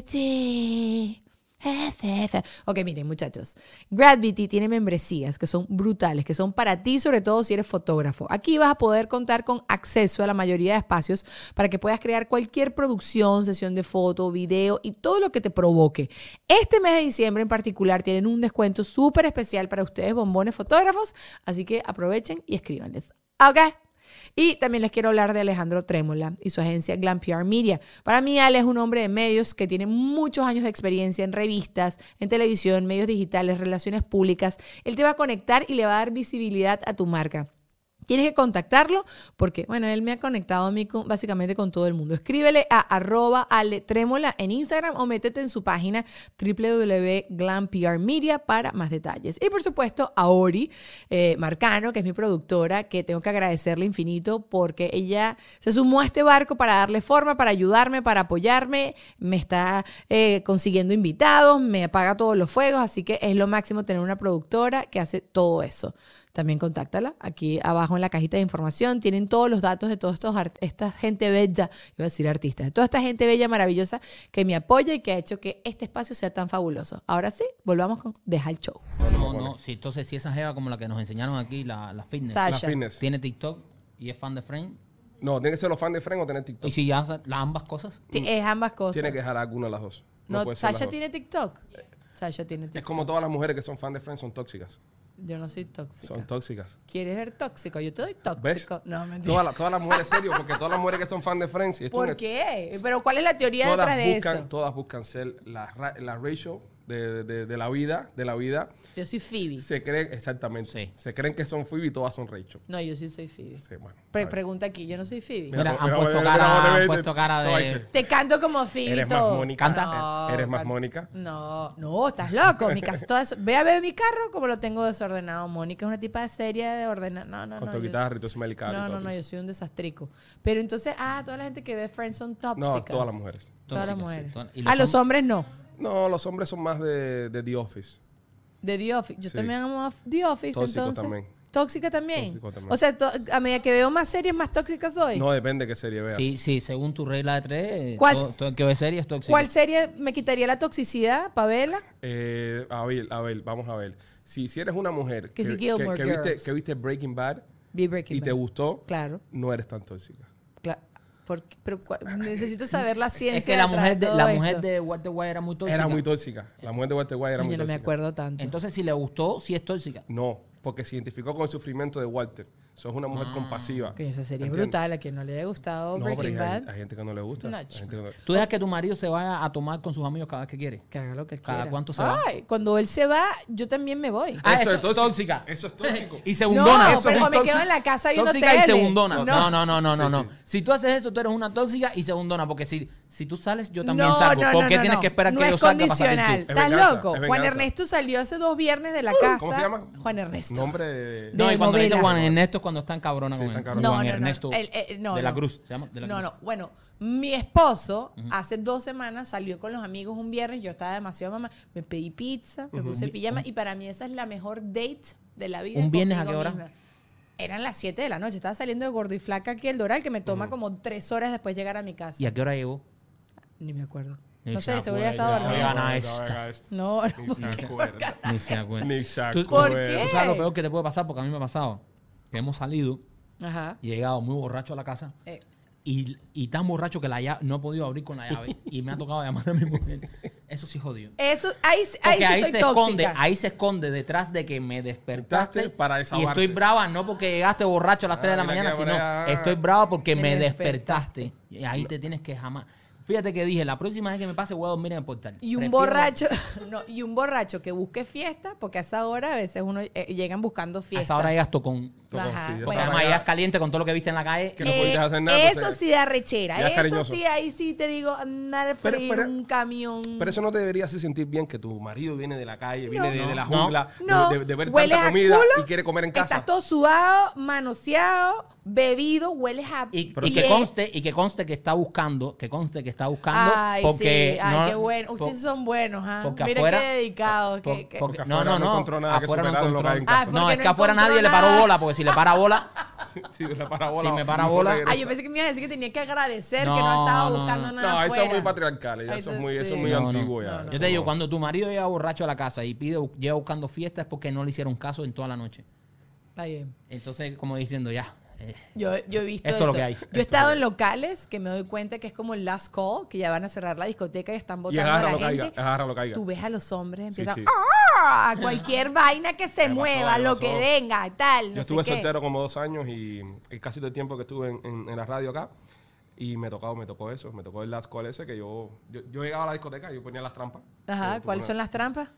[SPEAKER 1] Gravity. FF. Ok, miren muchachos, Gravity tiene membresías que son brutales, que son para ti sobre todo si eres fotógrafo. Aquí vas a poder contar con acceso a la mayoría de espacios para que puedas crear cualquier producción, sesión de foto, video y todo lo que te provoque. Este mes de diciembre en particular tienen un descuento súper especial para ustedes, bombones fotógrafos, así que aprovechen y escríbanles. Ok. Y también les quiero hablar de Alejandro Trémola y su agencia Glam PR Media. Para mí, Ale es un hombre de medios que tiene muchos años de experiencia en revistas, en televisión, medios digitales, relaciones públicas. Él te va a conectar y le va a dar visibilidad a tu marca. Tienes que contactarlo porque, bueno, él me ha conectado a mí con- básicamente con todo el mundo. Escríbele a arroba Ale Trémola en Instagram o métete en su página www.glamprmedia para más detalles. Y por supuesto a Ori eh, Marcano, que es mi productora, que tengo que agradecerle infinito porque ella se sumó a este barco para darle forma, para ayudarme, para apoyarme. Me está eh, consiguiendo invitados, me apaga todos los fuegos, así que es lo máximo tener una productora que hace todo eso. también contáctala. Aquí abajo en la cajita de información tienen todos los datos de todos estos art- esta gente bella, iba a decir artistas, de toda esta gente bella, maravillosa, que me apoya y que ha hecho que este espacio sea tan fabuloso. Ahora sí, volvamos con Deja el Show.
[SPEAKER 2] No, no, sí, entonces si esa jeva como la que nos enseñaron aquí, la, la fitness,
[SPEAKER 1] Sasha.
[SPEAKER 3] La fitness.
[SPEAKER 2] tiene TikTok y es fan de Frame.
[SPEAKER 3] No, tiene que ser los fans de Fren o tener
[SPEAKER 2] Y
[SPEAKER 3] TikTok.
[SPEAKER 2] si ya sa- las ambas cosas.
[SPEAKER 1] Ti- Es ambas cosas.
[SPEAKER 3] Mm. Tiene que dejar alguna de las dos. No,
[SPEAKER 1] no,
[SPEAKER 3] puede ser las
[SPEAKER 1] Sasha
[SPEAKER 3] dos. Eh,
[SPEAKER 1] tiene TikTok. Sasha tiene
[SPEAKER 3] Es
[SPEAKER 1] TikTok.
[SPEAKER 3] como todas las mujeres que son fan de Friends son tóxicas.
[SPEAKER 1] Yo no soy tóxica.
[SPEAKER 3] Son tóxicas.
[SPEAKER 1] ¿Quieres ser tóxico? Yo te doy
[SPEAKER 3] ¿Ves?
[SPEAKER 1] tóxico. No, mentira.
[SPEAKER 3] Todas las, todas las mujeres, serio, porque todas las mujeres que son fan de Friends, y esto es
[SPEAKER 1] ¿Por
[SPEAKER 3] una-
[SPEAKER 1] qué? Pero ¿cuál es la teoría
[SPEAKER 3] todas
[SPEAKER 1] detrás de
[SPEAKER 3] buscan,
[SPEAKER 1] eso?
[SPEAKER 3] todas buscan ser la, ra- la ratio de, de- de la vida, de la vida.
[SPEAKER 1] Yo soy Phoebe.
[SPEAKER 3] Se creen, exactamente,
[SPEAKER 2] Sí.
[SPEAKER 3] se creen que son Phoebe y todas son Rachel.
[SPEAKER 1] No, yo sí soy Phoebe.
[SPEAKER 3] Sí, bueno,
[SPEAKER 1] Pre-
[SPEAKER 3] está bien.
[SPEAKER 1] pregunta aquí, yo no soy Phoebe.
[SPEAKER 2] Mira, han
[SPEAKER 3] mira,
[SPEAKER 2] puesto
[SPEAKER 3] mira,
[SPEAKER 2] cara-
[SPEAKER 3] mira, mira,
[SPEAKER 2] han
[SPEAKER 3] mira,
[SPEAKER 2] puesto cara
[SPEAKER 3] todo
[SPEAKER 2] de-
[SPEAKER 3] ese.
[SPEAKER 1] Te canto como Phoebe. y
[SPEAKER 3] Eres más
[SPEAKER 1] todo.
[SPEAKER 3] Mónica.
[SPEAKER 2] Canta.
[SPEAKER 3] Eres más
[SPEAKER 1] can-
[SPEAKER 3] Mónica.
[SPEAKER 1] No, no, estás loco. Mi casa, todo eso. Ve a ver mi carro como lo tengo desordenado. Mónica es una tipa de seria de ordenar. No, no,
[SPEAKER 3] Con
[SPEAKER 1] no.
[SPEAKER 3] tu
[SPEAKER 1] yo-
[SPEAKER 3] guitarra y tu smiley cat y
[SPEAKER 1] no,
[SPEAKER 3] todo
[SPEAKER 1] no, no,
[SPEAKER 3] eso.
[SPEAKER 1] yo soy un desastrico. Pero entonces, ah, toda la gente que ve Friends son tóxicas.
[SPEAKER 3] No, todas las mujeres.
[SPEAKER 1] Todas las
[SPEAKER 2] Tóxicas, sí,
[SPEAKER 1] mujeres.
[SPEAKER 2] todas- y
[SPEAKER 1] a
[SPEAKER 2] los
[SPEAKER 1] los hombres no.
[SPEAKER 3] No, los hombres son más de, de The Office.
[SPEAKER 1] De The Office. Yo
[SPEAKER 3] Sí.
[SPEAKER 1] también amo a The Office,
[SPEAKER 3] Tóxico
[SPEAKER 1] entonces.
[SPEAKER 3] también.
[SPEAKER 1] Tóxica también.
[SPEAKER 3] Tóxico también.
[SPEAKER 1] O sea, to- a medida que veo más series, más tóxica soy.
[SPEAKER 3] No depende qué serie veas.
[SPEAKER 2] Sí, sí, según tu regla de tres, eh,
[SPEAKER 1] ¿Cuál-
[SPEAKER 2] todo, todo el que ve series es tóxico.
[SPEAKER 1] ¿Cuál serie me quitaría la toxicidad, Pavela?
[SPEAKER 3] Eh, a ver, a ver, vamos a ver. Si, si eres una mujer
[SPEAKER 1] Que
[SPEAKER 3] que,
[SPEAKER 1] si
[SPEAKER 3] que-
[SPEAKER 1] Gilmore
[SPEAKER 3] que viste,
[SPEAKER 1] Girls.
[SPEAKER 3] que viste Breaking Bad
[SPEAKER 1] Be
[SPEAKER 3] y
[SPEAKER 1] Breaking
[SPEAKER 3] te
[SPEAKER 1] Bad.
[SPEAKER 3] gustó,
[SPEAKER 1] Claro.
[SPEAKER 3] no eres tan tóxica.
[SPEAKER 1] Cla- por- pero cua- necesito saber la ciencia.
[SPEAKER 2] Ah, Es que la
[SPEAKER 1] detrás
[SPEAKER 2] mujer de,
[SPEAKER 1] todo
[SPEAKER 2] la
[SPEAKER 1] esto.
[SPEAKER 2] mujer de Walter White era muy tóxica.
[SPEAKER 3] Era muy tóxica. La mujer de Walter White era
[SPEAKER 1] Ay,
[SPEAKER 3] muy
[SPEAKER 1] Yo no me
[SPEAKER 3] tóxica.
[SPEAKER 1] acuerdo tanto.
[SPEAKER 2] Entonces, si le gustó, sí es tóxica.
[SPEAKER 3] No, porque se identificó con el sufrimiento de Walter. Sos una mujer compasiva.
[SPEAKER 1] que esa serie es
[SPEAKER 3] ¿Entiendes?
[SPEAKER 1] brutal. A quien no le haya gustado
[SPEAKER 3] No, pero hay,
[SPEAKER 1] Breaking Bad,
[SPEAKER 3] hay gente que no le gusta.
[SPEAKER 1] No,
[SPEAKER 3] hay gente que no-
[SPEAKER 2] Tú dejas que tu marido se vaya a tomar con sus amigos cada vez que quiere.
[SPEAKER 1] que haga lo que quiera.
[SPEAKER 2] ¿Cada cuánto se va?
[SPEAKER 1] Ay, cuando él se va, yo también me voy.
[SPEAKER 2] Ah, eso
[SPEAKER 3] Eso
[SPEAKER 2] es
[SPEAKER 3] es tóxico.
[SPEAKER 2] tóxica.
[SPEAKER 3] Eso es tóxico.
[SPEAKER 2] y segundona.
[SPEAKER 1] No,
[SPEAKER 2] Eso
[SPEAKER 1] pero
[SPEAKER 2] es
[SPEAKER 1] o me quedo
[SPEAKER 2] tóxica.
[SPEAKER 1] en la casa viendo
[SPEAKER 2] Tóxica y
[SPEAKER 1] tele.
[SPEAKER 2] segundona.
[SPEAKER 1] No.
[SPEAKER 2] No, no, no, no, no.
[SPEAKER 3] Sí,
[SPEAKER 2] no.
[SPEAKER 3] sí.
[SPEAKER 2] Si tú haces eso, tú eres una tóxica y segundona. Porque si, si tú sales, yo también
[SPEAKER 1] no,
[SPEAKER 2] salgo.
[SPEAKER 1] no,
[SPEAKER 2] ¿Por
[SPEAKER 1] no,
[SPEAKER 2] qué
[SPEAKER 1] no,
[SPEAKER 2] tienes
[SPEAKER 1] no.
[SPEAKER 2] que esperar
[SPEAKER 1] no
[SPEAKER 2] que
[SPEAKER 1] es
[SPEAKER 2] yo salga para salir
[SPEAKER 1] condicional.
[SPEAKER 2] tú?
[SPEAKER 3] tú?
[SPEAKER 1] ¿Estás
[SPEAKER 3] Es venganza,
[SPEAKER 1] loco?
[SPEAKER 3] es
[SPEAKER 1] Juan
[SPEAKER 3] venganza.
[SPEAKER 1] Ernesto salió hace dos viernes
[SPEAKER 2] Uh,
[SPEAKER 1] de la casa.
[SPEAKER 3] ¿Cómo se llama?
[SPEAKER 1] Juan Ernesto.
[SPEAKER 3] Nombre de...
[SPEAKER 2] No,
[SPEAKER 1] De
[SPEAKER 2] y cuando le dice
[SPEAKER 1] novela.
[SPEAKER 2] Juan Ernesto es cuando están cabrona
[SPEAKER 3] Sí,
[SPEAKER 2] con
[SPEAKER 3] están
[SPEAKER 2] él.
[SPEAKER 3] cabrona.
[SPEAKER 1] No,
[SPEAKER 2] Juan
[SPEAKER 1] no, no,
[SPEAKER 2] Ernesto
[SPEAKER 1] el- eh, no,
[SPEAKER 2] de la
[SPEAKER 1] no.
[SPEAKER 2] Cruz. ¿se llama? De la
[SPEAKER 1] No,
[SPEAKER 2] Cruz.
[SPEAKER 1] no. Bueno, mi esposo hace dos semanas salió con los amigos un viernes. Yo estaba demasiado mamá. Me pedí pizza, me puse pijama. Y para mí esa es la mejor date de la vida.
[SPEAKER 2] ¿Un viernes a
[SPEAKER 1] conmigo
[SPEAKER 2] qué hora?
[SPEAKER 1] misma. Eran las 7 de la noche. Estaba saliendo de gordo y flaca aquí el Doral, que me toma como tres horas después llegar a mi casa.
[SPEAKER 2] ¿Y a qué hora llegó?
[SPEAKER 1] Ni me acuerdo.
[SPEAKER 2] Ni
[SPEAKER 1] No
[SPEAKER 2] se
[SPEAKER 1] sé, seguro ya estaba
[SPEAKER 2] acuerda. No,
[SPEAKER 1] dormido.
[SPEAKER 2] gana
[SPEAKER 3] no,
[SPEAKER 2] esta.
[SPEAKER 3] esto.
[SPEAKER 1] No, no,
[SPEAKER 3] Ni se acuerda.
[SPEAKER 2] Ni se acuerda.
[SPEAKER 3] Ni se
[SPEAKER 2] Tú-
[SPEAKER 3] acuerda.
[SPEAKER 1] ¿Por qué?
[SPEAKER 2] ¿Tú sabes lo peor que te puede pasar? Porque a mí me ha pasado. Que hemos salido,
[SPEAKER 1] Ajá.
[SPEAKER 2] llegado muy borracho a la casa
[SPEAKER 1] Eh,
[SPEAKER 2] y, y tan borracho que la llave, no he podido abrir con la llave y me ha tocado llamar a mi mujer. Eso sí jodió.
[SPEAKER 1] Eso, ahí, ahí sí
[SPEAKER 2] Porque ahí,
[SPEAKER 1] soy
[SPEAKER 2] se esconde,
[SPEAKER 1] tóxica.
[SPEAKER 2] ahí se esconde detrás de que me despertaste
[SPEAKER 3] Despertaste para
[SPEAKER 2] y
[SPEAKER 3] desahogarse. Ah,
[SPEAKER 2] estoy brava, no porque llegaste borracho a las 3 de la
[SPEAKER 3] mira que
[SPEAKER 2] mañana,
[SPEAKER 3] por
[SPEAKER 2] sino
[SPEAKER 3] allá.
[SPEAKER 2] estoy brava porque
[SPEAKER 1] Me
[SPEAKER 2] me despertaste. Y ahí te tienes que jamás. Fíjate que dije, la próxima vez que me pase voy a dormir en el portal.
[SPEAKER 1] Y un
[SPEAKER 2] Prefiero-
[SPEAKER 1] borracho, no, y un borracho que busque fiesta, porque a esa hora a veces uno eh, llegan buscando
[SPEAKER 2] A
[SPEAKER 1] fiesta.
[SPEAKER 2] esa hora llegas tocón.
[SPEAKER 3] Tocón,
[SPEAKER 1] Ajá,
[SPEAKER 3] sí, ya
[SPEAKER 1] bueno.
[SPEAKER 3] sabes.
[SPEAKER 2] Además, llegas caliente con todo lo que viste en la calle.
[SPEAKER 3] Que no
[SPEAKER 1] Eh,
[SPEAKER 3] pudiste hacer nada,
[SPEAKER 1] eso
[SPEAKER 3] entonces-
[SPEAKER 1] sí da rechera.
[SPEAKER 3] Ya es
[SPEAKER 1] eso
[SPEAKER 3] cariñoso.
[SPEAKER 1] sí, ahí sí te digo, andar a
[SPEAKER 3] Pero-
[SPEAKER 1] freír
[SPEAKER 3] pero-
[SPEAKER 1] un camión.
[SPEAKER 3] Pero eso no te debería hacer sentir bien que tu marido viene de la calle, viene de, de la
[SPEAKER 2] No.
[SPEAKER 3] jungla, de-
[SPEAKER 1] no,
[SPEAKER 3] de, de ver
[SPEAKER 1] hueles
[SPEAKER 3] tanta
[SPEAKER 1] a
[SPEAKER 3] comida
[SPEAKER 1] culo,
[SPEAKER 3] y quiere comer en casa.
[SPEAKER 1] Estás todo sudado, manoseado, bebido, hueles a
[SPEAKER 2] Y,
[SPEAKER 1] pie.
[SPEAKER 2] y que conste, y que conste que está buscando, que conste que está buscando.
[SPEAKER 1] Ay,
[SPEAKER 2] porque
[SPEAKER 1] sí, ay,
[SPEAKER 2] no-
[SPEAKER 1] qué bueno.
[SPEAKER 2] po-
[SPEAKER 1] Ustedes son buenos, ¿ah?
[SPEAKER 2] porque
[SPEAKER 1] Mira
[SPEAKER 2] afuera-
[SPEAKER 1] qué dedicados.
[SPEAKER 2] po-
[SPEAKER 1] qué- qué-
[SPEAKER 2] porque-
[SPEAKER 3] Porque
[SPEAKER 2] no,
[SPEAKER 3] afuera
[SPEAKER 2] no,
[SPEAKER 3] no
[SPEAKER 2] no.
[SPEAKER 3] encontró nada que
[SPEAKER 2] afuera no
[SPEAKER 3] superara lo que
[SPEAKER 2] encontró.
[SPEAKER 3] hay en
[SPEAKER 2] Ah,
[SPEAKER 3] casa.
[SPEAKER 2] no,
[SPEAKER 1] porque
[SPEAKER 2] es que
[SPEAKER 1] no
[SPEAKER 2] afuera nadie
[SPEAKER 1] encontró
[SPEAKER 2] le paró
[SPEAKER 1] nada.
[SPEAKER 2] bola, porque si le para bola,
[SPEAKER 3] Ah, Sí, me para bola.
[SPEAKER 2] Si me para
[SPEAKER 3] no
[SPEAKER 2] bola.
[SPEAKER 3] regresa.
[SPEAKER 1] Ay, yo pensé que me iba a decir que tenía que agradecer que no
[SPEAKER 2] No,
[SPEAKER 1] estaba
[SPEAKER 2] no,
[SPEAKER 1] buscando
[SPEAKER 2] no.
[SPEAKER 1] nada.
[SPEAKER 3] No, eso es muy
[SPEAKER 1] afuera.
[SPEAKER 3] patriarcal, ya
[SPEAKER 1] Ay,
[SPEAKER 3] eso es
[SPEAKER 1] eso
[SPEAKER 3] muy, eso es
[SPEAKER 1] sí.
[SPEAKER 3] muy
[SPEAKER 2] No, no.
[SPEAKER 3] antiguo ya.
[SPEAKER 1] No, no.
[SPEAKER 2] yo te digo, cuando tu marido llega borracho a la casa y pide, llega buscando fiesta es porque no le hicieron caso en toda la noche.
[SPEAKER 1] Está bien.
[SPEAKER 2] Entonces, como diciendo, ya. eh,
[SPEAKER 1] Yo, yo he visto
[SPEAKER 2] Esto es
[SPEAKER 1] eso.
[SPEAKER 2] lo que hay.
[SPEAKER 1] Yo he estado en locales que me doy cuenta que es como el last call, que ya van a cerrar la discoteca y están
[SPEAKER 3] Y
[SPEAKER 1] botando
[SPEAKER 3] agarra
[SPEAKER 1] a
[SPEAKER 3] lo
[SPEAKER 1] la
[SPEAKER 3] caiga,
[SPEAKER 1] gente.
[SPEAKER 3] agarra lo caiga.
[SPEAKER 1] Tú ves a los hombres,
[SPEAKER 3] Sí,
[SPEAKER 1] empiezan
[SPEAKER 3] sí.
[SPEAKER 1] "Ah", cualquier vaina que se
[SPEAKER 3] pasó,
[SPEAKER 1] mueva,
[SPEAKER 3] me
[SPEAKER 1] lo
[SPEAKER 3] pasó.
[SPEAKER 1] que venga, tal. no
[SPEAKER 3] Yo
[SPEAKER 1] sé
[SPEAKER 3] estuve
[SPEAKER 1] qué.
[SPEAKER 3] soltero como dos años y eh, casi todo el tiempo que estuve en, en- en la radio acá. Y me tocó, me tocó eso, me tocó el last call ese que yo, yo, yo llegaba a la discoteca y yo ponía las trampas.
[SPEAKER 1] Ajá, ¿cuáles son las trampas?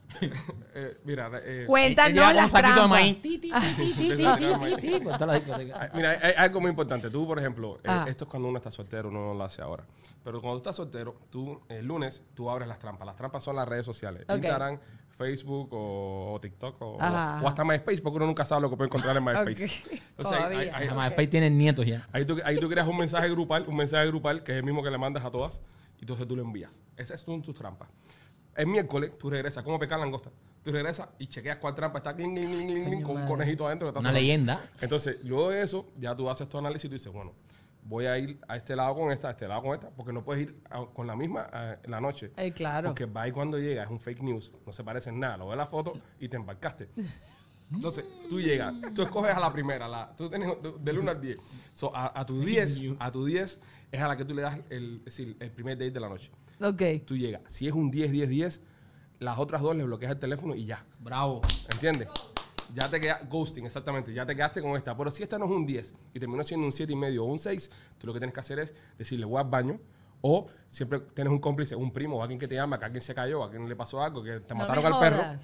[SPEAKER 3] Eh, mira, eh,
[SPEAKER 2] él llega
[SPEAKER 1] Cuéntanos
[SPEAKER 2] con
[SPEAKER 1] las
[SPEAKER 2] un saquito de
[SPEAKER 1] trampas.
[SPEAKER 2] maíz. Ti, ti, ti, ti, ti, ti, ti, ti, por toda la discoteca.
[SPEAKER 3] Ah, Mira, hay, hay algo muy importante. Tú, por ejemplo, eh,
[SPEAKER 1] Ajá.
[SPEAKER 3] esto es cuando uno está soltero, uno no lo hace ahora. Pero cuando tú estás soltero, tú el lunes tú abres las trampas. Las trampas son las redes sociales.
[SPEAKER 1] Ok.
[SPEAKER 3] Instagram, Facebook o, o TikTok o,
[SPEAKER 1] Ajá,
[SPEAKER 3] o hasta MySpace, porque uno nunca sabe lo que puede encontrar en MySpace.
[SPEAKER 1] Ok.
[SPEAKER 3] Entonces, ahí- ahí,
[SPEAKER 1] Todavía.
[SPEAKER 3] ahí-
[SPEAKER 2] Además, después tienen nietos ya.
[SPEAKER 3] ahí tú, ahí tú creas un mensaje grupal, un mensaje grupal que es el mismo que le mandas a todas, y entonces tú lo envías. Esas son tus trampas. El miércoles tú regresas, ¿cómo pescar langosta? Tú regresas y chequeas cuál trampa está clink, clink, clink, clink,
[SPEAKER 1] Coño
[SPEAKER 3] con un
[SPEAKER 1] madre.
[SPEAKER 3] conejito adentro. Que está
[SPEAKER 2] Una
[SPEAKER 3] sonando.
[SPEAKER 2] leyenda.
[SPEAKER 3] Entonces, luego de eso, ya tú haces tu análisis y tú dices, bueno, voy a ir a este lado con esta, a este lado con esta, porque no puedes ir a- con la misma eh, en la noche.
[SPEAKER 1] Eh, claro.
[SPEAKER 3] Porque va y cuando llega es un fake news, no se parece en nada, lo ves la foto y te embarcaste. Entonces, tú llegas, tú escoges a la primera, la, tú tienes de- del 1 al 10. So, a, a tu 10, a tu 10 es a la que tú le das el, es decir, el primer date de la noche.
[SPEAKER 1] Ok.
[SPEAKER 3] Tú llegas, si es un 10, 10, 10, las otras dos le bloqueas el teléfono y ya.
[SPEAKER 2] Bravo.
[SPEAKER 3] ¿Entiendes? Ya te quedaste, ghosting, exactamente, ya te quedaste con esta. Pero si esta no es un 10 y terminó siendo un 7 y medio o un 6, tú lo que tienes que hacer es decirle, voy al baño. O siempre tienes un cómplice, un primo o alguien que te llama, que alguien se cayó, a alguien le pasó algo, que te
[SPEAKER 1] No
[SPEAKER 3] mataron
[SPEAKER 1] me
[SPEAKER 3] al perro.
[SPEAKER 1] jodas.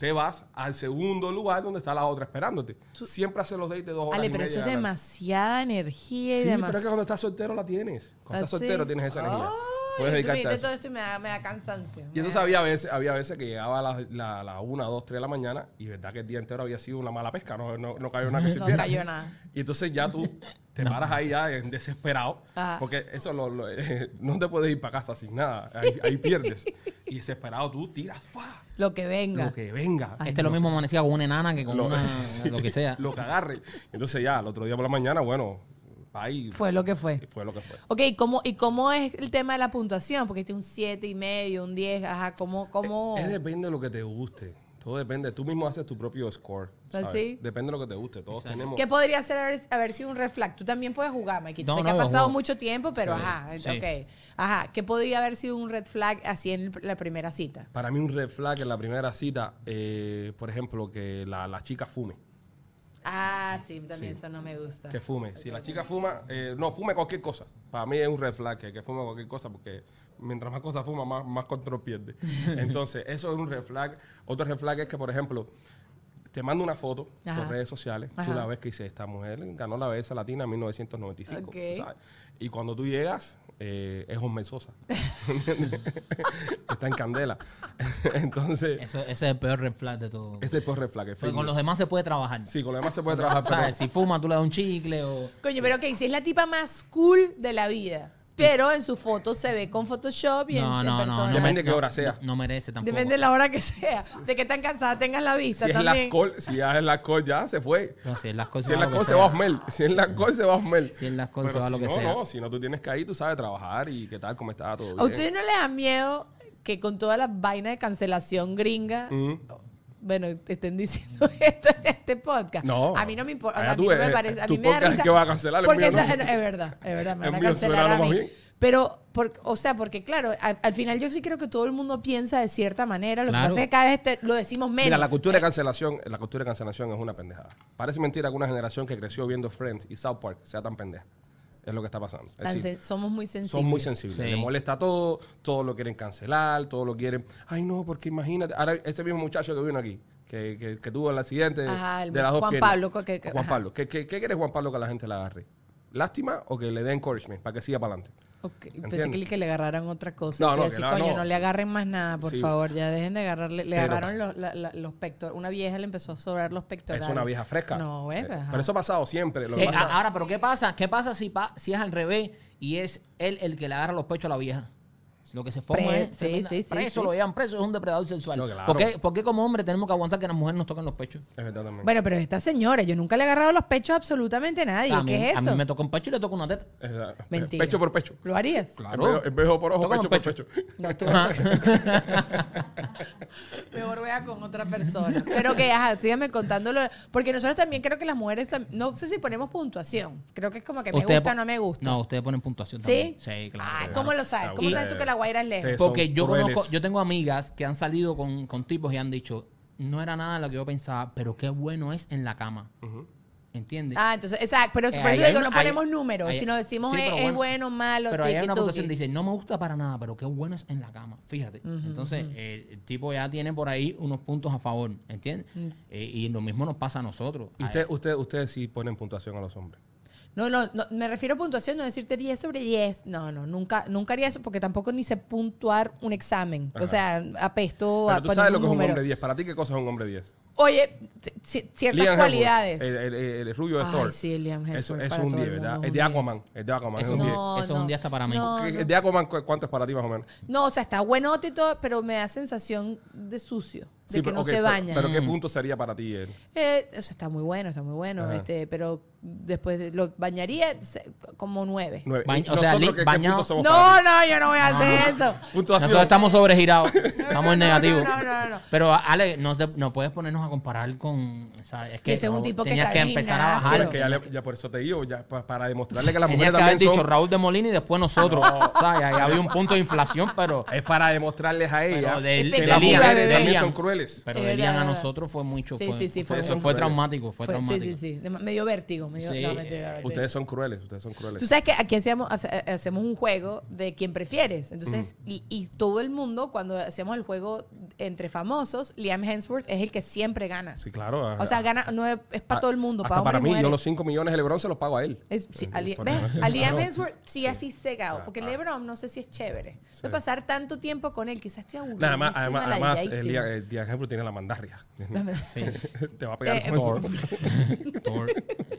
[SPEAKER 3] Te vas al segundo lugar donde está la otra esperándote. Siempre haces los dates de dos horas.
[SPEAKER 1] Ale,
[SPEAKER 3] y
[SPEAKER 1] pero
[SPEAKER 3] media
[SPEAKER 1] eso es
[SPEAKER 3] de la tarde.
[SPEAKER 1] demasiada energía y
[SPEAKER 3] Sí,
[SPEAKER 1] demás.
[SPEAKER 3] pero es que cuando estás soltero la tienes. Cuando
[SPEAKER 1] ¿Ah,
[SPEAKER 3] estás soltero
[SPEAKER 1] sí?
[SPEAKER 3] tienes esa energía.
[SPEAKER 1] Ay,
[SPEAKER 3] Puedes
[SPEAKER 1] tú me
[SPEAKER 3] dedicarte a
[SPEAKER 1] dijiste
[SPEAKER 3] eso.
[SPEAKER 1] todo esto y me da, me da cansancio.
[SPEAKER 3] Y entonces había veces, había veces que llegaba a las la, la 1, 2, 3 de la mañana y verdad que el día entero había sido una mala pesca, no, no, no cayó nada que
[SPEAKER 1] No
[SPEAKER 3] sirviera.
[SPEAKER 1] cayó nada.
[SPEAKER 3] Y entonces ya tú te paras ahí ya en desesperado,
[SPEAKER 1] Ajá.
[SPEAKER 3] porque eso lo- lo- no te puedes ir para casa sin nada, ahí, ahí pierdes. Y desesperado tú tiras, ¡fua!
[SPEAKER 1] Lo que venga.
[SPEAKER 3] lo que venga.
[SPEAKER 2] este es lo mismo amanecía con una enana que con
[SPEAKER 3] Lo-
[SPEAKER 2] una,
[SPEAKER 3] sí,
[SPEAKER 2] lo que sea.
[SPEAKER 3] Lo que agarre. Entonces ya, el otro día por la mañana, bueno, ahí fue,
[SPEAKER 1] Fue lo que fue.
[SPEAKER 3] lo que fue.
[SPEAKER 1] Ok, ¿y cómo, ¿y cómo es el tema de la puntuación? Porque tiene un 7 y medio, un 10, ajá, ¿cómo? cómo...
[SPEAKER 3] Eh, Es depende de lo que te guste. Todo depende. Tú mismo haces tu propio score. ¿sabes?
[SPEAKER 1] Pues sí.
[SPEAKER 3] Depende de lo que te guste. Todos tenemos.
[SPEAKER 1] ¿Qué podría ser haber, haber sido un red flag? Tú también puedes jugar, Maikito.
[SPEAKER 2] No,
[SPEAKER 1] sé
[SPEAKER 2] no,
[SPEAKER 1] que ha
[SPEAKER 2] yo
[SPEAKER 1] pasado
[SPEAKER 2] juego.
[SPEAKER 1] mucho tiempo, pero
[SPEAKER 2] Sí,
[SPEAKER 1] ajá,
[SPEAKER 2] sí.
[SPEAKER 1] ok. Ajá, ¿qué podría haber sido un red flag así en la primera cita?
[SPEAKER 3] Para mí un red flag en la primera cita, eh, por ejemplo, que la, la chica fume.
[SPEAKER 1] Ah, sí, también
[SPEAKER 3] Sí.
[SPEAKER 1] eso no me gusta.
[SPEAKER 3] Que fume. Si la chica fuma, eh, no, fume cualquier cosa. Para mí es un red flag que, que fume cualquier cosa porque mientras más cosas fuma, más, más control pierde. Entonces, eso es un red flag. Otro red flag es que, por ejemplo, te mando una foto
[SPEAKER 1] Ajá.
[SPEAKER 3] por redes sociales,
[SPEAKER 1] Ajá.
[SPEAKER 3] tú la ves que dice, esta mujer ganó la belleza latina en 1995.
[SPEAKER 1] Ok.
[SPEAKER 3] ¿sabes? Y cuando tú llegas, eh, es Osmer Sosa. Está en candela. Entonces...
[SPEAKER 2] Eso- ese es el peor red flag de todo.
[SPEAKER 3] Ese es por reflaque.
[SPEAKER 2] Porque con los demás Ah, se puede trabajar.
[SPEAKER 3] Sí, con los demás se puede trabajar, pero
[SPEAKER 2] ¿Sabes? Si fuma, tú le das un chicle o.
[SPEAKER 1] Coño, pero ok, si es la tipa más cool de la vida, pero en su foto se ve con Photoshop y en,
[SPEAKER 2] No,
[SPEAKER 1] en
[SPEAKER 2] no, no.
[SPEAKER 1] persona.
[SPEAKER 2] no
[SPEAKER 3] Depende
[SPEAKER 2] mere-
[SPEAKER 3] qué
[SPEAKER 2] no-
[SPEAKER 3] hora sea.
[SPEAKER 2] No merece tampoco.
[SPEAKER 1] Depende de la hora que sea, de qué tan cansada tengas la vista
[SPEAKER 3] si es
[SPEAKER 1] también.
[SPEAKER 3] las col, si ya es las col, ya se fue.
[SPEAKER 2] No, si es las cosas.
[SPEAKER 3] Si es las
[SPEAKER 2] lo que
[SPEAKER 3] col, se
[SPEAKER 2] sea.
[SPEAKER 3] va a Osmel. Si es las col, se va a Osmel.
[SPEAKER 2] Si es las col,
[SPEAKER 3] Pero
[SPEAKER 2] se va
[SPEAKER 3] si
[SPEAKER 2] lo que
[SPEAKER 3] no,
[SPEAKER 2] sea.
[SPEAKER 3] No, si no, tú tienes que ir, tú sabes trabajar y qué tal, cómo está todo.
[SPEAKER 1] ¿A
[SPEAKER 3] Bien.
[SPEAKER 1] ustedes no les da miedo que con toda la vaina de cancelación gringa,
[SPEAKER 3] Mm.
[SPEAKER 1] bueno, te estén diciendo esto en este podcast?
[SPEAKER 3] No.
[SPEAKER 1] A mí no me importa, o
[SPEAKER 3] Allá
[SPEAKER 1] sea, a mí
[SPEAKER 3] tú
[SPEAKER 1] no
[SPEAKER 3] ves,
[SPEAKER 1] me parece, a
[SPEAKER 3] tu
[SPEAKER 1] mí me da
[SPEAKER 3] podcast
[SPEAKER 1] risa.
[SPEAKER 3] que va a cancelar, el
[SPEAKER 1] porque
[SPEAKER 3] mío no.
[SPEAKER 1] ta- es verdad, es verdad, me
[SPEAKER 3] El
[SPEAKER 1] van a
[SPEAKER 3] mío suena
[SPEAKER 1] cancelar a
[SPEAKER 3] lo más
[SPEAKER 1] mí.
[SPEAKER 3] bien.
[SPEAKER 1] Pero, por- o sea, porque claro, al, al final yo sí creo que todo el mundo piensa de cierta manera, lo
[SPEAKER 2] Claro.
[SPEAKER 1] que pasa es que cada vez te- lo decimos menos.
[SPEAKER 3] Mira, la cultura de cancelación, la cultura de cancelación es una pendejada. Parece mentira que una generación que creció viendo Friends y South Park sea tan pendeja. Es lo que está pasando. Es
[SPEAKER 1] Tan
[SPEAKER 3] decir,
[SPEAKER 1] sen- somos muy sensibles.
[SPEAKER 3] Son muy sensibles.
[SPEAKER 2] Sí.
[SPEAKER 3] Le molesta todo, todo lo quieren cancelar, todo lo quieren. Ay, no, porque imagínate. Ahora, ese mismo muchacho que vino aquí, que, que- que tuvo el accidente
[SPEAKER 1] Ajá, el
[SPEAKER 3] de las dos
[SPEAKER 1] Juan
[SPEAKER 3] piernas.
[SPEAKER 1] Pablo, que- que-
[SPEAKER 3] Juan
[SPEAKER 1] ajá.
[SPEAKER 3] Pablo. ¿Qué, qué, qué quiere Juan Pablo que la gente la agarre? ¿Lástima o que le dé encouragement para que siga para adelante?
[SPEAKER 1] Ok, Pensé que,
[SPEAKER 3] ¿Entiendes?
[SPEAKER 1] que le agarraran otra cosa.
[SPEAKER 3] No,
[SPEAKER 1] No,
[SPEAKER 3] no,
[SPEAKER 1] no,
[SPEAKER 3] que la-
[SPEAKER 1] coño, no.
[SPEAKER 3] no.
[SPEAKER 1] le agarren más nada, por
[SPEAKER 3] Sí.
[SPEAKER 1] favor. Ya dejen de agarrarle. Le
[SPEAKER 3] Pero-
[SPEAKER 1] agarraron los, la- la- los pectorales. Una vieja le empezó a sobrar los pectorales.
[SPEAKER 3] Es una vieja fresca.
[SPEAKER 1] No, eh,
[SPEAKER 3] Eh,
[SPEAKER 1] ajá. ah.
[SPEAKER 3] Pero eso ha pasado siempre. Lo que
[SPEAKER 2] Eh,
[SPEAKER 3] pasa-
[SPEAKER 2] a- ahora, pero ¿qué pasa? ¿Qué pasa si, pa- si es al revés y es él el que le agarra los pechos a la vieja? Lo que se forma
[SPEAKER 1] Pre-
[SPEAKER 2] es
[SPEAKER 1] sí,
[SPEAKER 2] tremenda-
[SPEAKER 1] sí, sí,
[SPEAKER 2] preso,
[SPEAKER 1] sí.
[SPEAKER 2] lo llevan preso, es un depredador sexual.
[SPEAKER 3] No, claro.
[SPEAKER 2] ¿Por, qué, por qué como hombre tenemos que aguantar que las mujeres nos toquen los pechos?
[SPEAKER 3] es verdad también.
[SPEAKER 1] Bueno, pero esta señora, yo nunca le he agarrado los pechos a absolutamente nadie.
[SPEAKER 2] a, mí,
[SPEAKER 1] ¿Qué es
[SPEAKER 2] a
[SPEAKER 1] eso?
[SPEAKER 2] mí me toca un pecho y le toca una teta.
[SPEAKER 3] Es verdad.
[SPEAKER 1] Mentira.
[SPEAKER 3] Pecho por pecho.
[SPEAKER 1] ¿Lo harías?
[SPEAKER 2] Claro.
[SPEAKER 3] Empejo- Empejo por ojo,
[SPEAKER 2] Tócame
[SPEAKER 3] pecho
[SPEAKER 2] un
[SPEAKER 3] por
[SPEAKER 2] pecho.
[SPEAKER 3] pecho.
[SPEAKER 1] No, tú
[SPEAKER 2] Ajá.
[SPEAKER 1] mejor vea con otra persona. Pero que, ajá, síganme contándolo. Porque nosotros también creo que las mujeres, tam- no sé si ponemos puntuación. Creo que es como que me
[SPEAKER 2] Ustedes
[SPEAKER 1] gusta o
[SPEAKER 2] pon-
[SPEAKER 1] no me gusta.
[SPEAKER 2] No, ustedes ponen puntuación
[SPEAKER 1] ¿Sí?
[SPEAKER 2] también. Sí, claro.
[SPEAKER 1] Ah, ¿cómo lo sabes? ¿Cómo
[SPEAKER 3] Y-
[SPEAKER 1] sabes tú que la guaira es lejos?
[SPEAKER 3] Sí.
[SPEAKER 2] Porque
[SPEAKER 3] son
[SPEAKER 2] yo
[SPEAKER 3] crueles.
[SPEAKER 2] conozco, yo tengo amigas que han salido con, con tipos y han dicho, no era nada lo que yo pensaba, pero qué bueno es en la cama. ¿Entiendes?
[SPEAKER 1] Ah, entonces, exacto. Pero
[SPEAKER 2] Eh,
[SPEAKER 1] por
[SPEAKER 2] ahí
[SPEAKER 1] eso
[SPEAKER 2] hay
[SPEAKER 1] digo,
[SPEAKER 2] una-
[SPEAKER 1] no ponemos
[SPEAKER 2] ahí-
[SPEAKER 1] números,
[SPEAKER 2] ahí-
[SPEAKER 1] sino decimos "Eh,
[SPEAKER 2] sí,
[SPEAKER 1] es,
[SPEAKER 2] pero
[SPEAKER 1] es bueno, malo,
[SPEAKER 2] Pero ahí hay una
[SPEAKER 1] tiki-tuki.
[SPEAKER 2] puntuación que dice, no me gusta para nada, pero qué bueno es en la cama. Fíjate. Entonces, eh, el tipo ya tiene por ahí unos puntos a favor, ¿entiendes?
[SPEAKER 1] Mm.
[SPEAKER 2] Eh, y lo mismo nos pasa a nosotros.
[SPEAKER 3] Y usted- usted- Ustedes sí ponen puntuación a los hombres.
[SPEAKER 1] No, no, no, me refiero a puntuación, no decirte 10 sobre 10. No, no, nunca, nunca haría eso porque tampoco ni sé puntuar un examen. O
[SPEAKER 3] Ajá.
[SPEAKER 1] sea, apesto a
[SPEAKER 3] Pero tú
[SPEAKER 1] poner
[SPEAKER 3] sabes
[SPEAKER 1] un
[SPEAKER 3] lo que es un
[SPEAKER 1] número.
[SPEAKER 3] hombre 10. Para ti, ¿qué cosa es un hombre 10?
[SPEAKER 1] Oye, t- ci- ciertas
[SPEAKER 3] Liam Hemsworth,
[SPEAKER 1] cualidades.
[SPEAKER 3] El, el- el- el rubio de
[SPEAKER 1] Ay,
[SPEAKER 3] Thor.
[SPEAKER 1] sí, Liam
[SPEAKER 3] Es,
[SPEAKER 1] Hemsworth
[SPEAKER 3] es
[SPEAKER 1] para
[SPEAKER 3] un
[SPEAKER 1] todo
[SPEAKER 3] 10,
[SPEAKER 1] el mundo
[SPEAKER 3] ¿verdad?
[SPEAKER 1] es
[SPEAKER 3] El
[SPEAKER 1] un
[SPEAKER 3] de
[SPEAKER 1] 10.
[SPEAKER 3] Aquaman. El de Aquaman es
[SPEAKER 2] Eso
[SPEAKER 3] un
[SPEAKER 2] es
[SPEAKER 3] 10.
[SPEAKER 1] No,
[SPEAKER 2] Eso es un día hasta para mí.
[SPEAKER 1] no, no.
[SPEAKER 3] El de Aquaman, cu- ¿cuánto es para ti más o menos?
[SPEAKER 1] No, o sea, está buenote y todo, pero me da sensación de sucio, de
[SPEAKER 3] Sí,
[SPEAKER 1] que
[SPEAKER 3] pero-
[SPEAKER 1] no
[SPEAKER 3] ok,
[SPEAKER 1] se
[SPEAKER 3] pero-
[SPEAKER 1] baña.
[SPEAKER 3] Pero, ¿qué
[SPEAKER 2] Mm.
[SPEAKER 3] punto sería para ti él?
[SPEAKER 1] Eh, eso está muy bueno, está muy bueno.
[SPEAKER 3] Ajá.
[SPEAKER 1] Este, pero después de- lo bañaría se- como nueve.
[SPEAKER 3] Nueve.
[SPEAKER 2] Bañ-
[SPEAKER 3] ¿Y
[SPEAKER 2] o sea,
[SPEAKER 3] nosotros
[SPEAKER 2] li-
[SPEAKER 3] qué- qué
[SPEAKER 2] bañado-
[SPEAKER 3] punto somos para Ah.
[SPEAKER 1] No, no, yo no voy a hacer eso.
[SPEAKER 3] ti? Puntuación.
[SPEAKER 2] Nosotros estamos sobregirados.
[SPEAKER 1] no,
[SPEAKER 2] Estamos en
[SPEAKER 1] no,
[SPEAKER 2] negativo.
[SPEAKER 1] no, no, no.
[SPEAKER 2] Pero Ale, no, te- no puedes ponernos a comparar con. o sea, es que
[SPEAKER 1] Ese es un
[SPEAKER 2] no,
[SPEAKER 1] tipo que
[SPEAKER 2] tenías
[SPEAKER 1] está
[SPEAKER 2] Ah, que
[SPEAKER 1] en
[SPEAKER 2] empezar a
[SPEAKER 1] gimnasio.
[SPEAKER 2] bajar.
[SPEAKER 3] Pero es que ya, le- ya por eso te digo, ya pa- para demostrarle que las
[SPEAKER 2] Tenías
[SPEAKER 3] mujeres
[SPEAKER 2] que haber
[SPEAKER 3] también
[SPEAKER 2] dicho
[SPEAKER 3] son... Ah,
[SPEAKER 2] Raúl de Molina y después nosotros. O sea, ya, ya había un punto de inflación, pero.
[SPEAKER 3] Es para demostrarles a
[SPEAKER 2] Pero
[SPEAKER 3] ella
[SPEAKER 2] de,
[SPEAKER 1] Es
[SPEAKER 2] de
[SPEAKER 3] que
[SPEAKER 1] pequeña,
[SPEAKER 3] las
[SPEAKER 2] Liam,
[SPEAKER 3] mujeres
[SPEAKER 1] bebé.
[SPEAKER 2] de
[SPEAKER 3] también
[SPEAKER 2] Liam.
[SPEAKER 3] son crueles.
[SPEAKER 2] Pero
[SPEAKER 1] Es
[SPEAKER 2] de
[SPEAKER 1] verdad,
[SPEAKER 2] Liam a
[SPEAKER 1] verdad.
[SPEAKER 2] nosotros fue mucho.
[SPEAKER 1] Sí,
[SPEAKER 2] fue,
[SPEAKER 1] sí, sí,
[SPEAKER 2] fue-
[SPEAKER 1] fue
[SPEAKER 2] eso
[SPEAKER 1] muy-
[SPEAKER 2] fue traumático.
[SPEAKER 1] Fue-
[SPEAKER 2] Fue,
[SPEAKER 1] sí,
[SPEAKER 2] traumático.
[SPEAKER 1] sí, sí. de- me dio vértigo. Me dio,
[SPEAKER 2] Sí,
[SPEAKER 1] no, mentira,
[SPEAKER 2] eh,
[SPEAKER 1] mentira.
[SPEAKER 3] Ustedes son crueles, ustedes son crueles.
[SPEAKER 1] Tú sabes que aquí hacíamos, hace- eh, hacemos un juego de quién prefieres. Entonces, y, y todo el mundo, cuando hacemos el juego entre famosos, Liam Hemsworth es el que siempre gana.
[SPEAKER 3] Sí, claro. Ah,
[SPEAKER 1] O sea, gana, no es, es para todo el mundo,
[SPEAKER 3] Hasta
[SPEAKER 1] para,
[SPEAKER 3] para
[SPEAKER 1] hombres y
[SPEAKER 3] mí, yo
[SPEAKER 1] mujeres.
[SPEAKER 3] los 5 millones de LeBron se los pago a él.
[SPEAKER 1] Es- sí, a Li-
[SPEAKER 3] por-
[SPEAKER 1] ¿ves?
[SPEAKER 3] sí,
[SPEAKER 1] A Liam
[SPEAKER 3] claro.
[SPEAKER 1] Hensworth sí, así cegado. porque
[SPEAKER 3] ah.
[SPEAKER 1] LeBron no sé si es chévere.
[SPEAKER 3] Sí.
[SPEAKER 1] De pasar tanto tiempo con él, quizás estoy aburrido.
[SPEAKER 3] Nada más, además,
[SPEAKER 1] buenísima,
[SPEAKER 3] además el
[SPEAKER 1] ladilladísima.
[SPEAKER 3] día, el día ejemplo tiene la mandarria.
[SPEAKER 2] Sí.
[SPEAKER 3] Te va a pegar
[SPEAKER 1] Eh,
[SPEAKER 3] con Thor.
[SPEAKER 2] Thor,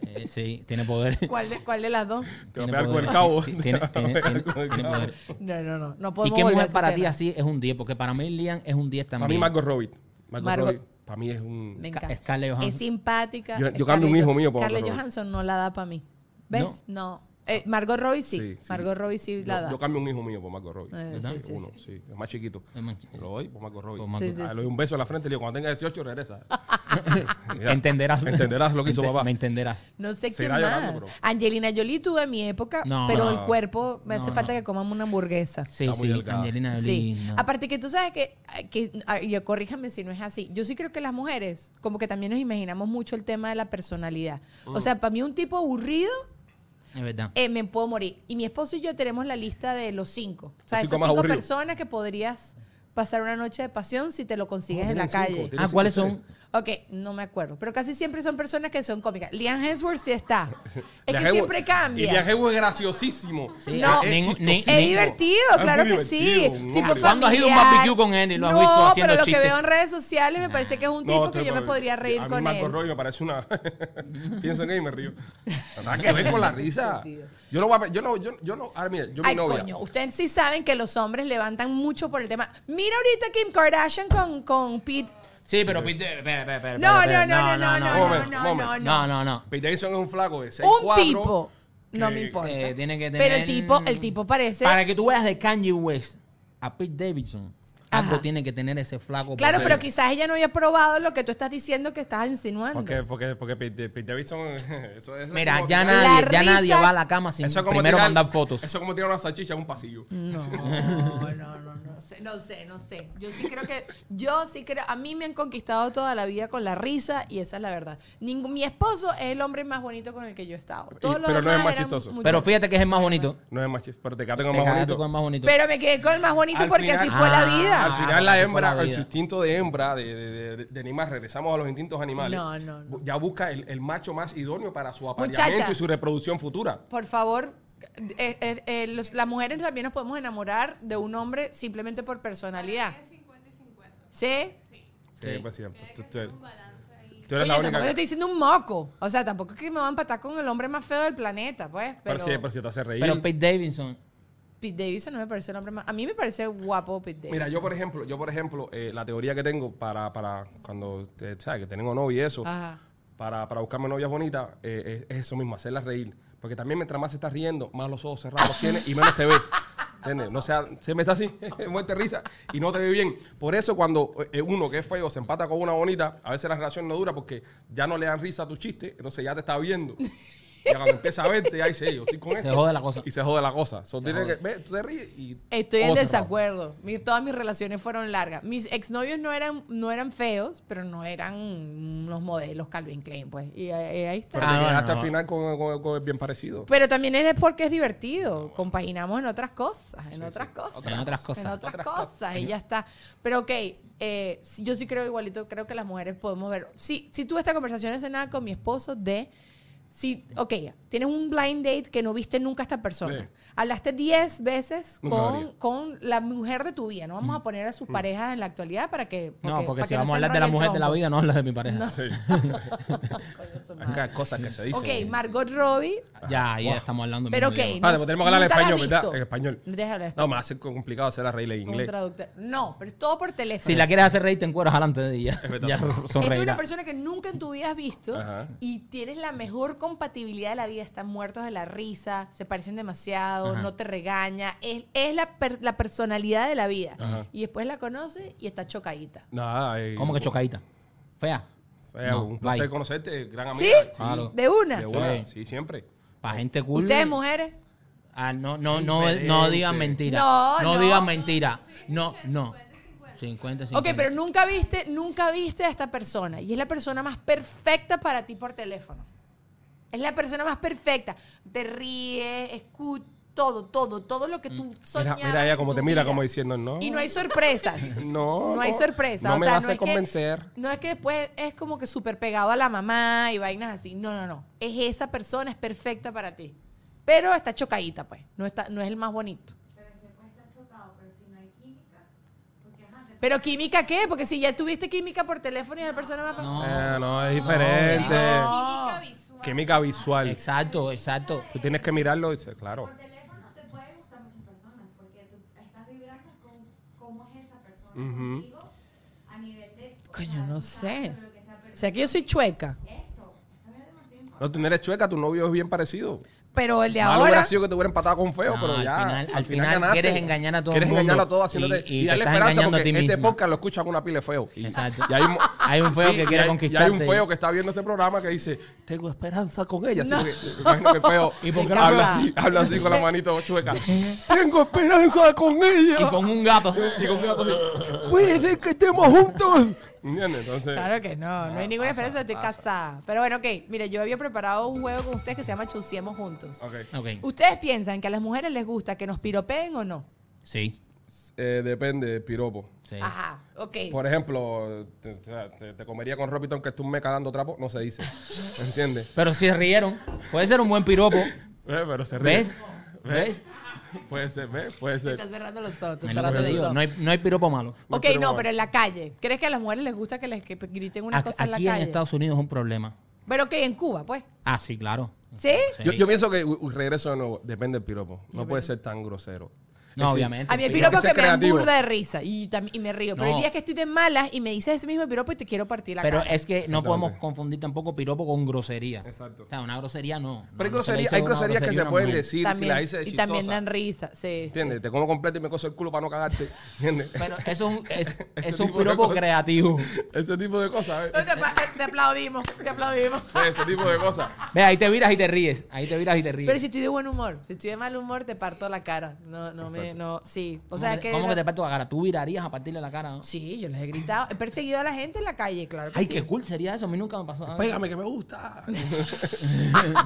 [SPEAKER 2] eh, sí, tiene poder.
[SPEAKER 1] ¿Cuál, de, ¿Cuál de las dos?
[SPEAKER 3] Te va a
[SPEAKER 2] Tiene
[SPEAKER 3] pegar con el
[SPEAKER 2] poder.
[SPEAKER 3] cabo.
[SPEAKER 2] Tiene- tiene- tiene- tiene poder.
[SPEAKER 1] No, no, no. No
[SPEAKER 2] ¿Y
[SPEAKER 1] podemos volver
[SPEAKER 2] qué
[SPEAKER 1] a
[SPEAKER 2] mujer
[SPEAKER 1] ese
[SPEAKER 2] para
[SPEAKER 1] tema.
[SPEAKER 2] ti así es un 10? Porque para mí Liam es un 10
[SPEAKER 3] Para
[SPEAKER 2] también.
[SPEAKER 3] mí, Margot Robbie. Margot,
[SPEAKER 1] Margot-
[SPEAKER 3] Robbie, para mí es un.
[SPEAKER 1] Me
[SPEAKER 2] Ca-
[SPEAKER 1] encanta.
[SPEAKER 2] Scarlett Johansson.
[SPEAKER 1] Es simpática.
[SPEAKER 3] Yo-
[SPEAKER 1] es
[SPEAKER 3] yo cambio un
[SPEAKER 1] Carlito-
[SPEAKER 3] hijo mío por
[SPEAKER 1] Scarlett
[SPEAKER 3] Margot Robbie.
[SPEAKER 1] Johansson no la da para mí. ¿Ves? No. Eh, Margot Robbie sí.
[SPEAKER 3] Sí, sí.
[SPEAKER 1] Margot Robbie sí la
[SPEAKER 3] Yo,
[SPEAKER 1] da.
[SPEAKER 3] yo cambio un hijo mío por Margot Robbie.
[SPEAKER 1] Eh,
[SPEAKER 3] Sí,
[SPEAKER 1] sí, sí,
[SPEAKER 3] uno,
[SPEAKER 1] sí.
[SPEAKER 3] sí. Es más chiquito.
[SPEAKER 2] Es más chiquito.
[SPEAKER 3] Lo doy por Margot Robbie.
[SPEAKER 2] Por Margot
[SPEAKER 1] Sí, sí,
[SPEAKER 3] Ah,
[SPEAKER 1] sí.
[SPEAKER 3] le doy un beso en la frente y le digo, cuando tenga 18 regresa. Mira,
[SPEAKER 2] Entenderás.
[SPEAKER 3] Entenderás lo que hizo
[SPEAKER 2] Ente-
[SPEAKER 3] papá.
[SPEAKER 2] Me entenderás.
[SPEAKER 1] No sé quién
[SPEAKER 3] Seguirá
[SPEAKER 1] más.
[SPEAKER 3] llorando, pero-
[SPEAKER 1] Angelina Jolie tuve en mi época,
[SPEAKER 2] No,
[SPEAKER 1] pero
[SPEAKER 2] no.
[SPEAKER 1] el cuerpo me hace
[SPEAKER 2] No,
[SPEAKER 1] falta
[SPEAKER 2] no.
[SPEAKER 1] que comamos una hamburguesa.
[SPEAKER 2] Sí,
[SPEAKER 3] Está muy
[SPEAKER 2] sí,
[SPEAKER 3] delgada.
[SPEAKER 2] Angelina Jolie.
[SPEAKER 1] Sí.
[SPEAKER 2] no.
[SPEAKER 1] Aparte que tú sabes que, que ah, y corríjame si no es así. Yo sí creo que las mujeres, como que también nos imaginamos mucho el tema de la personalidad.
[SPEAKER 3] Mm.
[SPEAKER 1] O sea, para mí un tipo aburrido,
[SPEAKER 2] Es verdad.
[SPEAKER 1] eh, me puedo morir. Y mi esposo y yo tenemos la lista de los cinco. O sea,
[SPEAKER 3] Los cinco
[SPEAKER 1] esas
[SPEAKER 3] más
[SPEAKER 1] cinco
[SPEAKER 3] aburridos.
[SPEAKER 1] personas que podrías pasar una noche de pasión si te lo consigues
[SPEAKER 3] Oh,
[SPEAKER 1] en la
[SPEAKER 3] tienen cinco,
[SPEAKER 1] calle.
[SPEAKER 3] tienen
[SPEAKER 2] Ah, ¿cuáles
[SPEAKER 3] cinco
[SPEAKER 2] son?
[SPEAKER 1] Ok, no me acuerdo. Pero casi siempre son personas que son cómicas. Liam Hemsworth sí está. Es
[SPEAKER 3] Liam
[SPEAKER 1] que
[SPEAKER 3] Hemsworth-
[SPEAKER 1] siempre
[SPEAKER 3] Y Liam
[SPEAKER 1] cambia.
[SPEAKER 3] Hemsworth es graciosísimo.
[SPEAKER 2] Sí, ah,
[SPEAKER 1] No.
[SPEAKER 3] es,
[SPEAKER 2] ni- ni-
[SPEAKER 3] chistosísimo.
[SPEAKER 1] Es divertido,
[SPEAKER 3] Ah, Es muy
[SPEAKER 1] claro que sí.
[SPEAKER 3] divertido, un
[SPEAKER 1] Tipo
[SPEAKER 3] hombre.
[SPEAKER 2] ¿Cuándo has ido a un
[SPEAKER 1] familiar.
[SPEAKER 2] barbecue con él y lo has
[SPEAKER 1] no,
[SPEAKER 2] visto haciendo
[SPEAKER 1] pero lo que
[SPEAKER 2] chistes?
[SPEAKER 1] veo en redes sociales me parece que es un
[SPEAKER 3] No,
[SPEAKER 1] tipo
[SPEAKER 3] estoy-
[SPEAKER 1] que yo me podría reír
[SPEAKER 3] a mí
[SPEAKER 1] con
[SPEAKER 3] Margot
[SPEAKER 1] él.
[SPEAKER 3] Robbie me parece una. Pienso en él y me río. Nada que ver con la risa. Yo no voy a. pe- Yo no. Yo, yo no. Ahora, mira, yo mi
[SPEAKER 1] Ay,
[SPEAKER 3] novia.
[SPEAKER 1] coño, ustedes sí saben que los hombres levantan mucho por el tema. Mira ahorita Kim Kardashian con, con Pete.
[SPEAKER 2] Sí, pero Pete. espera, espera, espera,
[SPEAKER 1] No, no,
[SPEAKER 2] espera,
[SPEAKER 1] no, no, no, no, no, no,
[SPEAKER 3] momento,
[SPEAKER 1] no,
[SPEAKER 3] momento.
[SPEAKER 2] No, no, no.
[SPEAKER 3] Pete Davidson es un flaco de 6'4".
[SPEAKER 1] Un tipo. No me
[SPEAKER 3] que-
[SPEAKER 1] importa.
[SPEAKER 2] Eh, tiene que
[SPEAKER 1] Pero el
[SPEAKER 2] tener-
[SPEAKER 1] tipo, el tipo parece.
[SPEAKER 2] Para que tú veas de Kanye West a Pete Davidson, algo
[SPEAKER 1] Ajá.
[SPEAKER 2] tiene que tener ese flaco.
[SPEAKER 1] Claro,
[SPEAKER 2] para
[SPEAKER 1] pero
[SPEAKER 2] ser-
[SPEAKER 1] quizás ella no había probado lo que tú estás diciendo que estás insinuando.
[SPEAKER 3] Porque, porque, porque Pete, Pete Davidson. Eso es.
[SPEAKER 2] Mira,
[SPEAKER 3] como-
[SPEAKER 2] ya
[SPEAKER 1] La
[SPEAKER 2] nadie, ya
[SPEAKER 1] risa-
[SPEAKER 2] nadie va a la cama sin
[SPEAKER 3] eso es como
[SPEAKER 2] primero
[SPEAKER 3] tirar-
[SPEAKER 2] mandar fotos.
[SPEAKER 3] Eso es como tirar una salchicha en un pasillo.
[SPEAKER 1] No, no, no, no sé, no sé, no sé. Yo sí creo que, yo sí creo, a mí me han conquistado toda la vida con la risa y esa es la verdad. Ningún, mi esposo es el hombre más bonito con el que yo he estado. Todos
[SPEAKER 3] Y-
[SPEAKER 1] los
[SPEAKER 3] pero no es
[SPEAKER 1] demás
[SPEAKER 3] más
[SPEAKER 1] eran
[SPEAKER 3] chistoso.
[SPEAKER 1] mucho-
[SPEAKER 2] Pero fíjate que es el más bonito.
[SPEAKER 3] No es machista, pero te quedaste
[SPEAKER 2] Te
[SPEAKER 3] con el más
[SPEAKER 2] cagaste
[SPEAKER 3] bonito.
[SPEAKER 2] con el más bonito.
[SPEAKER 1] Pero me quedé con el más bonito
[SPEAKER 3] Al
[SPEAKER 1] porque
[SPEAKER 3] final-
[SPEAKER 1] así fue la
[SPEAKER 2] Ah,
[SPEAKER 1] vida.
[SPEAKER 3] Al
[SPEAKER 2] Ah,
[SPEAKER 3] final
[SPEAKER 2] porque
[SPEAKER 3] la
[SPEAKER 2] fue
[SPEAKER 3] hembra,
[SPEAKER 2] la
[SPEAKER 3] el
[SPEAKER 2] vida.
[SPEAKER 3] su instinto de hembra, de, de, de- de animal, regresamos a los instintos animales.
[SPEAKER 1] No, no, no.
[SPEAKER 3] Ya busca el, el macho más idóneo para su
[SPEAKER 1] Muchacha.
[SPEAKER 3] apareamiento y su reproducción futura.
[SPEAKER 1] Por favor, eh, eh, eh, los- las mujeres también nos podemos enamorar de un hombre simplemente por personalidad.
[SPEAKER 4] 50 y 50.
[SPEAKER 1] ¿Sí?
[SPEAKER 3] Sí,
[SPEAKER 2] Sí.
[SPEAKER 3] pues siempre. Tú, tú eres,
[SPEAKER 4] Balance ahí.
[SPEAKER 3] tú eres
[SPEAKER 1] Oye,
[SPEAKER 3] la
[SPEAKER 1] tampoco te
[SPEAKER 3] única.
[SPEAKER 1] estoy
[SPEAKER 3] que-
[SPEAKER 1] diciendo un moco. O sea, tampoco es que me va a empatar con el hombre más feo del planeta, pues.
[SPEAKER 3] Pero,
[SPEAKER 1] Pero,
[SPEAKER 3] sí, pero si te hace reír.
[SPEAKER 2] Pero Pete Davidson.
[SPEAKER 1] Pete Davidson no me parece el hombre más. A mí me parece guapo Pete Davidson.
[SPEAKER 3] Mira, yo por ejemplo, yo por ejemplo, eh, la teoría que tengo para, para cuando te- sabes que tengo novia y eso,
[SPEAKER 1] Ajá.
[SPEAKER 3] para, para buscarme novias bonitas, eh, es, es eso mismo, hacerlas reír. Porque también mientras más se está riendo, más los ojos cerrados tiene y menos te ve. ¿Entiendes? No sea, se me está así, muerte de risa y no te ve bien. Por eso cuando eh, uno que es feo se empata con una bonita, a veces la relación no dura porque ya no le dan risa a tu chiste, entonces ya te está viendo. Ya cuando empieza a verte, ya dice, "Ey, yo estoy con
[SPEAKER 2] Se
[SPEAKER 3] esto.
[SPEAKER 2] jode la cosa.
[SPEAKER 3] Y se jode la cosa. So, tiene
[SPEAKER 2] jode.
[SPEAKER 3] que, ve, tú te ríes y...
[SPEAKER 1] Estoy en
[SPEAKER 3] ojos cerrados.
[SPEAKER 1] desacuerdo. Mi- todas mis relaciones fueron largas. Mis exnovios no eran, no eran feos, pero no eran los modelos Calvin Klein, pues. Y ahí, ahí está.
[SPEAKER 3] Pero
[SPEAKER 2] Ah,
[SPEAKER 3] te
[SPEAKER 2] bueno,
[SPEAKER 3] llegaste
[SPEAKER 2] no.
[SPEAKER 3] al final con, con- con el bien parecido.
[SPEAKER 1] Pero también es porque es divertido. Compaginamos en otras cosas, en otras cosas.
[SPEAKER 2] En otras cosas.
[SPEAKER 1] En otras cosas. Y ya está. Pero ok, eh, sí, yo sí creo igualito, creo que las mujeres podemos ver. Si, si tuve esta conversación en nada con mi esposo de Si, ok, tienes un blind date que no viste nunca a esta persona.
[SPEAKER 3] Sí.
[SPEAKER 1] Hablaste 10 veces
[SPEAKER 3] Nunca
[SPEAKER 1] con,
[SPEAKER 3] hablaría.
[SPEAKER 1] con la mujer de tu vida. No vamos a poner a sus parejas en la actualidad para que.
[SPEAKER 2] No, porque
[SPEAKER 1] para
[SPEAKER 2] si
[SPEAKER 1] que
[SPEAKER 2] vamos
[SPEAKER 1] se
[SPEAKER 2] a hablar de
[SPEAKER 1] enrolle
[SPEAKER 2] la
[SPEAKER 1] el
[SPEAKER 2] mujer de la
[SPEAKER 1] trompo.
[SPEAKER 2] vida, no hablas de mi pareja.
[SPEAKER 3] Sí.
[SPEAKER 1] Coño, su madre.
[SPEAKER 3] Hay cosas que se dicen.
[SPEAKER 1] Ok, Margot Robbie.
[SPEAKER 2] Ya, ya estamos hablando.
[SPEAKER 1] Pero
[SPEAKER 2] mira,
[SPEAKER 1] ok.
[SPEAKER 2] yo-
[SPEAKER 3] Vale, pues tenemos que
[SPEAKER 1] nunca
[SPEAKER 3] hablar en
[SPEAKER 1] la has
[SPEAKER 3] español, ¿verdad?
[SPEAKER 1] visto.
[SPEAKER 3] En español.
[SPEAKER 1] Déjala hablar
[SPEAKER 3] No, me hace complicado hacer la regla en
[SPEAKER 1] con
[SPEAKER 3] inglés.
[SPEAKER 1] traductor. No, pero es todo por teléfono.
[SPEAKER 2] Si la quieres hacer reír, te encueras adelante de ella.
[SPEAKER 3] verdad.
[SPEAKER 2] Ya
[SPEAKER 1] Esta es una
[SPEAKER 2] sonreirá.
[SPEAKER 1] persona que nunca en tu vida has visto
[SPEAKER 3] Ajá.
[SPEAKER 1] y tienes la mejor compatibilidad de la vida. Están muertos de la risa, se parecen demasiado,
[SPEAKER 2] Ajá.
[SPEAKER 1] no te regaña. Es, es la, per- la personalidad de la vida.
[SPEAKER 3] Ajá.
[SPEAKER 1] Y después la conoces y está chocadita.
[SPEAKER 3] Nada, eh,
[SPEAKER 2] ¿Cómo que chocadita? Fea.
[SPEAKER 3] fue
[SPEAKER 2] No,
[SPEAKER 3] un placer
[SPEAKER 2] bye.
[SPEAKER 3] conocerte, gran
[SPEAKER 1] ¿Sí?
[SPEAKER 3] amiga.
[SPEAKER 2] Claro.
[SPEAKER 1] De una.
[SPEAKER 3] Ah, De una,
[SPEAKER 2] Sí.
[SPEAKER 3] sí, siempre.
[SPEAKER 2] Para gente cool.
[SPEAKER 1] ¿Ustedes, mujeres?
[SPEAKER 2] Ah, no, no, no,
[SPEAKER 3] Diferente.
[SPEAKER 2] no digan mentira.
[SPEAKER 1] No,
[SPEAKER 2] No,
[SPEAKER 1] no.
[SPEAKER 2] digan mentira. No, no. 50, 50.
[SPEAKER 1] Ok, pero nunca viste, nunca viste a esta persona. Y es la persona más perfecta para ti por teléfono. Es la persona más perfecta. Te ríes, escucha todo, todo, todo lo que tú
[SPEAKER 3] Mm. Mira,
[SPEAKER 1] soñabas.
[SPEAKER 3] mira ella
[SPEAKER 1] en
[SPEAKER 3] como
[SPEAKER 1] tu
[SPEAKER 3] te mira,
[SPEAKER 1] vida.
[SPEAKER 3] como diciendo, no.
[SPEAKER 1] Y no hay sorpresas.
[SPEAKER 3] Oh. No,
[SPEAKER 1] No hay sorpresa.
[SPEAKER 3] No
[SPEAKER 1] o
[SPEAKER 3] me
[SPEAKER 1] sea,
[SPEAKER 3] vas
[SPEAKER 1] no
[SPEAKER 3] a
[SPEAKER 1] es que-
[SPEAKER 3] convencer.
[SPEAKER 1] no es que después es como que súper pegado a la mamá y vainas así. No, no, no. Es esa persona, es perfecta para ti. Pero está chocadita, pues. No, está, no es el más bonito.
[SPEAKER 5] pues,
[SPEAKER 1] Pero química qué? Porque si ya tuviste química por teléfono y la persona va a...
[SPEAKER 2] No.
[SPEAKER 3] Eh, no, es diferente.
[SPEAKER 1] No.
[SPEAKER 4] Química visual.
[SPEAKER 3] Química visual.
[SPEAKER 2] Exacto, exacto.
[SPEAKER 3] Tú tienes que mirarlo y dices, claro.
[SPEAKER 5] Por teléfono te puede gustar muchas personas porque tú estás vibrando con cómo es esa persona
[SPEAKER 3] Ujú.
[SPEAKER 5] contigo a nivel de. o
[SPEAKER 1] Coño,
[SPEAKER 5] sea,
[SPEAKER 1] no
[SPEAKER 5] tú sabes
[SPEAKER 1] sé.
[SPEAKER 5] lo que esa
[SPEAKER 1] O
[SPEAKER 5] persona-
[SPEAKER 1] sea, que yo soy chueca.
[SPEAKER 5] Esto, esto es demasiado
[SPEAKER 3] No, tú no eres chueca, tu novio es bien parecido.
[SPEAKER 1] Pero el de
[SPEAKER 3] Malo
[SPEAKER 1] ahora...
[SPEAKER 3] hubiera sido que te hubiera empatado con feo,
[SPEAKER 2] No,
[SPEAKER 3] pero
[SPEAKER 2] al
[SPEAKER 3] ya.
[SPEAKER 2] final- al final
[SPEAKER 3] ganaste.
[SPEAKER 2] quieres engañar a todo el
[SPEAKER 3] Quieres
[SPEAKER 2] mundo
[SPEAKER 3] engañar a todos haciéndote.
[SPEAKER 2] y- y
[SPEAKER 3] Y,
[SPEAKER 2] te
[SPEAKER 3] darle
[SPEAKER 2] estás
[SPEAKER 3] esperanza
[SPEAKER 2] engañando a
[SPEAKER 3] porque
[SPEAKER 2] ti
[SPEAKER 3] este
[SPEAKER 2] mismo.
[SPEAKER 3] podcast lo escucha con una pile feo. Y-
[SPEAKER 2] Exacto.
[SPEAKER 3] Y hay, un-
[SPEAKER 2] Hay un feo que
[SPEAKER 3] y
[SPEAKER 2] quiere
[SPEAKER 3] hay-
[SPEAKER 2] conquistarte.
[SPEAKER 3] Y hay un feo que está viendo este programa que dice: Tengo esperanza con ella. Así que, me imagino que feo.
[SPEAKER 2] ¿Y por qué no
[SPEAKER 3] habla
[SPEAKER 1] habla?
[SPEAKER 3] así, habla así con la manito chueca. Tengo esperanza con ella.
[SPEAKER 2] Y con un gato.
[SPEAKER 3] Puede que estemos juntos. ¿Entiendes? Entonces.
[SPEAKER 1] Claro que no,
[SPEAKER 2] Ah,
[SPEAKER 1] no hay ninguna diferencia, estoy casada. Pero bueno, ok, mire, yo había preparado un juego con ustedes que se llama Chusiemos Juntos.
[SPEAKER 3] Ok.
[SPEAKER 2] Ok.
[SPEAKER 1] ¿Ustedes piensan que a las mujeres les gusta que nos piropeen o no?
[SPEAKER 2] Sí.
[SPEAKER 3] Eh, depende del piropo.
[SPEAKER 2] sí.
[SPEAKER 1] Ajá, ok.
[SPEAKER 3] Por ejemplo, te, te- te- te comería con Ropiton que tú me cagando trapo, no se dice. ¿Entiendes?
[SPEAKER 2] Pero si rieron, puede ser un buen piropo.
[SPEAKER 3] Eh, pero se ríe.
[SPEAKER 2] ¿Ves? ¿Ves?
[SPEAKER 3] Puede ser, ¿ves? Puede
[SPEAKER 1] Está
[SPEAKER 3] ser.
[SPEAKER 1] cerrando los ojos, está
[SPEAKER 2] Es lo que
[SPEAKER 1] cerrando
[SPEAKER 2] te
[SPEAKER 1] los
[SPEAKER 2] digo,
[SPEAKER 1] ojos.
[SPEAKER 2] No hay, no hay piropo malo.
[SPEAKER 3] No
[SPEAKER 1] ok,
[SPEAKER 3] quiero
[SPEAKER 1] no,
[SPEAKER 3] más.
[SPEAKER 1] pero en la calle. ¿Crees que a las mujeres les gusta que les que griten una
[SPEAKER 2] A-
[SPEAKER 1] cosa en la
[SPEAKER 2] Aquí en
[SPEAKER 1] calle?
[SPEAKER 2] Estados Unidos es un problema.
[SPEAKER 1] Pero ok, en Cuba, pues.
[SPEAKER 2] Ah, sí, claro.
[SPEAKER 1] ¿Sí?
[SPEAKER 2] Sí.
[SPEAKER 3] Yo, yo pienso que u- u- regreso de nuevo. Depende del piropo. No puede ser tan grosero.
[SPEAKER 2] No,
[SPEAKER 3] Es decir,
[SPEAKER 2] obviamente.
[SPEAKER 1] A mí el
[SPEAKER 3] Tiene que
[SPEAKER 1] piropo
[SPEAKER 3] ser
[SPEAKER 1] que me dan
[SPEAKER 3] creativo.
[SPEAKER 1] burda de risa y, tam- y me río. Pero
[SPEAKER 2] No.
[SPEAKER 1] el día que estoy de malas y me dices ese mismo piropo y te quiero partir la
[SPEAKER 2] Pero
[SPEAKER 1] cara.
[SPEAKER 2] es que no
[SPEAKER 3] Exactamente.
[SPEAKER 2] podemos confundir tampoco piropo con grosería.
[SPEAKER 3] Exacto.
[SPEAKER 2] O sea, una grosería no.
[SPEAKER 3] Pero hay,
[SPEAKER 2] No, no se le
[SPEAKER 3] grosería-
[SPEAKER 2] dice
[SPEAKER 3] hay
[SPEAKER 2] una
[SPEAKER 3] groserías que
[SPEAKER 2] grosería a
[SPEAKER 3] se
[SPEAKER 2] una
[SPEAKER 3] pueden
[SPEAKER 2] mujer.
[SPEAKER 3] decir si la dices de
[SPEAKER 1] y también
[SPEAKER 3] chistosa.
[SPEAKER 1] dan risa, sí. sí.
[SPEAKER 3] ¿Entiendes? Te como completo y me coso el culo para no cagarte. ¿Entiendes?
[SPEAKER 2] Pero eso es un, es, es
[SPEAKER 3] Ese
[SPEAKER 2] un
[SPEAKER 3] tipo de
[SPEAKER 2] piropo
[SPEAKER 3] cosas.
[SPEAKER 2] creativo.
[SPEAKER 3] Ese tipo de cosas,
[SPEAKER 1] No,
[SPEAKER 3] ¿ves?
[SPEAKER 1] te, apla- eh, te aplaudimos, te aplaudimos.
[SPEAKER 3] Ese tipo de cosas.
[SPEAKER 2] Ve, ahí te viras y te ríes. Ahí te viras y te ríes.
[SPEAKER 1] Pero si estoy de buen humor, si estoy de mal humor, te parto la cara. No, no me, no, sí. O sea
[SPEAKER 2] ¿Cómo
[SPEAKER 1] que.
[SPEAKER 2] que, ¿Cómo que te parto la cara? Tú virarías a partirle la cara. ¿no?
[SPEAKER 1] Sí, yo les he gritado. He perseguido a la gente en la calle, claro. Que
[SPEAKER 2] Ay,
[SPEAKER 1] sí.
[SPEAKER 2] qué cool sería eso. A mí nunca me pasó nada.
[SPEAKER 3] Pégame que me gusta.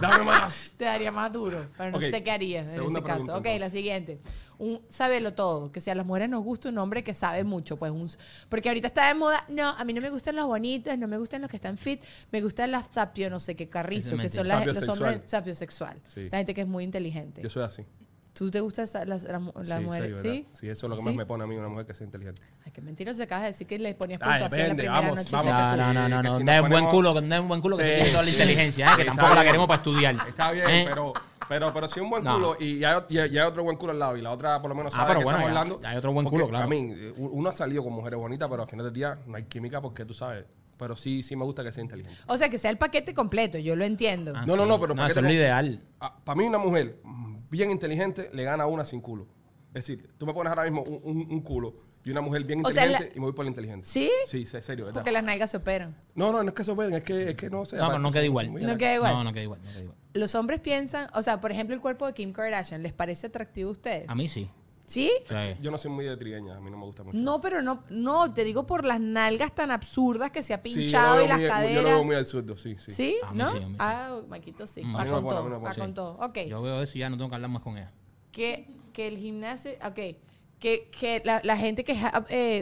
[SPEAKER 3] Dame más.
[SPEAKER 1] Te daría más duro, pero no
[SPEAKER 3] Ok,
[SPEAKER 1] sé qué haría en ese
[SPEAKER 3] segunda
[SPEAKER 1] caso.
[SPEAKER 3] pregunta,
[SPEAKER 1] ok, la
[SPEAKER 3] entonces.
[SPEAKER 1] siguiente. Un saberlo todo. Que si a las mujeres nos gusta un hombre que sabe mucho, pues un. Porque ahorita está de moda. No, a mí no me gustan los bonitos, no me gustan los que están fit, me gustan las sapio, no sé qué carrizo,
[SPEAKER 2] Eso es
[SPEAKER 1] que son
[SPEAKER 2] mentira.
[SPEAKER 1] las, los
[SPEAKER 3] Sapiosexual.
[SPEAKER 1] hombres sapiosexual.
[SPEAKER 3] Sí.
[SPEAKER 1] La gente que es muy inteligente.
[SPEAKER 3] Yo soy así.
[SPEAKER 1] ¿Tú te gustan esa- las, las, mu- las
[SPEAKER 3] sí,
[SPEAKER 1] mujeres?
[SPEAKER 3] serio,
[SPEAKER 1] sí.
[SPEAKER 3] ¿verdad? Sí, eso es lo que
[SPEAKER 1] ¿Sí?
[SPEAKER 3] más me pone a mí una mujer que sea inteligente.
[SPEAKER 1] Ay, qué mentiroso acabas de decir que le ponías
[SPEAKER 3] Ah,
[SPEAKER 1] puntuación
[SPEAKER 3] depende,
[SPEAKER 1] la primera
[SPEAKER 3] vamos,
[SPEAKER 1] noche.
[SPEAKER 3] vamos.
[SPEAKER 2] No,
[SPEAKER 3] que
[SPEAKER 2] no,
[SPEAKER 3] sí,
[SPEAKER 2] no, no,
[SPEAKER 3] que
[SPEAKER 2] no.
[SPEAKER 3] si
[SPEAKER 2] no es
[SPEAKER 3] nos
[SPEAKER 2] buen
[SPEAKER 3] ponemos-
[SPEAKER 2] culo, no es buen culo que
[SPEAKER 3] Sí,
[SPEAKER 2] se tiene toda la
[SPEAKER 3] sí.
[SPEAKER 2] inteligencia, ¿eh? que
[SPEAKER 3] Está
[SPEAKER 2] tampoco la
[SPEAKER 3] bien.
[SPEAKER 2] queremos para estudiar.
[SPEAKER 3] Está bien,
[SPEAKER 2] ¿eh?
[SPEAKER 3] pero, pero, pero sí un buen
[SPEAKER 2] No.
[SPEAKER 3] culo y ya, ya- ya hay otro buen culo al lado y la otra por lo menos
[SPEAKER 2] Ah,
[SPEAKER 3] sabe
[SPEAKER 2] pero
[SPEAKER 3] que
[SPEAKER 2] bueno,
[SPEAKER 3] estamos
[SPEAKER 2] ya-
[SPEAKER 3] hablando.
[SPEAKER 2] ya hay otro buen
[SPEAKER 3] Porque,
[SPEAKER 2] culo, claro.
[SPEAKER 3] a mí, eh, u- uno ha salido con mujeres bonitas, pero al final del día no hay química porque tú sabes. Pero sí, sí me gusta que sea inteligente.
[SPEAKER 1] O sea, que sea el paquete completo, yo lo entiendo.
[SPEAKER 2] Ah,
[SPEAKER 3] No, no,
[SPEAKER 2] sí.
[SPEAKER 3] no, pero ¿para qué
[SPEAKER 2] eso es
[SPEAKER 3] te
[SPEAKER 2] lo
[SPEAKER 3] lo-
[SPEAKER 2] ideal.
[SPEAKER 3] Para Ah, mí una mujer mm, bien inteligente le gana a una sin culo. Es decir, tú me pones ahora mismo un, un- un culo y una mujer bien
[SPEAKER 1] O sea,
[SPEAKER 3] inteligente
[SPEAKER 1] la-
[SPEAKER 3] y me voy por la inteligente.
[SPEAKER 1] ¿Sí?
[SPEAKER 3] Sí, es serio, ¿verdad?
[SPEAKER 1] Porque las nalgas se operan.
[SPEAKER 3] No, no, no es que se operen, es que, es que no sé.
[SPEAKER 2] No, pero no queda igual.
[SPEAKER 1] No queda igual.
[SPEAKER 2] No, no queda igual. No queda igual.
[SPEAKER 1] Los hombres piensan, o sea, por ejemplo, el cuerpo de Kim Kardashian, ¿les parece atractivo a ustedes?
[SPEAKER 2] A mí sí.
[SPEAKER 1] ¿Sí?
[SPEAKER 2] O sea, que-
[SPEAKER 3] Yo no soy muy de trigueña, a mí no me gusta mucho.
[SPEAKER 1] No, pero no, no, te digo por las nalgas tan absurdas que se ha
[SPEAKER 3] Sí, yo lo
[SPEAKER 1] pinchado
[SPEAKER 3] veo
[SPEAKER 1] y las
[SPEAKER 3] muy- Yo lo
[SPEAKER 1] caderas.
[SPEAKER 3] veo muy al surdo, sí, sí.
[SPEAKER 1] sí.
[SPEAKER 2] A mí
[SPEAKER 1] ¿No?
[SPEAKER 2] sí, a mí sí.
[SPEAKER 1] Ah, Maquito sí.
[SPEAKER 2] Mm.
[SPEAKER 1] Va
[SPEAKER 3] A mí no
[SPEAKER 1] con
[SPEAKER 3] me pone,
[SPEAKER 1] todo,
[SPEAKER 3] a mí no me
[SPEAKER 1] va
[SPEAKER 3] pone,
[SPEAKER 1] con
[SPEAKER 3] sí.
[SPEAKER 1] todo. Ok.
[SPEAKER 2] Yo veo eso y ya no tengo que hablar más con ella.
[SPEAKER 1] Que, que el gimnasio, ok. que, que la, la gente que es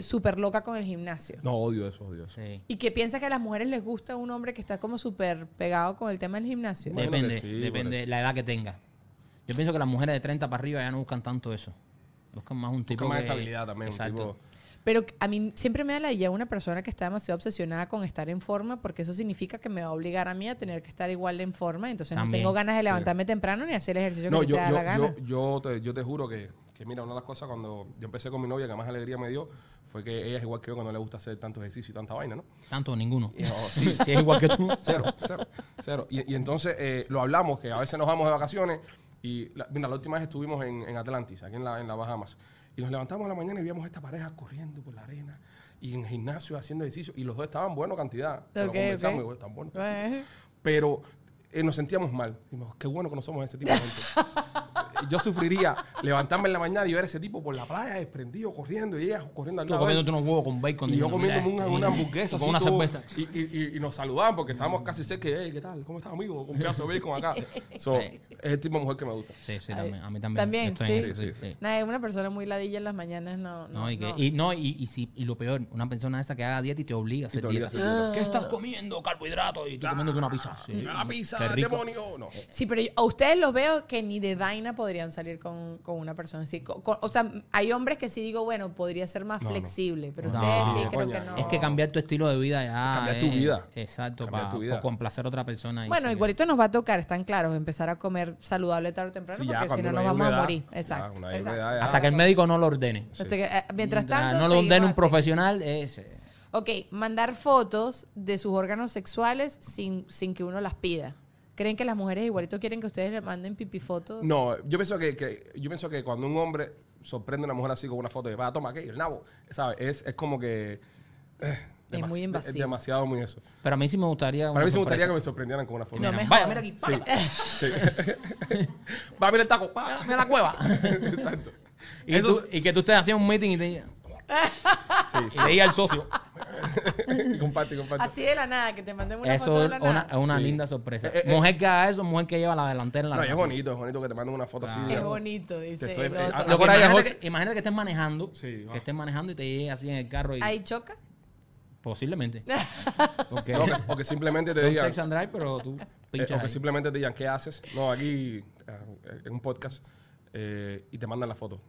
[SPEAKER 1] súper loca con el gimnasio.
[SPEAKER 3] No, odio eso, odio eso.
[SPEAKER 2] Sí.
[SPEAKER 1] Y que piensa que a las mujeres les gusta un hombre que está como súper pegado con el tema del gimnasio.
[SPEAKER 3] Bueno, que
[SPEAKER 2] Depende,
[SPEAKER 3] sí,
[SPEAKER 2] depende
[SPEAKER 3] parece.
[SPEAKER 2] la edad que tenga. Yo pienso que las mujeres de 30 para arriba ya no buscan tanto eso. Buscan más un tipo
[SPEAKER 3] Busca más
[SPEAKER 2] que-
[SPEAKER 3] estabilidad también. un
[SPEAKER 2] Exacto.
[SPEAKER 3] tipo-
[SPEAKER 1] Pero a mí siempre me da la idea una persona que está demasiado obsesionada con estar en forma, porque eso significa que me va a obligar a mí a tener que estar igual de en forma. Entonces
[SPEAKER 2] También,
[SPEAKER 1] no tengo ganas de levantarme temprano ni hacer el ejercicio
[SPEAKER 3] No,
[SPEAKER 1] que
[SPEAKER 3] yo,
[SPEAKER 1] te da la gana.
[SPEAKER 3] yo, yo, yo, te, yo te juro que, que, mira, una de las cosas cuando yo empecé con mi novia que más alegría me dio fue que ella es igual que yo, que no le gusta hacer tanto ejercicio y tanta vaina, ¿no?
[SPEAKER 2] Tanto ninguno.
[SPEAKER 3] Y, oh,
[SPEAKER 2] Sí, sí, es igual que tú.
[SPEAKER 3] cero, cero, cero. Y, y entonces eh, lo hablamos, que a veces nos vamos de vacaciones. Y la- mira, la última vez estuvimos en, en Atlantis, aquí en la, en la Bahamas. Y nos levantamos a la mañana y vimos a esta pareja corriendo por la arena y en el gimnasio haciendo ejercicio. Y los dos estaban buena cantidad. Pero
[SPEAKER 1] Ok,
[SPEAKER 3] conversamos
[SPEAKER 1] ok.
[SPEAKER 3] y, "Bueno, están buenos".
[SPEAKER 1] Eh,
[SPEAKER 3] Pero eh, nos sentíamos mal. Dijimos, qué bueno que no somos ese tipo de gente. Yo sufriría levantarme en la mañana y ver a ese tipo por la playa desprendido, corriendo, y ella corriendo al
[SPEAKER 2] Tú
[SPEAKER 3] lado de él.
[SPEAKER 2] comiéndote unos huevos con bacon.
[SPEAKER 3] Y yo
[SPEAKER 2] diciendo,
[SPEAKER 3] comiendo
[SPEAKER 2] "Mira,
[SPEAKER 3] una,
[SPEAKER 2] este,
[SPEAKER 3] una
[SPEAKER 2] mira",
[SPEAKER 3] hamburguesa.
[SPEAKER 2] y Con
[SPEAKER 3] así,
[SPEAKER 2] una
[SPEAKER 3] todo.
[SPEAKER 2] cerveza.
[SPEAKER 3] Y, y- y- y nos saludaban porque estábamos casi cerca. "Hey, ¿Qué tal? ¿Cómo estás, amigo? Con un pedazo de bacon acá. So,
[SPEAKER 2] Sí.
[SPEAKER 3] Es el tipo de mujer que me gusta.
[SPEAKER 2] Sí, sí,
[SPEAKER 1] Ay,
[SPEAKER 2] también. A mí también.
[SPEAKER 1] también,
[SPEAKER 2] Yo estoy
[SPEAKER 1] sí.
[SPEAKER 2] en eso,
[SPEAKER 3] Sí,
[SPEAKER 2] sí,
[SPEAKER 3] sí.
[SPEAKER 2] sí.
[SPEAKER 1] nada, una persona muy ladilla en las mañanas no. no,
[SPEAKER 2] No, y, que,
[SPEAKER 1] no.
[SPEAKER 2] y, no, y, y si, y lo peor, una persona esa que haga dieta y te obliga a hacer
[SPEAKER 3] te obliga a
[SPEAKER 2] dieta.
[SPEAKER 3] hacer dieta.
[SPEAKER 2] ¿Qué estás comiendo? Carbohidratos. Y tú comiéndote una pizza. Sí,
[SPEAKER 3] ¡Ah,
[SPEAKER 2] qué
[SPEAKER 3] pizza,
[SPEAKER 2] rico.
[SPEAKER 3] demonio! No.
[SPEAKER 1] Sí, pero yo- a ustedes los veo que ni de vaina podrían salir con, con una persona así. Co- co- o sea, hay hombres que sí digo, bueno, podría ser más
[SPEAKER 3] No, no.
[SPEAKER 1] flexible, pero
[SPEAKER 2] No,
[SPEAKER 1] ustedes sí
[SPEAKER 3] no,
[SPEAKER 1] creo
[SPEAKER 3] coña,
[SPEAKER 1] que no.
[SPEAKER 3] no.
[SPEAKER 2] Es que cambiar tu estilo de vida ya.
[SPEAKER 3] Cambiar tu
[SPEAKER 2] es-
[SPEAKER 3] vida.
[SPEAKER 2] Exacto,
[SPEAKER 3] Cambiar
[SPEAKER 2] para
[SPEAKER 3] tu vida.
[SPEAKER 2] complacer a otra persona. y
[SPEAKER 1] Bueno,
[SPEAKER 2] se-
[SPEAKER 1] igualito nos va a tocar, están claros, empezar a comer saludable tarde o temprano,
[SPEAKER 3] Sí, ya,
[SPEAKER 1] porque si
[SPEAKER 3] cuando
[SPEAKER 1] no
[SPEAKER 3] uno
[SPEAKER 1] nos
[SPEAKER 3] llega
[SPEAKER 1] vamos a
[SPEAKER 3] una edad,
[SPEAKER 1] morir.
[SPEAKER 3] ya,
[SPEAKER 1] Exacto.
[SPEAKER 3] una llega una
[SPEAKER 1] exacto.
[SPEAKER 3] edad, ya.
[SPEAKER 2] Hasta que el médico no lo ordene.
[SPEAKER 1] Hasta que, eh, mientras
[SPEAKER 2] Mientras
[SPEAKER 1] tanto.
[SPEAKER 2] no lo ordene
[SPEAKER 1] seguimos
[SPEAKER 2] un
[SPEAKER 1] así.
[SPEAKER 2] profesional, es. eh,
[SPEAKER 1] Ok, mandar fotos de sus órganos sexuales sin, sin que uno las pida. ¿Creen que las mujeres igualito quieren que ustedes le manden pipifotos?
[SPEAKER 3] No, yo pienso que, que- yo pienso que cuando un hombre sorprende a una mujer así con una foto de, va, toma, ¿qué? El nabo, ¿sabes? Es, es como que... eh, demasi-
[SPEAKER 1] muy invasivo.
[SPEAKER 3] es demasiado muy eso.
[SPEAKER 2] Pero a mí sí me gustaría.
[SPEAKER 3] Para
[SPEAKER 2] una
[SPEAKER 3] mí sí me gustaría que me
[SPEAKER 2] sorpresa.
[SPEAKER 3] sorprendieran con una foto.
[SPEAKER 1] No me jodas.
[SPEAKER 2] Vaya, mira aquí.
[SPEAKER 3] Sí, sí. va, mira el taco. pa.
[SPEAKER 2] Mira la cueva.
[SPEAKER 3] Exacto.
[SPEAKER 2] Y,
[SPEAKER 3] Eso
[SPEAKER 2] tú, y que tú estés haciendo un meeting y te diga-
[SPEAKER 3] Sí,
[SPEAKER 2] y le diga al socio.
[SPEAKER 3] sí. comparte, comparte.
[SPEAKER 1] Así de la nada, que te manden una foto
[SPEAKER 2] Eso
[SPEAKER 1] de
[SPEAKER 2] es
[SPEAKER 1] la
[SPEAKER 2] una,
[SPEAKER 1] nada.
[SPEAKER 2] es una
[SPEAKER 3] Sí.
[SPEAKER 2] linda sorpresa.
[SPEAKER 3] Eh, eh,
[SPEAKER 2] mujer que haga eso, mujer que lleva la delantera en la
[SPEAKER 3] No, y es
[SPEAKER 2] relación.
[SPEAKER 3] bonito, es bonito que te manden una foto así.
[SPEAKER 1] Es
[SPEAKER 3] de-
[SPEAKER 1] bonito, dice.
[SPEAKER 3] estoy-
[SPEAKER 1] el
[SPEAKER 3] eh,
[SPEAKER 1] otro.
[SPEAKER 3] ah,
[SPEAKER 2] Porque
[SPEAKER 3] Ahora ya,
[SPEAKER 2] imagínate,
[SPEAKER 3] José-
[SPEAKER 2] que, imagínate que estés manejando.
[SPEAKER 3] Sí, va.
[SPEAKER 2] que estés manejando y te llegue así en el carro. Y,
[SPEAKER 1] Ahí choca.
[SPEAKER 2] Posiblemente. Porque
[SPEAKER 3] No, que- o que simplemente te
[SPEAKER 2] es un
[SPEAKER 3] digan.
[SPEAKER 2] Texan Drive, pero tú
[SPEAKER 3] eh,
[SPEAKER 2] pinchas
[SPEAKER 3] o que
[SPEAKER 2] ahí.
[SPEAKER 3] simplemente te digan, ¿qué haces? No, aquí eh, en un podcast eh, y te mandan la foto.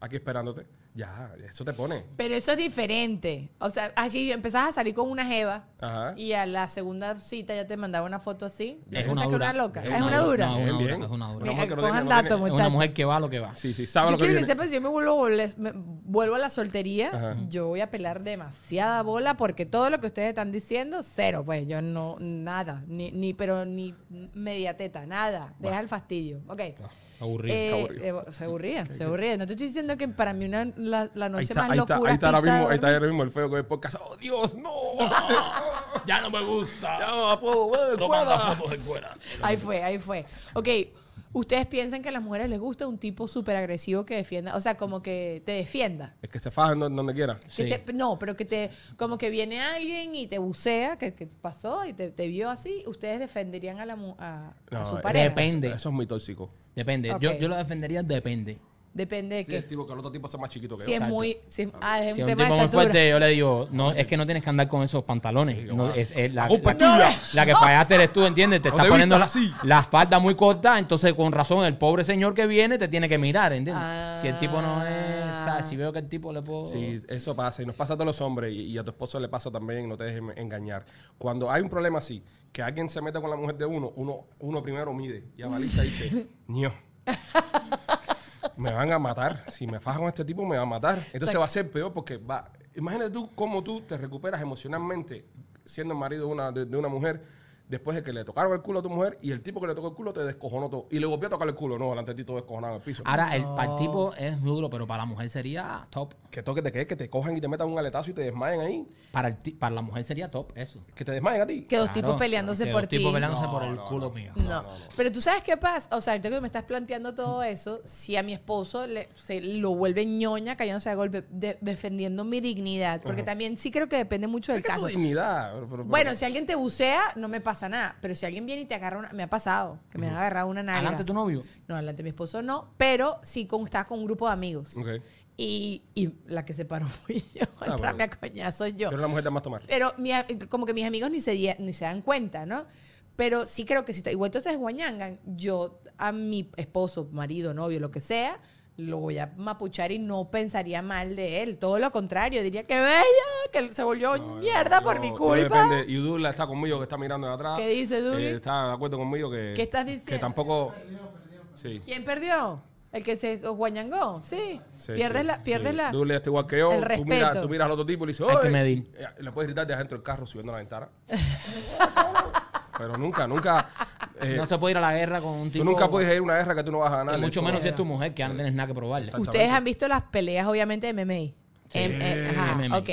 [SPEAKER 3] Aquí esperándote. Ya, eso te pone.
[SPEAKER 1] Pero eso es diferente. O sea, así empezás a salir con una jeva
[SPEAKER 3] Ajá.
[SPEAKER 1] y a la segunda cita ya te mandaba una foto así.
[SPEAKER 2] Es
[SPEAKER 1] ¿No
[SPEAKER 2] una
[SPEAKER 1] saca
[SPEAKER 2] dura.
[SPEAKER 1] loca.
[SPEAKER 2] Es
[SPEAKER 1] Es
[SPEAKER 2] una
[SPEAKER 1] una dura.
[SPEAKER 2] dura. No, Ah, una
[SPEAKER 3] Bien,
[SPEAKER 2] dura, es una dura.
[SPEAKER 3] Una
[SPEAKER 1] Mira,
[SPEAKER 3] mujer que no tiene-
[SPEAKER 1] cojan
[SPEAKER 3] no tiene-
[SPEAKER 1] datos,
[SPEAKER 2] Es una
[SPEAKER 1] muchachos.
[SPEAKER 2] mujer que va a lo que va.
[SPEAKER 3] Sí, sí, sabe
[SPEAKER 1] Yo
[SPEAKER 3] lo que
[SPEAKER 1] quiero que
[SPEAKER 3] viene.
[SPEAKER 1] sepan, si yo me vuelvo, les- me- vuelvo a la soltería,
[SPEAKER 3] Ajá.
[SPEAKER 1] yo voy a pelar demasiada bola porque todo lo que ustedes están diciendo, cero. Pues yo no, nada, ni, ni pero ni media teta, nada. Deja el fastidio. Ok.
[SPEAKER 2] Aburrido.
[SPEAKER 1] Eh,
[SPEAKER 3] aburrido.
[SPEAKER 1] eh, se aburría, se aburría. No te estoy diciendo que para mí una, la, la noche
[SPEAKER 3] Ahí está,
[SPEAKER 1] más
[SPEAKER 3] ahí está,
[SPEAKER 1] locura
[SPEAKER 3] ahí está ahora
[SPEAKER 1] es pizza
[SPEAKER 3] mismo, ahí está
[SPEAKER 1] de
[SPEAKER 3] ahora mismo el feo con el podcast. ¡Oh, Dios, no!
[SPEAKER 2] ya no me gusta.
[SPEAKER 3] ¡Ya no puedo ver! ¡Cuerda!
[SPEAKER 1] Ahí fue, ahí fue. Ok, ¿ustedes piensan que a las mujeres les gusta un tipo súper agresivo que defienda? O sea, como que te defienda.
[SPEAKER 3] Es que se fajan donde- donde quiera.
[SPEAKER 1] Que
[SPEAKER 2] Sí.
[SPEAKER 1] se- no, pero que te, como que viene alguien y te bucea, que, que pasó y te, te vio así, ustedes defenderían a la mu- a, a
[SPEAKER 3] No,
[SPEAKER 1] su
[SPEAKER 3] eh,
[SPEAKER 1] pareja. Depende,
[SPEAKER 2] Depende.
[SPEAKER 3] Eso es muy tóxico.
[SPEAKER 2] Depende. Yo,
[SPEAKER 1] Ok.
[SPEAKER 2] yo lo defendería depende.
[SPEAKER 1] de
[SPEAKER 3] Sí,
[SPEAKER 1] qué.
[SPEAKER 3] el tipo que el otro tipo sea más chiquito que
[SPEAKER 1] si
[SPEAKER 3] yo.
[SPEAKER 1] es
[SPEAKER 2] exacto.
[SPEAKER 1] muy, si es, ah, es
[SPEAKER 2] Si
[SPEAKER 1] un
[SPEAKER 2] es un
[SPEAKER 1] tema
[SPEAKER 2] tipo
[SPEAKER 1] de
[SPEAKER 2] muy
[SPEAKER 1] estatura.
[SPEAKER 2] fuerte, yo le digo, no, es que no tienes que andar con esos pantalones.
[SPEAKER 3] Sí,
[SPEAKER 2] No,
[SPEAKER 3] guau.
[SPEAKER 2] es, es la,
[SPEAKER 3] La culpa es
[SPEAKER 2] la-
[SPEAKER 3] tuya.
[SPEAKER 2] la que fallaste eres tú, ¿entiendes? Te
[SPEAKER 3] No
[SPEAKER 2] estás
[SPEAKER 3] te
[SPEAKER 2] poniendo la,
[SPEAKER 3] vistas así.
[SPEAKER 2] la espalda muy corta, entonces con razón el pobre señor que viene te tiene que mirar, ¿entiendes?
[SPEAKER 1] Ah.
[SPEAKER 2] Si el tipo no es, o sea, si veo que el tipo le puedo...
[SPEAKER 3] Sí, eso pasa y nos pasa a todos los hombres y, y a tu esposo le pasa también, no te dejes engañar. Cuando hay un problema así, que alguien se meta con la mujer de uno, uno, uno primero mide y analiza y dice, ño, me van a matar, si me fajo con este tipo me van a matar. Entonces va a ser peor porque va, imagínate tú cómo tú te recuperas emocionalmente siendo el marido de una, de, de una mujer. Después de que le tocaron el culo a tu mujer y el tipo que le tocó el culo te descojonó todo. Y le volvió a tocar el culo. No, delante de ti todo descojonado en el piso.
[SPEAKER 2] Ahora, el, para el tipo es duro, pero para la mujer sería top.
[SPEAKER 3] que toque te quede, que te cojan y te metan un aletazo y te desmayen ahí.
[SPEAKER 2] Para, el ti- para la mujer sería top eso.
[SPEAKER 3] Que te desmayen a ti.
[SPEAKER 1] Que dos
[SPEAKER 2] Claro,
[SPEAKER 1] tipos peleándose
[SPEAKER 2] que
[SPEAKER 1] por
[SPEAKER 2] dos
[SPEAKER 1] ti.
[SPEAKER 2] tipos peleándose por el
[SPEAKER 3] no,
[SPEAKER 2] culo
[SPEAKER 3] no.
[SPEAKER 2] mío.
[SPEAKER 1] No. Pero tú sabes qué pasa. O sea, ahorita que me estás planteando todo eso, si a mi esposo le, se lo vuelve ñoña cayéndose a golpe, de- defendiendo mi dignidad. Porque también sí creo que depende mucho del
[SPEAKER 3] ¿Qué tu
[SPEAKER 1] caso.
[SPEAKER 3] dignidad? Pero- pero-
[SPEAKER 1] Bueno, si alguien te bucea, no me pasa nada. Pero si alguien viene y te agarra una. Me ha pasado, que me han agarrado una nalga.
[SPEAKER 2] Adelante tu novio.
[SPEAKER 1] No, adelante mi esposo no. Pero sí con, estaba con un grupo de amigos.
[SPEAKER 3] Ok.
[SPEAKER 1] Y, y la que se paró fui yo.
[SPEAKER 3] Ah,
[SPEAKER 1] Entrarme
[SPEAKER 3] bueno.
[SPEAKER 1] a coñazos yo.
[SPEAKER 3] Tú eres la mujer de más tomar.
[SPEAKER 1] Pero mi a- como que mis amigos ni se, di- ni se dan cuenta, ¿no? Pero sí creo que si te, igual entonces guañangan, yo a mi esposo, marido, novio, lo que sea, lo voy a mapuchar y no pensaría mal de él. Todo lo contrario, diría que bella, que él se volvió mierda por
[SPEAKER 3] Yo-
[SPEAKER 1] mi
[SPEAKER 3] yo
[SPEAKER 1] culpa.
[SPEAKER 3] depende. Y Dula está conmigo, que está mirando de atrás.
[SPEAKER 1] ¿Qué dice, Duli?
[SPEAKER 3] Eh, está de acuerdo conmigo que.
[SPEAKER 1] ¿Qué estás diciendo?
[SPEAKER 3] Que tampoco. Sí.
[SPEAKER 1] ¿Quién perdió? El que se os guañangó, sí.
[SPEAKER 3] sí,
[SPEAKER 1] pierdes
[SPEAKER 3] sí,
[SPEAKER 1] la, pierdes
[SPEAKER 3] sí.
[SPEAKER 1] la.
[SPEAKER 3] Dula está igual que yo.
[SPEAKER 1] el
[SPEAKER 3] tú, miras,
[SPEAKER 1] respeto.
[SPEAKER 3] tú miras al otro tipo y le dices.
[SPEAKER 2] Hay que
[SPEAKER 3] "Oye".
[SPEAKER 2] medir.
[SPEAKER 3] Eh, Le puedes gritar de adentro del carro subiendo la ventana. Pero nunca, nunca. eh,
[SPEAKER 2] no se puede ir a la guerra con un
[SPEAKER 3] tú
[SPEAKER 2] tipo.
[SPEAKER 3] nunca puedes ir a una guerra que tú no vas a
[SPEAKER 2] y
[SPEAKER 3] ganar.
[SPEAKER 2] mucho
[SPEAKER 3] Eso-
[SPEAKER 2] menos si es tu mujer, que ya no tienes nada que probarle.
[SPEAKER 3] Exacto.
[SPEAKER 1] Ustedes han visto las peleas, obviamente, de MMA. Em- eh, ajá,
[SPEAKER 2] MMA.
[SPEAKER 1] Ok.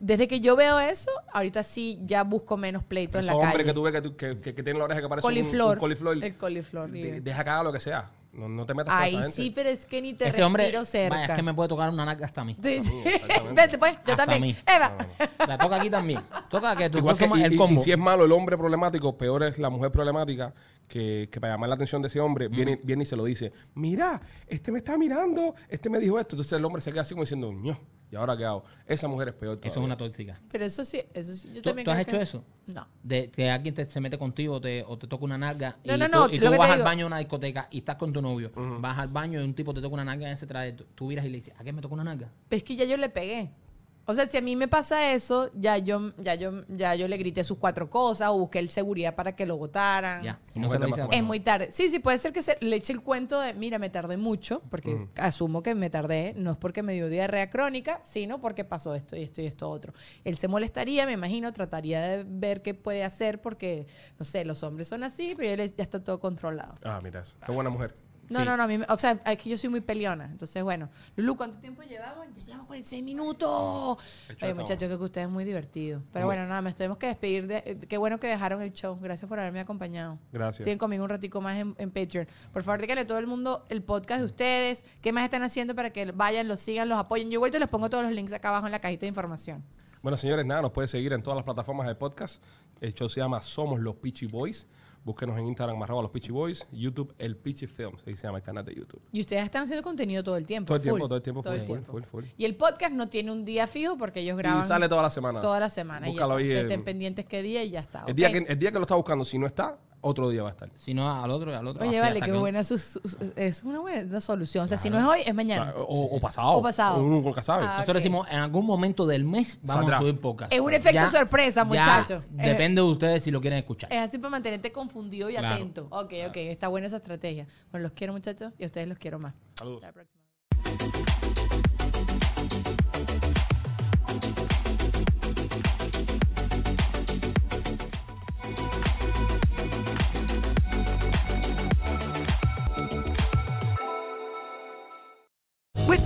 [SPEAKER 1] Desde que yo veo eso, ahorita sí ya busco menos pleito en
[SPEAKER 3] Esos
[SPEAKER 1] la calle.
[SPEAKER 3] hombres que tú ves que, tú- que, que- que tienen la oreja que parece un-
[SPEAKER 1] coliflor.
[SPEAKER 3] Un, coliflor.
[SPEAKER 1] El coliflor.
[SPEAKER 3] De-
[SPEAKER 1] libre.
[SPEAKER 3] deja cagar lo que sea. No, no te metas con
[SPEAKER 1] Ay,
[SPEAKER 3] esa
[SPEAKER 1] sí,
[SPEAKER 3] gente.
[SPEAKER 1] pero es que ni te
[SPEAKER 2] Ese hombre.
[SPEAKER 1] respiro cerca.
[SPEAKER 2] Vaya, es que me puede tocar una narca hasta a mí.
[SPEAKER 1] Sí, sí.
[SPEAKER 3] exactamente.
[SPEAKER 1] Vete, pues, yo
[SPEAKER 2] Hasta
[SPEAKER 1] también.
[SPEAKER 2] a mí.
[SPEAKER 1] Eva.
[SPEAKER 2] La toca aquí también. Toca que tú
[SPEAKER 3] Igual que,
[SPEAKER 2] formas
[SPEAKER 3] y-
[SPEAKER 2] el
[SPEAKER 3] y- y
[SPEAKER 2] combo.
[SPEAKER 3] si es malo el hombre problemático, peor es la mujer problemática que, que para llamar la atención de ese hombre viene, viene y se lo dice. Mira, este me está mirando, este me dijo esto. Entonces el hombre se queda así como diciendo, ño, ¿y ahora qué hago? Esa mujer es peor
[SPEAKER 2] Eso es
[SPEAKER 3] todavía.
[SPEAKER 2] una tóxica.
[SPEAKER 1] Pero eso sí, eso sí. Yo
[SPEAKER 2] ¿Tú,
[SPEAKER 1] también
[SPEAKER 2] tú has
[SPEAKER 1] creo
[SPEAKER 2] hecho
[SPEAKER 1] que-
[SPEAKER 2] eso?
[SPEAKER 1] No.
[SPEAKER 2] De que alguien te- se mete contigo o te, o te toca una narga
[SPEAKER 1] No,
[SPEAKER 2] y
[SPEAKER 1] no, no,
[SPEAKER 2] tú, y
[SPEAKER 1] lo
[SPEAKER 2] tú
[SPEAKER 1] que te
[SPEAKER 2] vas al
[SPEAKER 1] digo.
[SPEAKER 2] baño de una discoteca y estás con tu novio. Vas al baño y un tipo te toca una narga en ese traje. Tú, tú miras y le dices, ¿a qué me toca una narga?
[SPEAKER 1] Pero es que ya yo le pegué. O sea, si a mí me pasa eso, ya yo, ya yo, ya yo le grité sus cuatro cosas o busqué el seguridad para que lo votaran.
[SPEAKER 2] Ya. Y no
[SPEAKER 3] Mujer
[SPEAKER 2] se lo
[SPEAKER 3] de
[SPEAKER 2] dice a-
[SPEAKER 3] más
[SPEAKER 1] Ah. Es muy tarde. Sí, sí, puede ser que se le eche el cuento de, mira, me tardé mucho, porque asumo que me tardé, no es porque me dio diarrea crónica, sino porque pasó esto y esto y esto otro. Él se molestaría, me imagino, trataría de ver qué puede hacer, porque, no sé, los hombres son así, pero él es- ya está todo controlado.
[SPEAKER 3] Ah, mira eso. Qué buena mujer.
[SPEAKER 1] No,
[SPEAKER 2] Sí.
[SPEAKER 1] no, no, a mí me- o sea, es que yo soy muy peleona. Entonces, bueno, Lulu, ¿cuánto tiempo llevamos? Ya llevamos 46 minutos.
[SPEAKER 3] Hecho
[SPEAKER 1] Oye,
[SPEAKER 3] hasta
[SPEAKER 1] muchachos, creo que ustedes es muy divertido. Pero bueno, nada, nos tenemos que despedir. de- eh, qué bueno que dejaron el show. Gracias por haberme acompañado.
[SPEAKER 3] Gracias.
[SPEAKER 1] Siguen conmigo un ratico más en, en Patreon. Por favor, díganle a todo el mundo el podcast de ustedes. ¿Qué más están haciendo para que vayan, los sigan, los apoyen? Yo vuelto les pongo todos los links acá abajo en la cajita de información.
[SPEAKER 3] Bueno, señores, nada, nos puede seguir en todas las plataformas de podcast. El show se llama Somos los Peachy Boys. Búsquenos en Instagram, arroba los Peachy Boys. YouTube, el Peachy Films. Ahí se llama el canal de YouTube.
[SPEAKER 1] Y ustedes están haciendo contenido todo el tiempo.
[SPEAKER 3] Todo el tiempo,
[SPEAKER 1] full.
[SPEAKER 3] todo el tiempo,
[SPEAKER 1] Todo
[SPEAKER 3] full,
[SPEAKER 1] el
[SPEAKER 3] full,
[SPEAKER 1] tiempo.
[SPEAKER 3] full, full.
[SPEAKER 1] Y el podcast no tiene un día fijo porque ellos graban.
[SPEAKER 3] Y sale toda la semana.
[SPEAKER 1] Toda la semana.
[SPEAKER 3] Búscalo
[SPEAKER 1] y
[SPEAKER 3] ahí.
[SPEAKER 1] ya está.
[SPEAKER 3] en-
[SPEAKER 1] Que estén pendientes qué día y ya está.
[SPEAKER 3] el, día
[SPEAKER 1] ¿ok?
[SPEAKER 3] que, el día que lo está buscando, si no está, otro día va a estar.
[SPEAKER 2] Si no, al otro, al otro.
[SPEAKER 1] Oye,
[SPEAKER 2] así
[SPEAKER 1] vale,
[SPEAKER 2] hasta
[SPEAKER 1] qué
[SPEAKER 2] que-
[SPEAKER 1] buena su- su- su- es una buena solución. O sea, si no es hoy, es
[SPEAKER 3] O,
[SPEAKER 1] mañana.
[SPEAKER 3] sea, o- o pasado.
[SPEAKER 1] O pasado.
[SPEAKER 3] Uno nunca sabe.
[SPEAKER 1] Ah, ok.
[SPEAKER 2] Nosotros decimos, en algún momento del mes vamos
[SPEAKER 3] Saldrá.
[SPEAKER 2] a subir podcast.
[SPEAKER 1] Es un efecto sorpresa,
[SPEAKER 2] ya
[SPEAKER 1] muchachos. Es-
[SPEAKER 2] Depende de ustedes si lo quieren escuchar.
[SPEAKER 1] Es así para mantenerte confundido y
[SPEAKER 2] Claro.
[SPEAKER 1] atento. Ok, ok, está buena esa estrategia. Bueno, los quiero, muchachos, y a ustedes los quiero más.
[SPEAKER 3] Saludos.
[SPEAKER 1] Hasta la próxima.
[SPEAKER 6] With